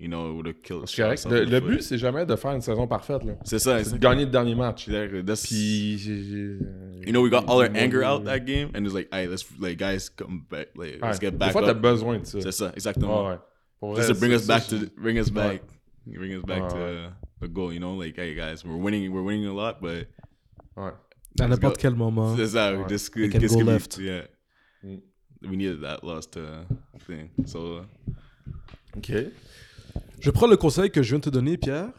Speaker 1: you know, would have killed.
Speaker 4: C'est correct.
Speaker 1: ourselves
Speaker 4: Le,
Speaker 1: in
Speaker 4: le
Speaker 1: the
Speaker 4: but,
Speaker 1: foot.
Speaker 4: c'est jamais de faire une saison parfaite. là.
Speaker 1: c'est ça,
Speaker 4: C'est de
Speaker 1: exact-
Speaker 4: gagner le dernier match.
Speaker 1: exactly. That's
Speaker 4: Puis, j'ai- j'ai- euh,
Speaker 1: you know, we got all our
Speaker 4: moi,
Speaker 1: anger
Speaker 4: euh,
Speaker 1: out that game, and it's like, hey, let's like guys come back, like
Speaker 4: ouais.
Speaker 1: let's get
Speaker 4: Des
Speaker 1: back
Speaker 4: fois, t'as
Speaker 1: up.
Speaker 4: besoin de ça.
Speaker 1: C'est ça,
Speaker 4: Ouais,
Speaker 1: exactement.
Speaker 4: ouais. Pour
Speaker 1: Just
Speaker 4: vrai,
Speaker 1: to bring
Speaker 4: c'est-
Speaker 1: us back
Speaker 4: ça,
Speaker 1: to bring us
Speaker 4: Ouais.
Speaker 1: back, bring us back
Speaker 4: Ouais,
Speaker 1: to the goal. You know, like hey guys, we're winning, we're winning a lot, but
Speaker 4: c'est- ouais.
Speaker 3: À
Speaker 1: Let's
Speaker 3: n'importe
Speaker 1: go.
Speaker 3: quel moment.
Speaker 1: that's how
Speaker 4: Ouais.
Speaker 1: this
Speaker 3: We
Speaker 1: could,
Speaker 3: can
Speaker 1: this
Speaker 3: go
Speaker 1: could be-
Speaker 3: left.
Speaker 1: yeah,
Speaker 4: Mm.
Speaker 1: we needed that loss to thing. So uh,
Speaker 4: OK.
Speaker 3: Je prends le conseil que je viens de te donner, Pierre.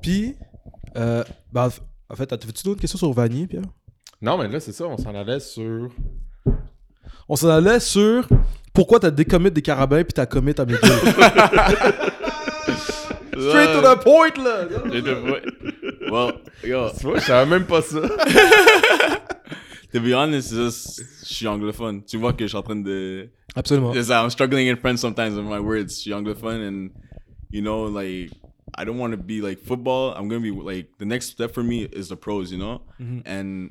Speaker 3: Puis, euh, bah, en fait, as tu d'autres questions sur Vanier, Pierre
Speaker 4: Non, mais là, c'est ça. On s'en allait sur...
Speaker 3: On s'en allait sur pourquoi t'as décommit des carabins puis t'as commit à McGill. Straight to the point, là
Speaker 1: well, yo,
Speaker 4: Tu vois, je savais même pas ça.
Speaker 1: to be honest, it's just, je suis anglophone. Tu vois que je suis en train de
Speaker 3: Absolument.
Speaker 1: Yes, I'm struggling in French sometimes with my words, younger fun, and you know, like I don't want to be like football. I'm gonna be like the next step for me is the pros, you know, and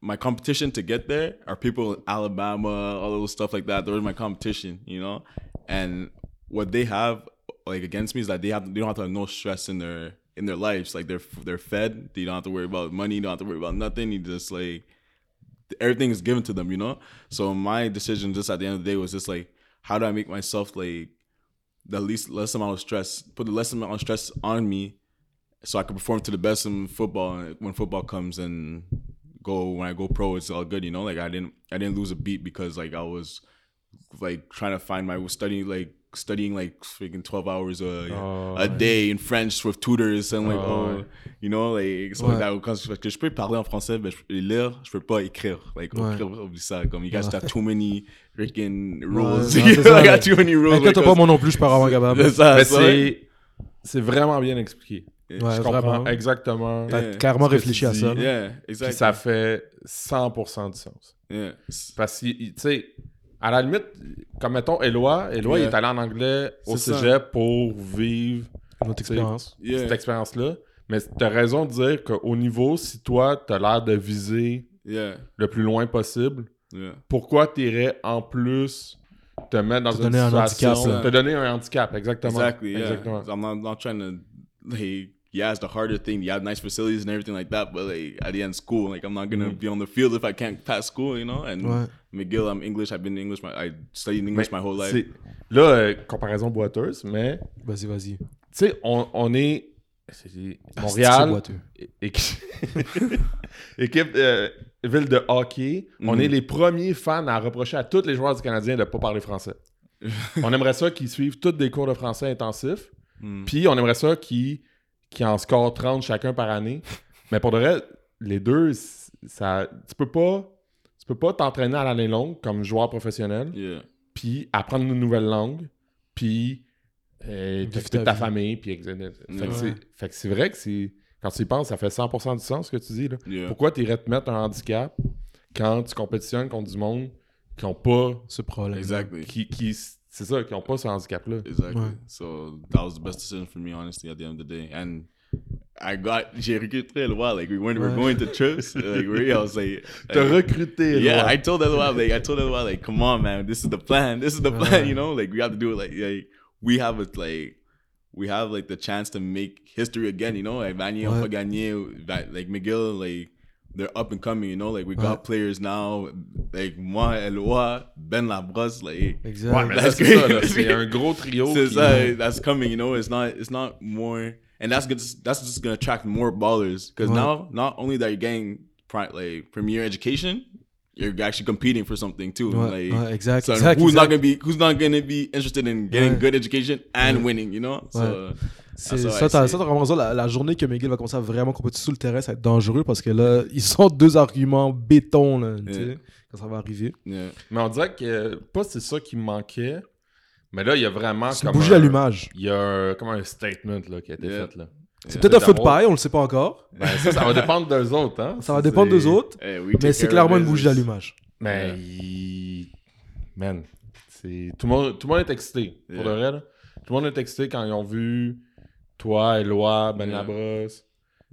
Speaker 1: my competition to get there are people in Alabama, all those stuff like that. Those are my competition, you know, and what they have like against me is that they have they don't have to have no stress in their in their lives. Like they're they're fed. They don't have to worry about money. They don't have to worry about nothing. You just like everything is given to them, you know? So my decision just at the end of the day was just like, how do I make myself like the least less amount of stress, put the less amount of stress on me so I can perform to the best in football and when football comes and go when I go pro, it's all good, you know? Like I didn't I didn't lose a beat because like I was like trying to find my studying like studying like freaking twelve hours a,
Speaker 4: Oh,
Speaker 1: a day in French with tutors and like
Speaker 4: Oh,
Speaker 1: oh
Speaker 4: ouais.
Speaker 1: you know like so
Speaker 3: Ouais.
Speaker 1: that quand je, parce que je peux parler en français mais je peux lire je peux pas écrire like
Speaker 3: Ouais.
Speaker 1: écrire oublie ça comme you guys
Speaker 3: Ouais.
Speaker 1: have too many freaking
Speaker 3: Ouais,
Speaker 1: rules
Speaker 3: non, c'est ça,
Speaker 1: I got
Speaker 3: mais-
Speaker 1: too many rules
Speaker 3: Hey, Quand t'as pas
Speaker 1: because-
Speaker 3: moi non plus, je pars avant Gabam.
Speaker 1: c'est ça
Speaker 4: mais
Speaker 1: c'est vrai.
Speaker 4: c'est... C'est vraiment bien expliqué.
Speaker 3: Ouais,
Speaker 4: je comprends
Speaker 3: vraiment.
Speaker 4: exactement.
Speaker 1: Yeah.
Speaker 3: T'as clairement
Speaker 4: ce que tu
Speaker 3: réfléchi à
Speaker 4: dis.
Speaker 3: ça. là.
Speaker 1: yeah
Speaker 4: Puis
Speaker 1: exactly
Speaker 4: ça fait 100% de sens.
Speaker 1: yeah
Speaker 4: Parce que, tu sais, à la limite, comme mettons Eloi, Eloi,
Speaker 1: Ouais.
Speaker 4: il est allé en anglais au
Speaker 1: C'est ça.
Speaker 4: cégep pour vivre
Speaker 3: Notre expérience.
Speaker 1: yeah
Speaker 4: cette expérience-là. Mais t'as raison de dire qu'au niveau, si toi, t'as l'air de viser
Speaker 1: yeah
Speaker 4: le plus loin possible,
Speaker 1: yeah
Speaker 4: pourquoi t'irais en plus te mettre dans
Speaker 3: Te
Speaker 4: une
Speaker 3: donner un
Speaker 4: situation...
Speaker 3: handicap,
Speaker 1: là.
Speaker 4: te donner un handicap, exactement.
Speaker 1: exactly yeah
Speaker 4: Exactement.
Speaker 1: I'm not, not trying to like yeah it's the harder thing you have nice facilities and everything like that but like at the end school like I'm not gonna be on the field if I can't pass school you know and
Speaker 3: Mm-hmm. Ouais.
Speaker 1: McGill I'm English I've been English my, I studied
Speaker 4: Mais
Speaker 1: English my whole life
Speaker 4: c'est- Là, euh, comparaison boiteuse, mais, tu
Speaker 3: Vas-y, vas-y.
Speaker 4: sais, on, on est... c'est-
Speaker 3: Ah, c'est-tu
Speaker 4: Montréal,
Speaker 3: boiteux.
Speaker 4: é- équ- équipe euh, ville de hockey, on
Speaker 1: Mhm.
Speaker 4: est les premiers fans à reprocher à tous les joueurs du Canadien de ne pas parler français. on aimerait ça qu'ils suivent tous des cours de français intensifs,
Speaker 1: Mm.
Speaker 4: puis on aimerait ça qu'ils qu'ils en scorent 30 chacun par année. Mais pour de vrai, les deux, c- ça, tu peux pas, tu peux pas t'entraîner à l'année longue comme joueur professionnel,
Speaker 1: Yeah.
Speaker 4: puis apprendre une nouvelle langue, puis euh,
Speaker 3: Vivre
Speaker 4: t'occuper de ta
Speaker 3: ta vie.
Speaker 4: famille, puis etc. Fait
Speaker 1: Ouais.
Speaker 4: que c'est- fait que c'est vrai que c'est, quand tu y penses, ça fait 100% du sens ce que tu dis là.
Speaker 1: Yeah.
Speaker 4: Pourquoi tu irais te mettre un handicap quand tu compétitionnes contre du monde qui ont pas
Speaker 3: ce problème.
Speaker 1: Exactly.
Speaker 4: qui, qui c'est ça, qui ont pas ce handicap là.
Speaker 1: Exactly.
Speaker 3: Ouais.
Speaker 1: So that was the best decision for me, honestly, at the end of the day. And I got j'ai recruté Loa. Like we went, we're
Speaker 3: Ouais.
Speaker 1: going to trips. Like we, I was like,
Speaker 4: T'as
Speaker 1: like,
Speaker 4: recruté
Speaker 1: yeah.
Speaker 4: là.
Speaker 1: I told Loa, like I told Loa, like come on, man, this is the plan. This is the plan.
Speaker 3: Ouais.
Speaker 1: You know, like we have to do it. Like, like we have it. Like we have like the chance to make history again. You know, like Vanier,
Speaker 3: Ouais.
Speaker 1: Pagani, Va- like McGill, like. They're up and coming, you know. Like we got
Speaker 3: Ouais.
Speaker 1: players now, like moi, Eloi, Ben Labrosse, like
Speaker 3: Exact.
Speaker 4: Ouais, mais là,
Speaker 1: That's
Speaker 4: c'est ça,
Speaker 1: great.
Speaker 4: là, c'est un gros trio.
Speaker 1: since
Speaker 4: qui-
Speaker 1: uh, that's coming, you know, it's not it's not more, and that's good. That's just gonna attract more ballers because
Speaker 3: Right.
Speaker 1: now not only that you're getting pri- like premier education, you're actually competing for something too.
Speaker 3: Ouais,
Speaker 1: like,
Speaker 3: ouais, exact.
Speaker 1: so
Speaker 3: exact,
Speaker 1: who's
Speaker 3: exact.
Speaker 1: not gonna be who's not gonna be interested in getting
Speaker 3: Right.
Speaker 1: good education and winning? You know, so
Speaker 3: C'est
Speaker 1: Ah, ça,
Speaker 3: ça,
Speaker 1: ouais,
Speaker 3: t'as
Speaker 1: c'est-
Speaker 3: ça, t'as vraiment ça. La, la journée que McGill va commencer à vraiment compétir sur le terrain, ça va être dangereux parce que là, ils sont deux arguments béton, là, tu sais,
Speaker 1: Yeah.
Speaker 3: quand ça va arriver.
Speaker 1: yeah,
Speaker 4: Mais on dirait que euh, pas c'est ça qui me manquait. Mais là, il y
Speaker 1: Ah,
Speaker 4: a vraiment
Speaker 3: C'est
Speaker 4: comme
Speaker 3: une bougie
Speaker 4: un-
Speaker 3: d'allumage.
Speaker 4: Il y a un- comme un statement là, qui a été
Speaker 1: Yeah.
Speaker 4: fait là.
Speaker 1: C'est
Speaker 3: C'est peut-être un feu de
Speaker 4: d'amour.
Speaker 3: paille, on le sait pas encore.
Speaker 4: Ben, ça, ça va dépendre d'eux autres, hein.
Speaker 3: Ça va dépendre des
Speaker 4: C'est-
Speaker 3: autres,
Speaker 1: Hey, we
Speaker 3: mais
Speaker 1: take care
Speaker 3: c'est
Speaker 1: of
Speaker 3: clairement une
Speaker 1: business.
Speaker 3: bougie d'allumage.
Speaker 4: Mais
Speaker 1: Yeah.
Speaker 4: il- man, c'est tout le monde, tout le monde est excité. Pour
Speaker 1: Yeah.
Speaker 4: le vrai, là. tout le monde est excité quand ils ont vu toi, Eloi, Ben
Speaker 1: Yeah.
Speaker 4: Labrosse.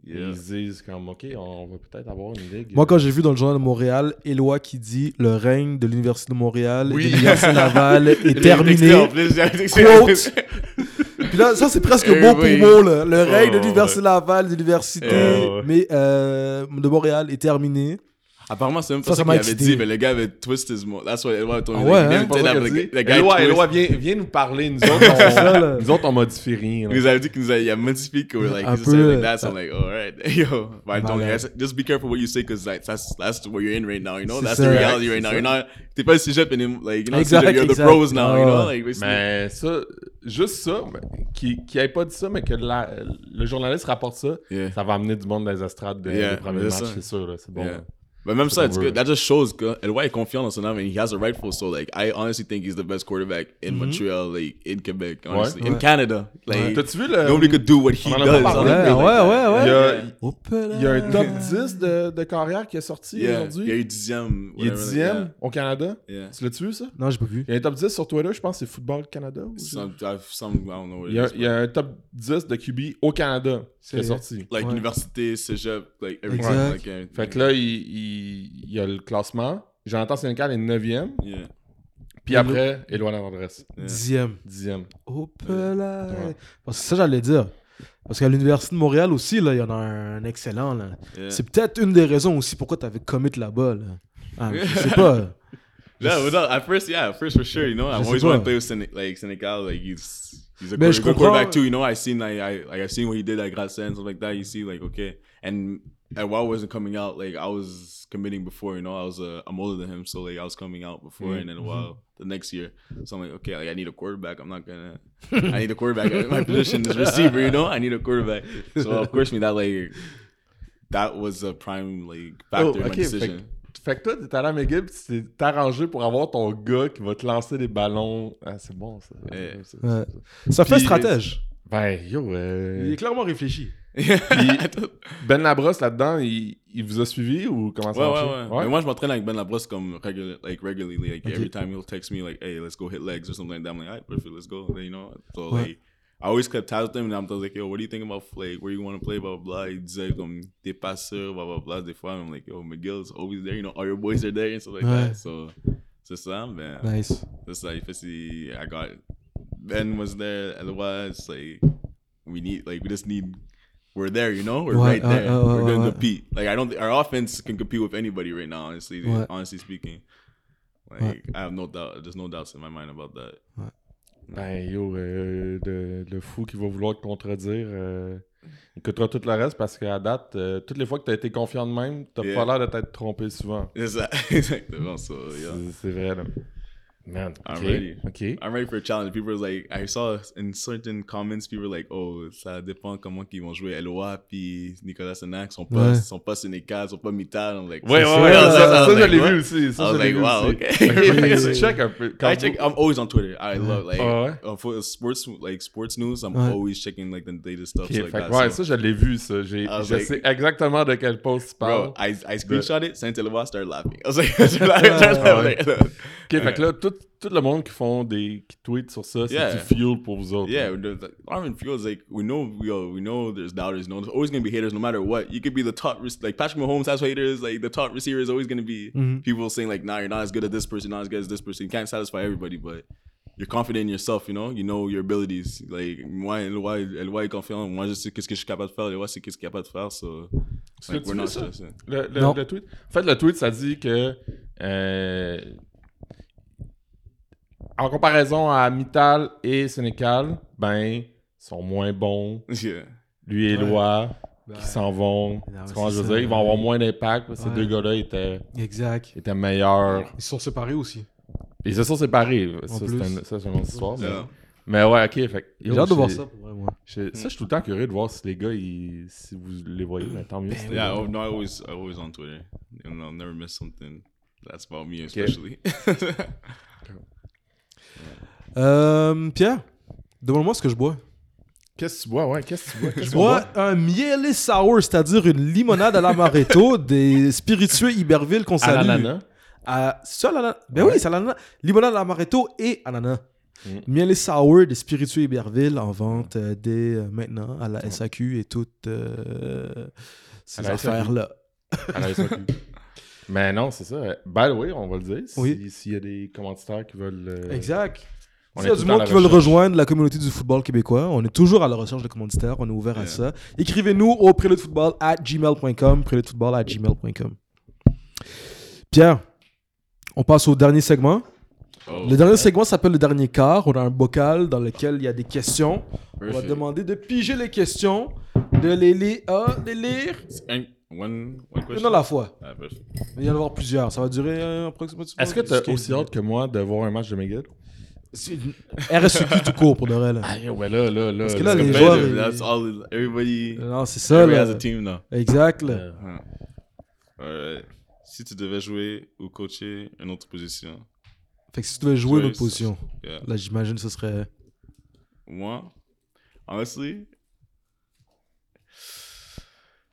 Speaker 1: Yeah.
Speaker 4: Ils se disent comme ok, on va peut-être avoir une ligue.
Speaker 3: Moi, quand j'ai vu dans le journal de Montréal, Éloi qui dit le règne de l'Université de Montréal
Speaker 1: Oui.
Speaker 3: et de l'Université Laval est terminé. Quote.
Speaker 1: Quote.
Speaker 3: Puis là, ça, c'est presque
Speaker 1: Eh
Speaker 3: mot pour
Speaker 1: oui. Oh,
Speaker 3: mot. Là. Le règne de
Speaker 1: ouais.
Speaker 3: l'Université Laval, de l'Université
Speaker 1: Eh
Speaker 4: ouais.
Speaker 3: mais, euh, de Montréal est terminé.
Speaker 1: Apparemment, c'est même pas ça,
Speaker 3: Ça, ça
Speaker 1: qu'il
Speaker 3: m'a
Speaker 1: avait
Speaker 3: excité.
Speaker 1: dit, mais le gars avait twist his mouth. That's what Eloi told me.
Speaker 3: Ah ouais,
Speaker 1: Like,
Speaker 3: hein?
Speaker 1: he didn't tell
Speaker 4: C'est pas
Speaker 1: him,
Speaker 4: ça qu'elle
Speaker 1: like,
Speaker 4: dit.
Speaker 1: the guy
Speaker 4: Éloi,
Speaker 1: twist-
Speaker 4: Éloi, viens, viens nous parler. Nous
Speaker 3: C'est ça,
Speaker 4: autres,
Speaker 3: là.
Speaker 4: on, nous autres, on modifie rien. là.
Speaker 1: Because I think like, yeah, many people were like,
Speaker 3: Un
Speaker 1: he said
Speaker 3: peu,
Speaker 1: like that, so
Speaker 3: euh,
Speaker 1: I'm like, "Oh, all right, yo, but I don't
Speaker 3: Malade.
Speaker 1: like, that's- just be careful what you say, because like, that's that's what you're in right now, you know,
Speaker 3: C'est
Speaker 1: that's
Speaker 3: ça.
Speaker 1: the reality right
Speaker 4: C'est
Speaker 1: now.
Speaker 4: ça.
Speaker 1: You're not, t'es pas cégep, and then, like, you know,
Speaker 3: Exact,
Speaker 1: you're, you're the
Speaker 3: exact.
Speaker 1: pros now, you know,
Speaker 3: Ah.
Speaker 1: like, basically.
Speaker 4: Mais ça, juste ça, ben, qui qui avait pas dit ça, mais que la- le journaliste rapporte ça,
Speaker 1: Yeah.
Speaker 4: ça va amener du monde dans les estrades de-
Speaker 1: Yeah,
Speaker 4: des premiers
Speaker 1: mais
Speaker 4: matchs,
Speaker 1: c'est ça.
Speaker 4: c'est sûr. là, C'est bon.
Speaker 1: Yeah. But même ça, it's
Speaker 4: Ouais.
Speaker 1: good. That just shows que Elway est confiant dans son homme, and he has a rightful. So, like, I honestly think he's the best quarterback in Montreal, like, in Quebec, honestly, in
Speaker 3: Ouais.
Speaker 1: Canada. Like,
Speaker 4: T'as-tu vu le.
Speaker 1: nobody could do what he
Speaker 4: On en a pas
Speaker 1: does.
Speaker 4: parlé,
Speaker 1: honestly,
Speaker 3: mais-
Speaker 1: like
Speaker 3: Ouais,
Speaker 1: that.
Speaker 3: ouais, ouais.
Speaker 4: Il y a,
Speaker 3: Hop là.
Speaker 4: il y a un top 10 de, de carrière qui est sorti
Speaker 1: Yeah, Il y a
Speaker 4: aujourd'hui.
Speaker 1: eu dixième.
Speaker 4: Il
Speaker 1: whatever,
Speaker 4: est
Speaker 1: like,
Speaker 4: dixième au Canada.
Speaker 1: yeah, yeah.
Speaker 4: Tu l'as-tu vu ça?
Speaker 3: Non, j'ai pas vu.
Speaker 4: Il y a un top 10 sur Twitter, je pense que c'est Football Canada. ou je-
Speaker 1: Some, I've- some, I don't know what it
Speaker 4: Il y, a,
Speaker 1: is,
Speaker 4: il y a un top 10 de QB au Canada qui est
Speaker 3: C'est-
Speaker 4: sorti.
Speaker 1: like
Speaker 3: Ouais.
Speaker 1: université, cégep, like everything.
Speaker 3: Exact.
Speaker 1: Like, everything.
Speaker 4: Fait que là, il, il- il y a le classement. Jonathan Sénécal est 9e.
Speaker 1: yeah.
Speaker 4: Puis après, Éloi Lavandresse,
Speaker 1: Yeah.
Speaker 3: Dixième.
Speaker 4: 10e.
Speaker 3: Hop là.
Speaker 4: Ouais.
Speaker 3: Parce que ça, j'allais dire. Parce qu'à l'Université de Montréal aussi, là, il y en a un excellent. Là.
Speaker 1: Yeah.
Speaker 3: C'est peut-être une des raisons aussi pourquoi t'avais commit là-bas. Là. Ah, je sais pas.
Speaker 1: No, but no, at first, yeah, at first for sure, you know, I
Speaker 3: Just
Speaker 1: always
Speaker 3: as well.
Speaker 1: want to play with Sene- like Senegal, like he's he's a
Speaker 3: Ben,
Speaker 1: good,
Speaker 3: je
Speaker 1: good
Speaker 3: comprends.
Speaker 1: quarterback too, you know. I seen like I like I seen what he did at Grasse and stuff like that. You see, like okay, and and while I wasn't coming out, like I was committing before, you know. I was uh, I'm older than him, so like I was coming out before,
Speaker 3: Mm-hmm.
Speaker 1: and then while the next year, so I'm like okay, like I need a quarterback. I'm not gonna, I need a quarterback. My position is receiver, you know. I need a quarterback. So of course, me that like that was a prime like factor
Speaker 4: Oh,
Speaker 1: in my
Speaker 4: ok, fait,
Speaker 1: decision.
Speaker 4: que- fait que toi, t'es allé à McGill, puis tu t'es arrangé pour avoir ton gars qui va te lancer des ballons. Ah, c'est bon, ça.
Speaker 1: Ouais.
Speaker 4: Ça, ça,
Speaker 3: Ouais.
Speaker 4: ça.
Speaker 3: Ça fait
Speaker 4: Puis-
Speaker 3: stratège.
Speaker 4: Ben, yo, euh,
Speaker 3: Il est clairement réfléchi.
Speaker 1: I don't-
Speaker 4: Ben Labrosse, là-dedans, il, il vous a suivi ou comment ça
Speaker 1: Ouais,
Speaker 4: marchait?
Speaker 1: ouais, ouais. Mais moi, je m'entraîne avec Ben Labrosse comme regular, like regularly. Like every time he'll text me like, "Hey, let's go hit legs" or something like that. I'm like, "All right, perfect, let's go." Then, you know, so
Speaker 3: Ouais.
Speaker 1: like, I always kept tabs with him, and I'm always like, "Yo, what do you think about like where you want to play?" Blah blah blah. Il disait comme des passeurs, um, blah blah blah. Des fois, I'm like, "Yo, McGill's always there. You know, all your boys are there and stuff like
Speaker 3: Ouais.
Speaker 1: that." So c'est ça, man.
Speaker 3: Nice.
Speaker 1: It's like, see, I got Ben was there. Otherwise, like, we need, like, we just need, we're there, you know, we're right
Speaker 3: Why-
Speaker 1: there.
Speaker 3: uh, uh,
Speaker 1: we're
Speaker 3: uh,
Speaker 1: gonna
Speaker 3: uh.
Speaker 1: compete. Like, I don't, thi- our offense can compete with anybody right now. Honestly,
Speaker 3: Why-
Speaker 1: honestly speaking, like,
Speaker 3: Why-
Speaker 1: I have no doubt. There's no doubts in my mind about that.
Speaker 4: Ben, yo, euh, le, le fou qui va vouloir te contredire, euh, il coûtera tout le reste parce qu'à date, euh, toutes les fois que t'as été confiant de même, t'as
Speaker 1: Yeah.
Speaker 4: pas l'air de t'être trompé souvent.
Speaker 1: It's like, exactly. So yeah, Ah,
Speaker 4: C'est- C'est vrai, là. Man, ok.
Speaker 1: I'm ready.
Speaker 4: Ok.
Speaker 1: I'm ready for a challenge. People was like, I saw in certain comments, people were like, oh, ça dépend comment ils vont jouer. Eloa puis Nicolas Senac sont pas,
Speaker 3: Ouais.
Speaker 1: sont pas sénécal, sont pas mitard. I'm like,
Speaker 4: Ouais, ouais, ouais,
Speaker 1: I was
Speaker 4: ça,
Speaker 1: like,
Speaker 4: ça, ça,
Speaker 1: what?
Speaker 4: je l'ai vu aussi. Ça,
Speaker 1: I
Speaker 4: je
Speaker 1: was
Speaker 4: l'ai
Speaker 1: like,
Speaker 4: vu
Speaker 1: wow,
Speaker 4: aussi.
Speaker 1: okay.
Speaker 4: Fait que tu check un peu. Quand
Speaker 1: I check. oh, I'm always on Twitter. I love like
Speaker 4: Ah ouais?
Speaker 1: uh, for sports like sports news. I'm
Speaker 3: Ouais.
Speaker 1: always checking like the latest stuff. so
Speaker 4: Ok, fait
Speaker 1: like
Speaker 4: que
Speaker 1: that.
Speaker 4: ouais,
Speaker 1: so,
Speaker 4: ça, je l'ai vu, ça. J'ai-
Speaker 1: Ah,
Speaker 4: Je
Speaker 1: like-
Speaker 4: sais exactement de quel post tu parles.
Speaker 1: bro, I I screenshot it. Saint Eloi started laughing. I was like, I started laughing.
Speaker 4: Ok, fait que là, tout, tout le monde qui font des. qui tweet sur ça, c'est
Speaker 1: Yeah.
Speaker 4: du fuel pour vous autres.
Speaker 1: yeah, there's, like, Armin feels like we know we all, we know there's doubters. No, there's always gonna be haters, no matter what. You could be the top rec- like Patrick Mahomes has haters. Like the top receiver is always gonna be
Speaker 3: Mhm.
Speaker 1: people saying like, nah, you're not as good as this person, not as good as this person. You can't satisfy everybody, but you're confident in yourself. You know, you know your abilities. Like moi, Eloi, Eloi est confiant. Moi, je sais qu'est-ce que je suis capable de faire. Eloi sait qu'est-ce qu'il est capable de faire. So
Speaker 4: C'est
Speaker 1: like, we're not
Speaker 4: ça?
Speaker 1: stressing.
Speaker 4: Le, le-
Speaker 3: Non.
Speaker 4: le tweet. En fait, le tweet, ça dit que. euh, en comparaison à Mittal et Sénécal, ben, sont moins bons.
Speaker 1: Yeah,
Speaker 4: Lui et
Speaker 3: Ouais.
Speaker 4: Loi,
Speaker 3: Ouais.
Speaker 4: qui s'en vont.
Speaker 3: Non,
Speaker 4: Tu comprends ce que je
Speaker 3: c'est
Speaker 4: veux
Speaker 3: ça.
Speaker 4: dire? Ils vont avoir moins d'impact. parce que Ces
Speaker 3: Ouais.
Speaker 4: deux gars-là étaient,
Speaker 3: Exact.
Speaker 4: étaient meilleurs.
Speaker 3: Ils sont séparés aussi.
Speaker 4: Ils se sont séparés. Ça, c'est
Speaker 3: plus.
Speaker 4: un- ça, c'est une autre histoire. Mais,
Speaker 1: Yeah.
Speaker 4: mais ouais, ok. Fait, que-
Speaker 3: J'ai
Speaker 4: yo,
Speaker 3: hâte de voir
Speaker 4: j'ai-
Speaker 3: ça pour vrai, moi.
Speaker 4: j'ai- Ça, je suis tout le temps curieux de voir si les gars, ils- si vous les voyez, mais tant mieux. si les
Speaker 1: yeah.
Speaker 4: gars-
Speaker 1: oh, no, I always I always on Twitter, and I'll never miss something. That's about me, especially.
Speaker 3: Euh, Pierre, demande-moi ce que je bois.
Speaker 4: Qu'est-ce que tu bois? Ouais, qu'est-ce que tu bois? Qu'est-ce
Speaker 3: Je
Speaker 4: qu'on boit?
Speaker 3: bois un miel et sour, c'est-à-dire une limonade à l'amaretto des spiritueux Iberville qu'on
Speaker 4: À
Speaker 3: salue.
Speaker 4: l'ananas.
Speaker 3: À- c'est ça, l'ananas? Ben
Speaker 4: Ouais.
Speaker 3: oui, c'est à l'ananas. Limonade à l'amaretto et ananas.
Speaker 4: Mm.
Speaker 3: Miel et sour des spiritueux Iberville en vente euh, dès euh, maintenant à la SAQ et toutes euh,
Speaker 4: À
Speaker 3: ces
Speaker 4: la SAQ.
Speaker 3: affaires-là.
Speaker 4: à la SAQ. Mais Ben non, c'est ça. By the way, on va le dire. si-
Speaker 3: Oui.
Speaker 4: S'il y a des commanditaires qui veulent. euh,
Speaker 3: Exact.
Speaker 4: on
Speaker 3: S'il
Speaker 4: est
Speaker 3: y a
Speaker 4: tout
Speaker 3: du
Speaker 4: le temps à
Speaker 3: monde
Speaker 4: la
Speaker 3: qui veut le
Speaker 4: recherche.
Speaker 3: rejoindre, la communauté du football québécois, on est toujours à la recherche de commanditaires, on est ouvert à
Speaker 1: Ouais.
Speaker 3: ça. Écrivez-nous au préludefootball at gmail.com, préludefootball at gmail.com. Pierre, on passe au dernier segment.
Speaker 1: Oh,
Speaker 3: Le dernier segment s'appelle le dernier quart. On a un bocal dans lequel il y a des questions. On va
Speaker 1: perfect.
Speaker 3: demander de piger les questions, de les lire, ah, de les lire
Speaker 1: And one one question.
Speaker 3: une à la fois.
Speaker 1: Ah, perfect.
Speaker 3: Il y en avoir plusieurs. Ça va durer euh, approximativement.
Speaker 4: Est-ce que t'as
Speaker 3: jusqu'à-
Speaker 4: aussi hâte que moi de voir un match de Miguel?
Speaker 3: C'est- RSUQ tout court pour de vrai. là.
Speaker 4: Ah, yo, ben là, là, là.
Speaker 3: Parce que là, les
Speaker 1: Competitive,
Speaker 3: joueurs,
Speaker 1: That's all. it- Everybody.
Speaker 3: Non, c'est ça.
Speaker 1: Everybody
Speaker 3: Là.
Speaker 1: has a team now.
Speaker 3: Exact. là.
Speaker 1: Alright. Si tu devais jouer ou coacher une autre position,
Speaker 3: Fait que si tu devais jouer une
Speaker 1: Choice.
Speaker 3: autre position,
Speaker 1: yeah.
Speaker 3: là j'imagine ce serait.
Speaker 1: moi, honestly,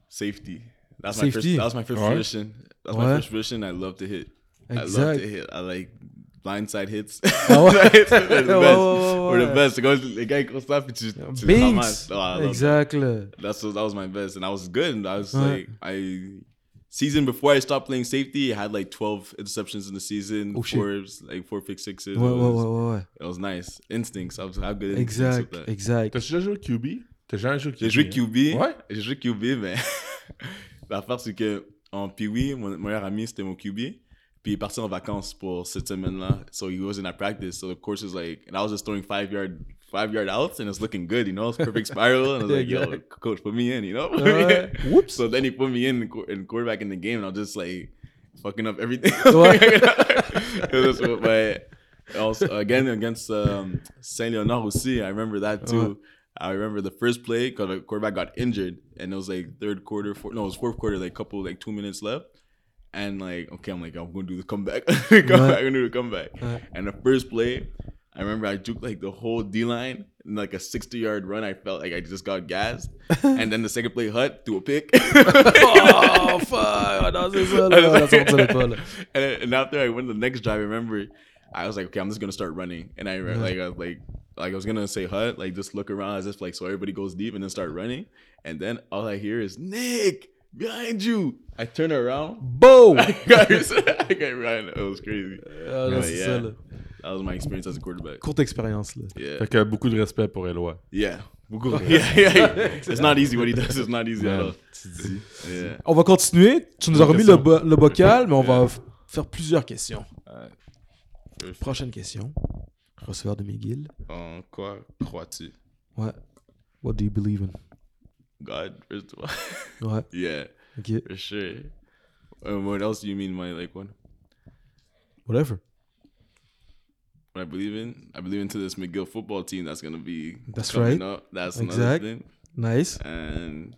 Speaker 1: safety. That's my first.
Speaker 3: Safety.
Speaker 1: That was my first
Speaker 4: Ouais.
Speaker 1: position. That's my
Speaker 3: Ouais.
Speaker 1: first position. I love to hit. I love to
Speaker 3: Exact.
Speaker 1: hit. I like blindside hits.
Speaker 3: Ah ouais.
Speaker 1: They're the
Speaker 3: Ouais,
Speaker 1: best.
Speaker 3: ouais, ouais,
Speaker 1: We're the
Speaker 3: ouais.
Speaker 1: best. Go- Les gars, ils croient ça, puis tu, tu les ramasses. Oh, I
Speaker 3: Binks!
Speaker 1: love that.
Speaker 3: exact. là.
Speaker 1: That's what, that was my best, and I was good. And I was
Speaker 3: Ouais.
Speaker 1: like, I season before I stopped playing safety, I had like twelve interceptions in the season,
Speaker 3: Oh, shit.
Speaker 1: four like four pick sixes.
Speaker 3: Ouais,
Speaker 1: it,
Speaker 3: ouais,
Speaker 1: was,
Speaker 3: ouais, ouais. ouais.
Speaker 1: it was nice instincts. I was I have good instincts
Speaker 3: Exact,
Speaker 1: with that.
Speaker 3: exact.
Speaker 4: T'as-tu déjà joué au QB? T'as jamais joué au QB?
Speaker 1: J'ai joué QB,
Speaker 4: Ouais.
Speaker 1: j'ai joué QB, mais l'affaire c'est que en Pee-Wee, mon meilleur ami c'était mon QB, puis il est parti en vacances pour cette semaine-là, so he wasn't at practice, so the course was like, and I was just throwing five yard five yard outs, and it's looking good, you know, it's perfect spiral, and I was like, yo, coach, put me in, you know, Put me in.
Speaker 3: Ouais. Oups.
Speaker 1: So then he put me in qu- in quarterback in the game, and I was just like fucking up everything.
Speaker 3: Ouais.
Speaker 1: It was- but also again against um, Saint Leonard aussi, I remember that too.
Speaker 3: Ouais.
Speaker 1: I remember the first play because the quarterback got injured, and it was like third quarter, four, no, it was fourth quarter, like couple like two minutes left. And like, okay, I'm like, I'm gonna do the comeback. comeback I'm gonna do the comeback.
Speaker 3: Ouais.
Speaker 1: And the first play, I remember I juked like the whole D line in like a 60 yard run. I felt like I just got gassed. and then the second play, Hut threw a pick.
Speaker 3: Oh fuck! Ah, Non, c'est ça, là. là, ça sortirait pas, là.
Speaker 1: and, and after I went the next drive, I remember I was like, okay, I'm just gonna start running. And I re- like I was like like I was gonna say hut, like just look around as if like so everybody goes deep and then start running. And then all I hear is Nick behind you. I turn around.
Speaker 3: Boom!
Speaker 1: I got, I got run. It was crazy.
Speaker 3: Ah, non,
Speaker 1: Ouais,
Speaker 3: c'est
Speaker 1: yeah.
Speaker 3: ça, là.
Speaker 1: That was my experience as a quarterback.
Speaker 3: Courte expérience, là.
Speaker 1: Yeah.
Speaker 4: Fait que beaucoup de respect pour Eloi.
Speaker 1: Yeah. Beaucoup- yeah, yeah, yeah. It's not easy what he does. It's not easy at all.
Speaker 4: Tu dis.
Speaker 1: Yeah.
Speaker 3: On va continuer. Tu nous as remis le,
Speaker 4: question.
Speaker 3: bo- le bocal, mais on va f- faire plusieurs questions. Prochaine question. Receveur de McGill.
Speaker 1: En quoi crois-tu?
Speaker 3: Ouais. What do you believe in?
Speaker 1: God, first of all.
Speaker 3: Ouais.
Speaker 1: Yeah,
Speaker 3: Ok.
Speaker 1: for sure. Um, what else do you mean by like one?
Speaker 3: Whatever.
Speaker 1: what I believe in. I believe into this McGill football team that's gonna be
Speaker 3: That's
Speaker 1: coming
Speaker 3: right.
Speaker 1: up. That's another
Speaker 3: Exact.
Speaker 1: thing.
Speaker 3: Nice.
Speaker 1: And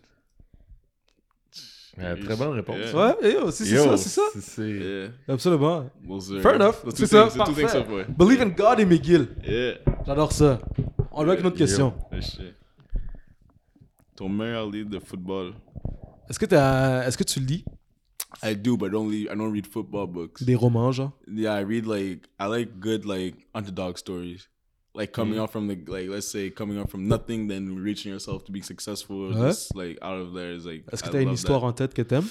Speaker 4: Ouais, très bonne réponse.
Speaker 1: Yeah.
Speaker 3: Ouais, et yo, si, c'est ça, c'est ça.
Speaker 4: c'est- c'est-
Speaker 1: yeah,
Speaker 3: Absolument.
Speaker 1: those are-
Speaker 3: Fair enough.
Speaker 1: those two
Speaker 3: C'est ça,
Speaker 1: things- the two things
Speaker 3: parfait.
Speaker 1: so far.
Speaker 3: Believe in God et McGill.
Speaker 1: Yeah.
Speaker 3: J'adore ça. On va avec une autre
Speaker 4: Yo.
Speaker 3: question.
Speaker 1: That shit. Ton meilleur lead de football.
Speaker 3: Est-ce que, t'as- est-ce que tu lis
Speaker 1: I do, but I don't leave, I don't read football books.
Speaker 3: des romans, genre
Speaker 1: Yeah, I read like I like good like underdog stories, like
Speaker 3: Mm.
Speaker 1: coming up from the like let's say coming up from nothing, then reaching yourself to be successful.
Speaker 3: Ouais.
Speaker 1: Just like out of there is like.
Speaker 3: Est-ce que
Speaker 1: I
Speaker 3: tu as une
Speaker 1: love
Speaker 3: histoire
Speaker 1: that.
Speaker 3: en tête que t'aimes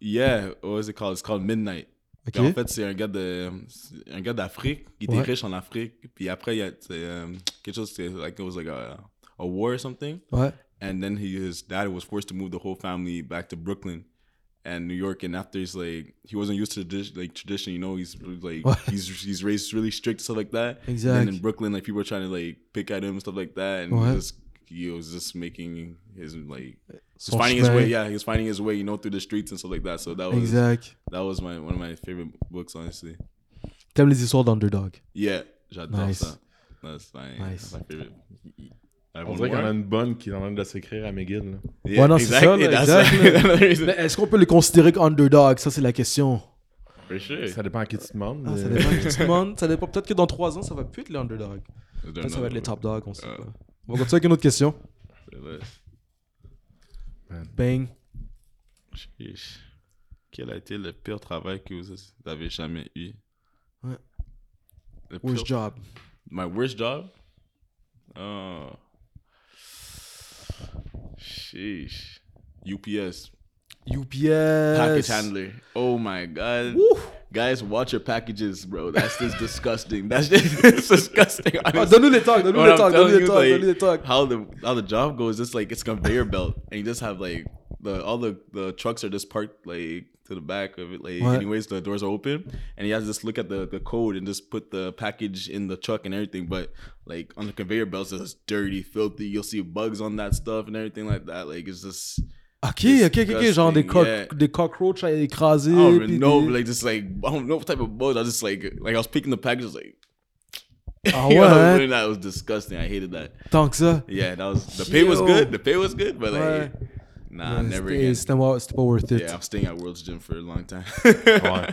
Speaker 1: Yeah, what is it called? It's called Midnight.
Speaker 3: Ok.
Speaker 1: Puis Ben, En fait, c'est un gars de c'est un gars d'Afrique qui était
Speaker 3: Ouais.
Speaker 1: riche en Afrique. Puis après, il y a c'est, euh, quelque chose c'est like it was like a, a war or something.
Speaker 3: Ouais.
Speaker 1: and then he, his dad was forced to move the whole family back to Brooklyn and New York. And after he's like, he wasn't used to tradi- like tradition, you know. He's like,
Speaker 3: What?
Speaker 1: he's he's raised really strict stuff like that. And
Speaker 3: Exact.
Speaker 1: then in Brooklyn, like people were trying to like pick at him and stuff like that, and
Speaker 3: What?
Speaker 1: he just he was just making his like he's
Speaker 3: Son
Speaker 1: finding his
Speaker 3: chemin.
Speaker 1: way. Yeah, he was finding his way, you know, through the streets and stuff like that. So that was
Speaker 3: Exact.
Speaker 1: that was my one of my favorite books, honestly.
Speaker 3: T'aimes les histoires d'underdog.
Speaker 1: Yeah, j'adore
Speaker 3: Nice.
Speaker 1: ça. That's my,
Speaker 3: Nice.
Speaker 1: that's my favorite. I have
Speaker 4: On
Speaker 1: one
Speaker 4: dirait qu'il y en
Speaker 1: more?
Speaker 4: a une bonne qui est en train de s'écrire à McGill. là.
Speaker 1: Yeah,
Speaker 3: Ouais, non, c'est ça,
Speaker 1: exactly.
Speaker 3: là,
Speaker 1: That's
Speaker 3: exact, là.
Speaker 1: another reason.
Speaker 3: Mais Ben, est-ce qu'on peut les considérer underdog Ça, c'est la question.
Speaker 1: For sure.
Speaker 4: Ça dépend à qui tu demandes.
Speaker 3: Ah, ça
Speaker 1: Euh.
Speaker 4: mais-
Speaker 3: dépend de qui tu demandes. Ça dépend. Peut-être que dans 3 ans, ça va plus être les underdogs.
Speaker 1: Peut-être
Speaker 3: Peut-être que ça va être les top dogs, on sait
Speaker 1: Ouais.
Speaker 3: pas. On va continuer avec une autre question. Bang.
Speaker 1: Quel a été le pire travail que vous avez jamais eu?
Speaker 3: Ouais.
Speaker 1: Le pire-
Speaker 3: Worst job.
Speaker 1: My worst job? Oh. Sheesh. UPS.
Speaker 3: UPS.
Speaker 1: Package handler. Oh my god.
Speaker 3: Woo.
Speaker 1: Guys, watch your packages, bro. That's just disgusting. That's just it's disgusting.
Speaker 3: Ah,
Speaker 1: honestly.
Speaker 3: donne-nous les talks, donne-nous
Speaker 1: What
Speaker 3: les
Speaker 1: I'm
Speaker 3: talks,
Speaker 1: telling
Speaker 3: donne-nous les
Speaker 1: you,
Speaker 3: talks,
Speaker 1: like,
Speaker 3: donne-nous les talks.
Speaker 1: How the how the job goes, it's like it's conveyor belt, and you just have like the all the the trucks are just parked like to the back of it. Like
Speaker 3: What?
Speaker 1: anyways, the doors are open, and you have to just look at the the code and just put the package in the truck and everything. But like on the conveyor belts, it's dirty, filthy. You'll see bugs on that stuff and everything like that. Like it's just
Speaker 3: Ok, ok, ok, ok, genre des, cock-
Speaker 1: Yeah. Oh,
Speaker 3: des cockroaches à écraser.
Speaker 1: I don't
Speaker 3: puis
Speaker 1: even know,
Speaker 3: des-
Speaker 1: but, like just like I don't know what type of bugs. I just like like I was picking the packages like.
Speaker 3: Ah
Speaker 1: you know,
Speaker 3: ouais, hein?
Speaker 1: doing that was disgusting. I hated that.
Speaker 3: tant que ça.
Speaker 1: Yeah, that was the pay was
Speaker 3: Yo.
Speaker 1: good. The pay was good, but like,
Speaker 3: Ouais.
Speaker 1: nah, never
Speaker 3: C'était-
Speaker 1: again.
Speaker 3: C'était wa- c'était pas worth it.
Speaker 1: Yeah, I'm staying at World's Gym for a long time.
Speaker 4: Ouais.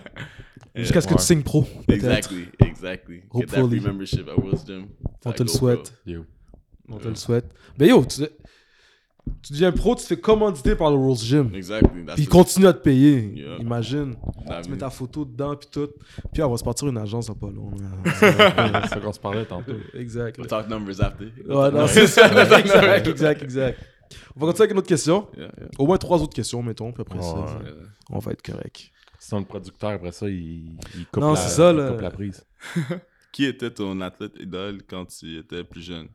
Speaker 3: Jusqu'à ce que
Speaker 4: Ouais.
Speaker 3: tu signes pro, peut-être.
Speaker 1: exactly, exactly. Get that
Speaker 3: Hopefully.
Speaker 1: free membership at World's Gym.
Speaker 3: On
Speaker 1: I
Speaker 3: te le
Speaker 1: go, bro.
Speaker 3: souhaite.
Speaker 4: Yo.
Speaker 3: On te le souhaite. Mais yo, tu, tu deviens pro, tu te fais commanditer par le Rolls Gym.
Speaker 1: Exactly. That's
Speaker 3: Puis ils
Speaker 1: what-
Speaker 3: continuent à te payer.
Speaker 1: Yeah.
Speaker 3: Imagine.
Speaker 4: Ah,
Speaker 1: Nah, I
Speaker 3: Tu mets
Speaker 1: mean,
Speaker 3: ta photo dedans, puis tout. Puis on va se partir une agence, hein. en pas long.
Speaker 4: c'est ça qu'on se parlait tantôt.
Speaker 3: exact.
Speaker 1: we'll talk numbers after.
Speaker 3: Ouais, non, c'est ça. exact, exact, exact. On va continuer avec une autre question.
Speaker 1: Yeah, yeah.
Speaker 3: Au moins trois autres questions, mettons, puis après ça,
Speaker 4: Ouais.
Speaker 3: on va être correct.
Speaker 4: Sinon, le producteur, après ça, il, il coupe,
Speaker 3: Non,
Speaker 4: la,
Speaker 3: c'est ça,
Speaker 4: il
Speaker 3: là.
Speaker 4: coupe la prise.
Speaker 1: Qui était ton athlète idole quand tu étais plus jeune?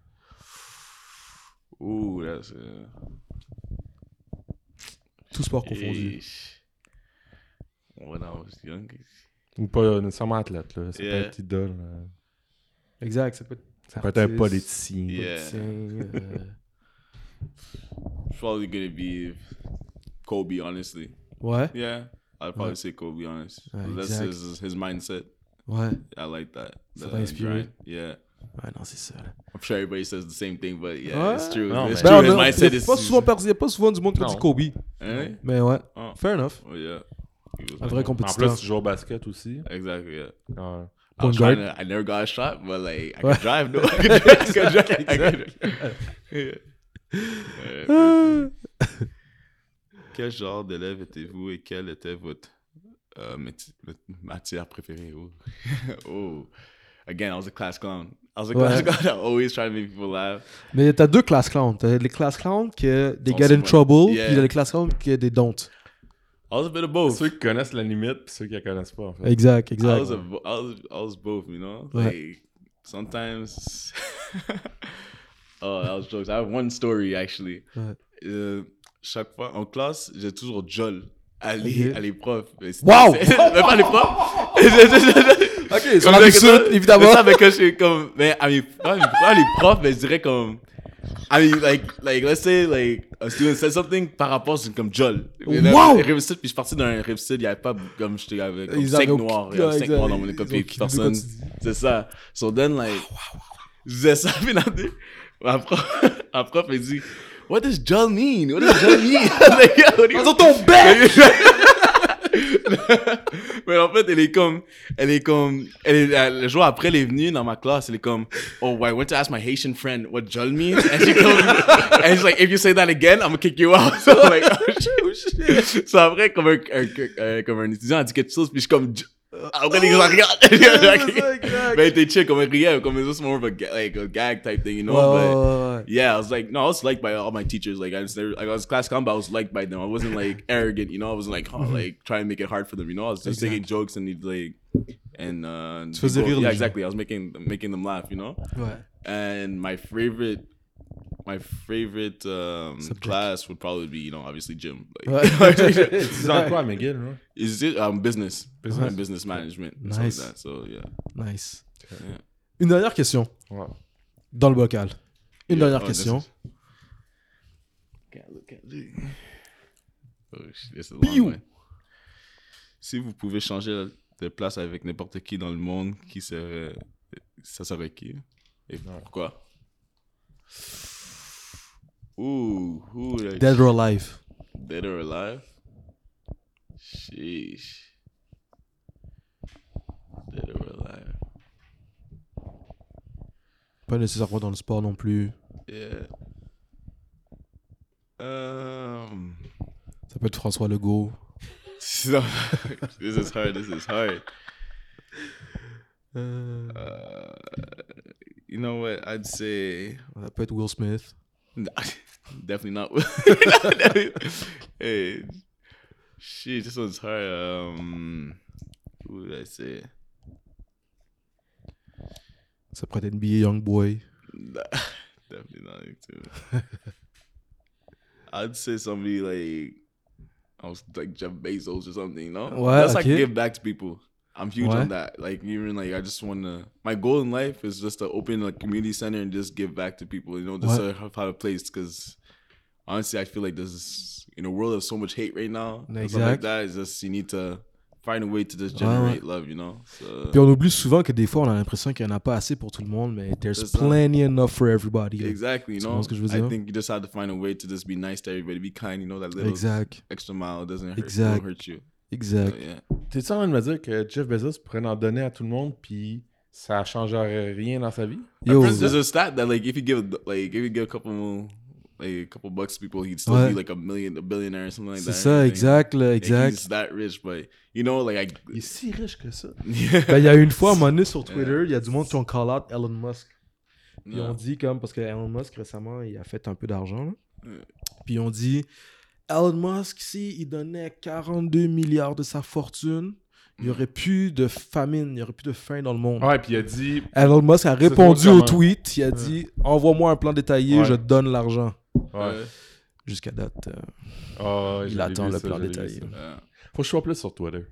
Speaker 1: Ooh, that's. Uh,
Speaker 3: Tout sport confondu.
Speaker 1: yeesh. When I was young,
Speaker 4: Ou pas nécessairement athlète, là. Ça
Speaker 1: Yeah.
Speaker 4: peut être idole. là.
Speaker 3: Exact, ça peut être.
Speaker 4: Ça peut être un
Speaker 3: artiste,
Speaker 4: politicien.
Speaker 1: Yeah.
Speaker 3: politicien, euh,
Speaker 1: it's probably gonna be Kobe, honestly.
Speaker 3: Ouais,
Speaker 1: Yeah, I'd probably say Kobe. Honest,
Speaker 3: Yeah,
Speaker 1: that's
Speaker 3: exact.
Speaker 1: his his mindset.
Speaker 3: ouais.
Speaker 1: I like that.
Speaker 3: Ça
Speaker 1: The
Speaker 3: t'a inspiré.
Speaker 1: grind. Yeah,
Speaker 3: Ouais, non, c'est ça. là.
Speaker 1: I'm sure everybody says the same thing, but yeah,
Speaker 3: Ouais.
Speaker 1: it's true.
Speaker 4: Non,
Speaker 1: it's
Speaker 4: mais-
Speaker 1: true.
Speaker 3: Ben,
Speaker 1: His
Speaker 3: on a-
Speaker 1: mindset
Speaker 3: y a
Speaker 1: is
Speaker 3: pas souvent perdu- y a pas souvent du monde qui
Speaker 4: Non. Ah.
Speaker 3: dit Kobe.
Speaker 1: Eh?
Speaker 3: Mais ouais,
Speaker 1: Oh,
Speaker 3: fair enough.
Speaker 1: oh, yeah. He was like-
Speaker 3: Un vrai
Speaker 4: En plus,
Speaker 3: compétiteur.
Speaker 4: tu joues au basket aussi.
Speaker 1: Exactly. Yeah.
Speaker 4: Ouais.
Speaker 1: I, was
Speaker 3: Point
Speaker 1: trying to, I never got a shot, but like I
Speaker 3: Ouais.
Speaker 1: could drive. though. I could drive. I could drive. I could drive. Yeah. Ouais.
Speaker 3: Ah.
Speaker 1: Quel genre d'élève étiez-vous et quelle était votre euh, mati- votre matière préférée? Oh. oh. Again, I was a class clown. I was a class
Speaker 3: Ouais.
Speaker 1: clown. I always try to make people laugh.
Speaker 3: Mais t'as deux classes clowns. T'as les classes clowns que they
Speaker 1: Sont
Speaker 3: get in
Speaker 1: souvent-
Speaker 3: trouble,
Speaker 1: Yeah.
Speaker 3: puis t'as les classes clowns que they don't.
Speaker 1: I was a bit of both.
Speaker 4: Ceux qui connaissent la limite, puis ceux qui la connaissent pas, en fait.
Speaker 3: Exact,
Speaker 1: I
Speaker 3: exact.
Speaker 1: was, a, bo- I was I was both, you know?
Speaker 3: Ouais.
Speaker 1: Like, sometimes. oh, that was jokes. I have one story, actually.
Speaker 3: Ouais.
Speaker 1: Euh, chaque fois, en classe, j'ai toujours Joel à les,
Speaker 3: Ok.
Speaker 1: à les profs. Et c'était-
Speaker 3: Wow!
Speaker 1: c'est- pas les profs!
Speaker 3: Ok,
Speaker 1: Comme
Speaker 3: sur la
Speaker 1: ça,
Speaker 3: rive
Speaker 1: que
Speaker 3: sud,
Speaker 1: ça-
Speaker 3: évidemment.
Speaker 1: C'est ça, mais quand je suis comme. Mais à mes, pas à mes- pas à les profs, mais je dirais comme. I mean, like, like, let's say, like, un student said something par rapport, c'est comme Jol.
Speaker 3: Wow!
Speaker 1: Réussite, puis je suis parti dans un réussite, il n'y avait pas, comme j'étais avec comme
Speaker 3: Ils
Speaker 1: cinq
Speaker 3: avaient aucune-
Speaker 1: noirs, il y avait
Speaker 3: Ouais,
Speaker 1: cinq
Speaker 3: ils
Speaker 1: noirs dans
Speaker 3: avaient-
Speaker 1: mon école,
Speaker 3: ils
Speaker 1: puis
Speaker 3: ont aucune idée de quoi
Speaker 1: personne.
Speaker 3: tu dis.
Speaker 1: C'est ça. So then, like, je disais ça, puis la ma prof, ma prof, elle dit, What does Jol mean? What does Jol mean? Like, what do you-
Speaker 3: ton bec!
Speaker 1: Mais en fait, elle est comme, elle est comme, elle est, elle- le jour après, elle est venue dans ma classe, elle est comme, oh, I went to ask my Haitian friend what jol means, and she told me, and she's like, if you say that again, I'm gonna kick you out. So I'm like, oh shit, oh shit. So après, comme un, un- euh, comme un étudiant a dit quelque chose, puis je suis comme, J- après, les gens regardent. Mais elle était chill, comme elle riait, comme it was more of a, ga- like, a gag type thing, you know? but- yeah, I was like, no, I was liked by all my teachers. Like I was, never, like, I was class combo, I was liked by them. I wasn't like arrogant, you know. I wasn't like oh,
Speaker 3: Mm-hmm.
Speaker 1: like trying to make it hard for them, you know. I was just taking jokes and they'd, like and uh,
Speaker 3: faisais
Speaker 1: people-
Speaker 3: rire
Speaker 1: yeah,
Speaker 3: les gens.
Speaker 1: exactly. I was making making them laugh, you know.
Speaker 3: Ouais.
Speaker 1: And my favorite. My favorite um,
Speaker 3: Subject.
Speaker 1: class would probably be, you know, obviously gym. Like,
Speaker 3: Ouais.
Speaker 4: Disant quoi, McGill, hein?
Speaker 1: is it um, business,
Speaker 4: Business.
Speaker 1: business, business management, and stuff like
Speaker 3: Nice.
Speaker 1: that. So yeah,
Speaker 3: Nice. Une dernière question
Speaker 4: Ouais.
Speaker 3: dans le bocal. Une
Speaker 1: Yeah.
Speaker 3: dernière
Speaker 1: Oh,
Speaker 3: question.
Speaker 1: this Can't look at this. Oh, shit, this is a
Speaker 3: Piou.
Speaker 1: long way. Si vous pouvez changer de place avec n'importe qui dans le monde, qui serait, ça serait qui et pourquoi Ooh, who would I-
Speaker 3: Dead or alive.
Speaker 1: dead or alive? Sheesh. Dead or alive?
Speaker 3: Pas nécessairement dans le sport non plus.
Speaker 1: Yeah. Um.
Speaker 3: Ça peut être François Legault.
Speaker 1: So, this is hard. This is hard.
Speaker 3: Euh,
Speaker 1: Uh, you know what? I'd say
Speaker 3: ça peut être Will Smith.
Speaker 1: Nah, definitely not. hey, shit, this one's hard. Um, who would I say?
Speaker 3: Ça pourrait être NBA Young Boy.
Speaker 1: Nah, definitely not you too. I'd say somebody like I was like Jeff Bezos or something, you know?
Speaker 3: Why?
Speaker 1: That's like
Speaker 3: Okay.
Speaker 1: give back to people. I'm huge
Speaker 3: Why?
Speaker 1: on that. Like even like I just wanna my goal in life is just to open a community center and just give back to people, you know, just
Speaker 3: Why?
Speaker 1: to have a place because honestly I feel like this is in a world of so much hate right now. and stuff
Speaker 3: Exact.
Speaker 1: Like that is just you need to find a way to just
Speaker 3: Why, why?
Speaker 1: generate love, you know? So
Speaker 3: Puis on oublie souvent que des fois, on a l'impression qu'il n'y en a pas assez pour tout le monde, mais there's
Speaker 1: C'est ça.
Speaker 3: plenty enough for everybody. là.
Speaker 1: Exactly, you
Speaker 3: Tu
Speaker 1: know.
Speaker 3: comprends ce que je veux
Speaker 1: I
Speaker 3: dire?
Speaker 1: think you just have to find a way to just be nice to everybody, be kind, you know, that little
Speaker 3: Exact.
Speaker 1: extra mile doesn't hurt,
Speaker 3: Exact.
Speaker 1: won't hurt you. So,
Speaker 3: Exact.
Speaker 1: yeah.
Speaker 4: T'es-tu en train de me dire que Jeff Bezos pourrait en donner à tout le monde, puis ça changerait rien dans sa vie?
Speaker 3: Yo,
Speaker 1: There's, there's a stat that like if you give like if you give a couple like a couple bucks to people, he'd still
Speaker 3: Ouais.
Speaker 1: be like a million, a billionaire or something like
Speaker 4: ben,
Speaker 3: c'est
Speaker 1: that.
Speaker 3: ça,
Speaker 1: Like,
Speaker 3: exact, là,
Speaker 1: like,
Speaker 3: exact.
Speaker 1: He's that rich, but you know, like I.
Speaker 4: Il est si riche que ça.
Speaker 3: Ben,
Speaker 1: Yeah.
Speaker 3: Il y a une fois, à un moment donné, sur Twitter, il y a du monde qui ont call out Elon Musk. Puis on
Speaker 1: No.
Speaker 3: dit comme, parce que Elon Musk récemment, il a fait un peu d'argent. là.
Speaker 1: Ouais.
Speaker 3: Puis on dit, Elon Musk, si il donnait 42 milliards de sa fortune, il n'y
Speaker 4: Mm.
Speaker 3: aurait plus de famine, il n'y aurait plus de faim dans le monde.
Speaker 4: Ouais, puis il a dit.
Speaker 3: Elon Musk a
Speaker 4: C'est
Speaker 3: répondu
Speaker 4: drôle
Speaker 3: au
Speaker 4: comment-
Speaker 3: tweet, il a dit, envoie-moi un plan détaillé,
Speaker 4: Ouais.
Speaker 3: je te donne l'argent.
Speaker 4: Ouais.
Speaker 3: Jusqu'à date. euh,
Speaker 4: Ah, ouais, je
Speaker 3: Il
Speaker 4: l'ai
Speaker 3: attend
Speaker 4: vu,
Speaker 3: le
Speaker 4: ça,
Speaker 3: plan
Speaker 4: je l'ai vu,
Speaker 3: détaillé.
Speaker 4: ça.
Speaker 1: Yeah.
Speaker 4: Faut que je sois plus sur Twitter.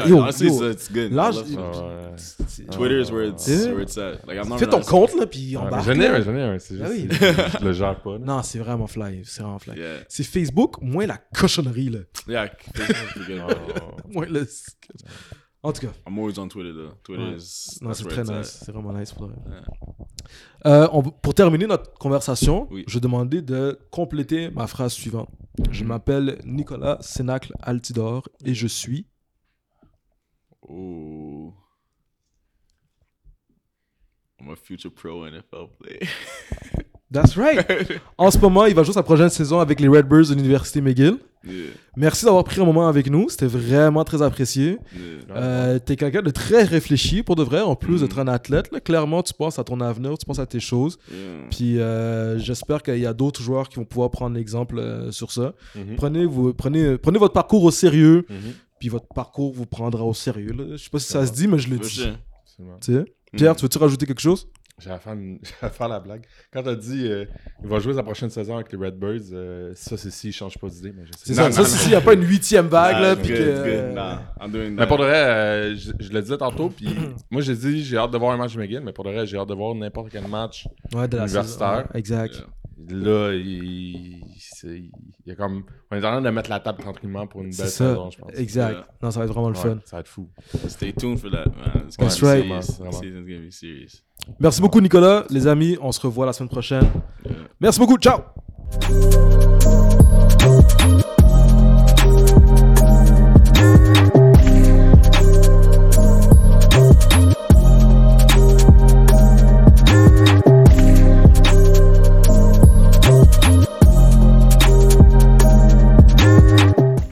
Speaker 1: Uh, Yeah,
Speaker 3: yo,
Speaker 1: honestly,
Speaker 3: yo.
Speaker 1: It's, it's good.
Speaker 3: Là,
Speaker 1: I love
Speaker 3: je-
Speaker 4: Ah,
Speaker 1: that.
Speaker 4: ouais.
Speaker 3: c'est-
Speaker 1: Twitter is where it's
Speaker 3: Yeah.
Speaker 1: where it's at. Like I'm not.
Speaker 3: Fais ton
Speaker 1: an-
Speaker 3: compte, là, puis
Speaker 4: Ouais, mais
Speaker 3: embarque.
Speaker 4: J'en ai
Speaker 3: là.
Speaker 4: un, j'en ai un. C'est
Speaker 3: Ah
Speaker 4: juste.
Speaker 3: oui.
Speaker 4: Je le gère pas. là.
Speaker 3: Non, c'est vraiment fly, c'est vraiment fly.
Speaker 1: Yeah,
Speaker 3: C'est Facebook, moins la cochonnerie, là.
Speaker 1: yeah. Facebook's pretty good.
Speaker 4: Ah,
Speaker 3: Moins le... En tout cas,
Speaker 1: I'm always on Twitter though. Twitter
Speaker 3: Ouais.
Speaker 1: is.
Speaker 3: non,
Speaker 1: that's
Speaker 3: c'est
Speaker 1: where
Speaker 3: très
Speaker 1: it's at.
Speaker 3: nice. C'est vraiment nice pour de vrai.
Speaker 1: Ouais.
Speaker 3: Euh, on- pour terminer notre conversation,
Speaker 1: Oui.
Speaker 3: je demandais de compléter ma phrase suivante. Je
Speaker 1: Mm-hmm.
Speaker 3: m'appelle Nicolas Sénacle Altidor et je suis.
Speaker 1: Ooh. I'm a future pro NFL player.
Speaker 3: That's right. en ce moment, il va jouer sa prochaine saison avec les Redbirds de l'Université McGill.
Speaker 1: yeah,
Speaker 3: Merci d'avoir pris un moment avec nous. C'était vraiment très apprécié.
Speaker 1: yeah.
Speaker 3: Euh, t'es quelqu'un de très réfléchi pour de vrai, en plus
Speaker 1: Mhm.
Speaker 3: d'être un athlète. là. clairement, tu penses à ton avenir, tu penses à tes choses.
Speaker 1: yeah.
Speaker 3: Puis euh, j'espère qu'il y a d'autres joueurs qui vont pouvoir prendre l'exemple euh, sur ça.
Speaker 4: mhm,
Speaker 3: Prenez, vous, prenez, prenez votre parcours au sérieux,
Speaker 4: mhm,
Speaker 3: puis votre parcours vous prendra au sérieux. là. Je sais pas si
Speaker 4: Ça
Speaker 3: ça
Speaker 4: va.
Speaker 3: se dit, mais je le
Speaker 1: For
Speaker 3: dis.
Speaker 1: sure.
Speaker 4: absolument.
Speaker 3: Tu sais.
Speaker 1: Mm.
Speaker 3: Pierre, tu veux-tu rajouter quelque chose
Speaker 4: J'ai à faire, une- j'ai à faire la blague. Quand t'as dit euh, il va jouer sa prochaine saison avec les Redbirds, euh, ça, c'est si, il change pas d'idée. mais je sais
Speaker 3: C'est
Speaker 4: pas.
Speaker 1: Non,
Speaker 3: ça.
Speaker 1: non,
Speaker 3: ça,
Speaker 1: non.
Speaker 3: c'est s'il n'y a pas une huitième vague,
Speaker 1: Nah,
Speaker 3: là,
Speaker 1: it's
Speaker 3: puis
Speaker 1: good,
Speaker 3: que,
Speaker 1: it's good.
Speaker 3: euh,
Speaker 1: Nah, I'm doing
Speaker 4: Mais
Speaker 1: that.
Speaker 4: pour de vrai, euh, je, je le disais tantôt, puis moi j'ai dit j'ai hâte de voir un match McGill, mais pour de vrai, j'ai hâte de voir n'importe quel match.
Speaker 3: euh, ouais, de la
Speaker 4: Universitaire.
Speaker 3: saison. Ouais, exact.
Speaker 1: Yeah.
Speaker 4: Là, il, c'est- il y a comme. On est en train de mettre la table tranquillement pour une
Speaker 3: C'est
Speaker 4: belle
Speaker 3: ça.
Speaker 4: saison, je pense.
Speaker 3: Exact.
Speaker 1: Yeah.
Speaker 3: Non, ça va être vraiment le
Speaker 4: Ouais,
Speaker 3: fun.
Speaker 4: Ça va être fou.
Speaker 1: Stay tuned for that, man. It's gonna
Speaker 3: That's
Speaker 1: be serious.
Speaker 3: right.
Speaker 4: Vraiment, vraiment.
Speaker 1: Season's gonna be serious.
Speaker 3: Merci beaucoup, Nicolas. Les amis, on se revoit la semaine prochaine. Merci beaucoup. Ciao.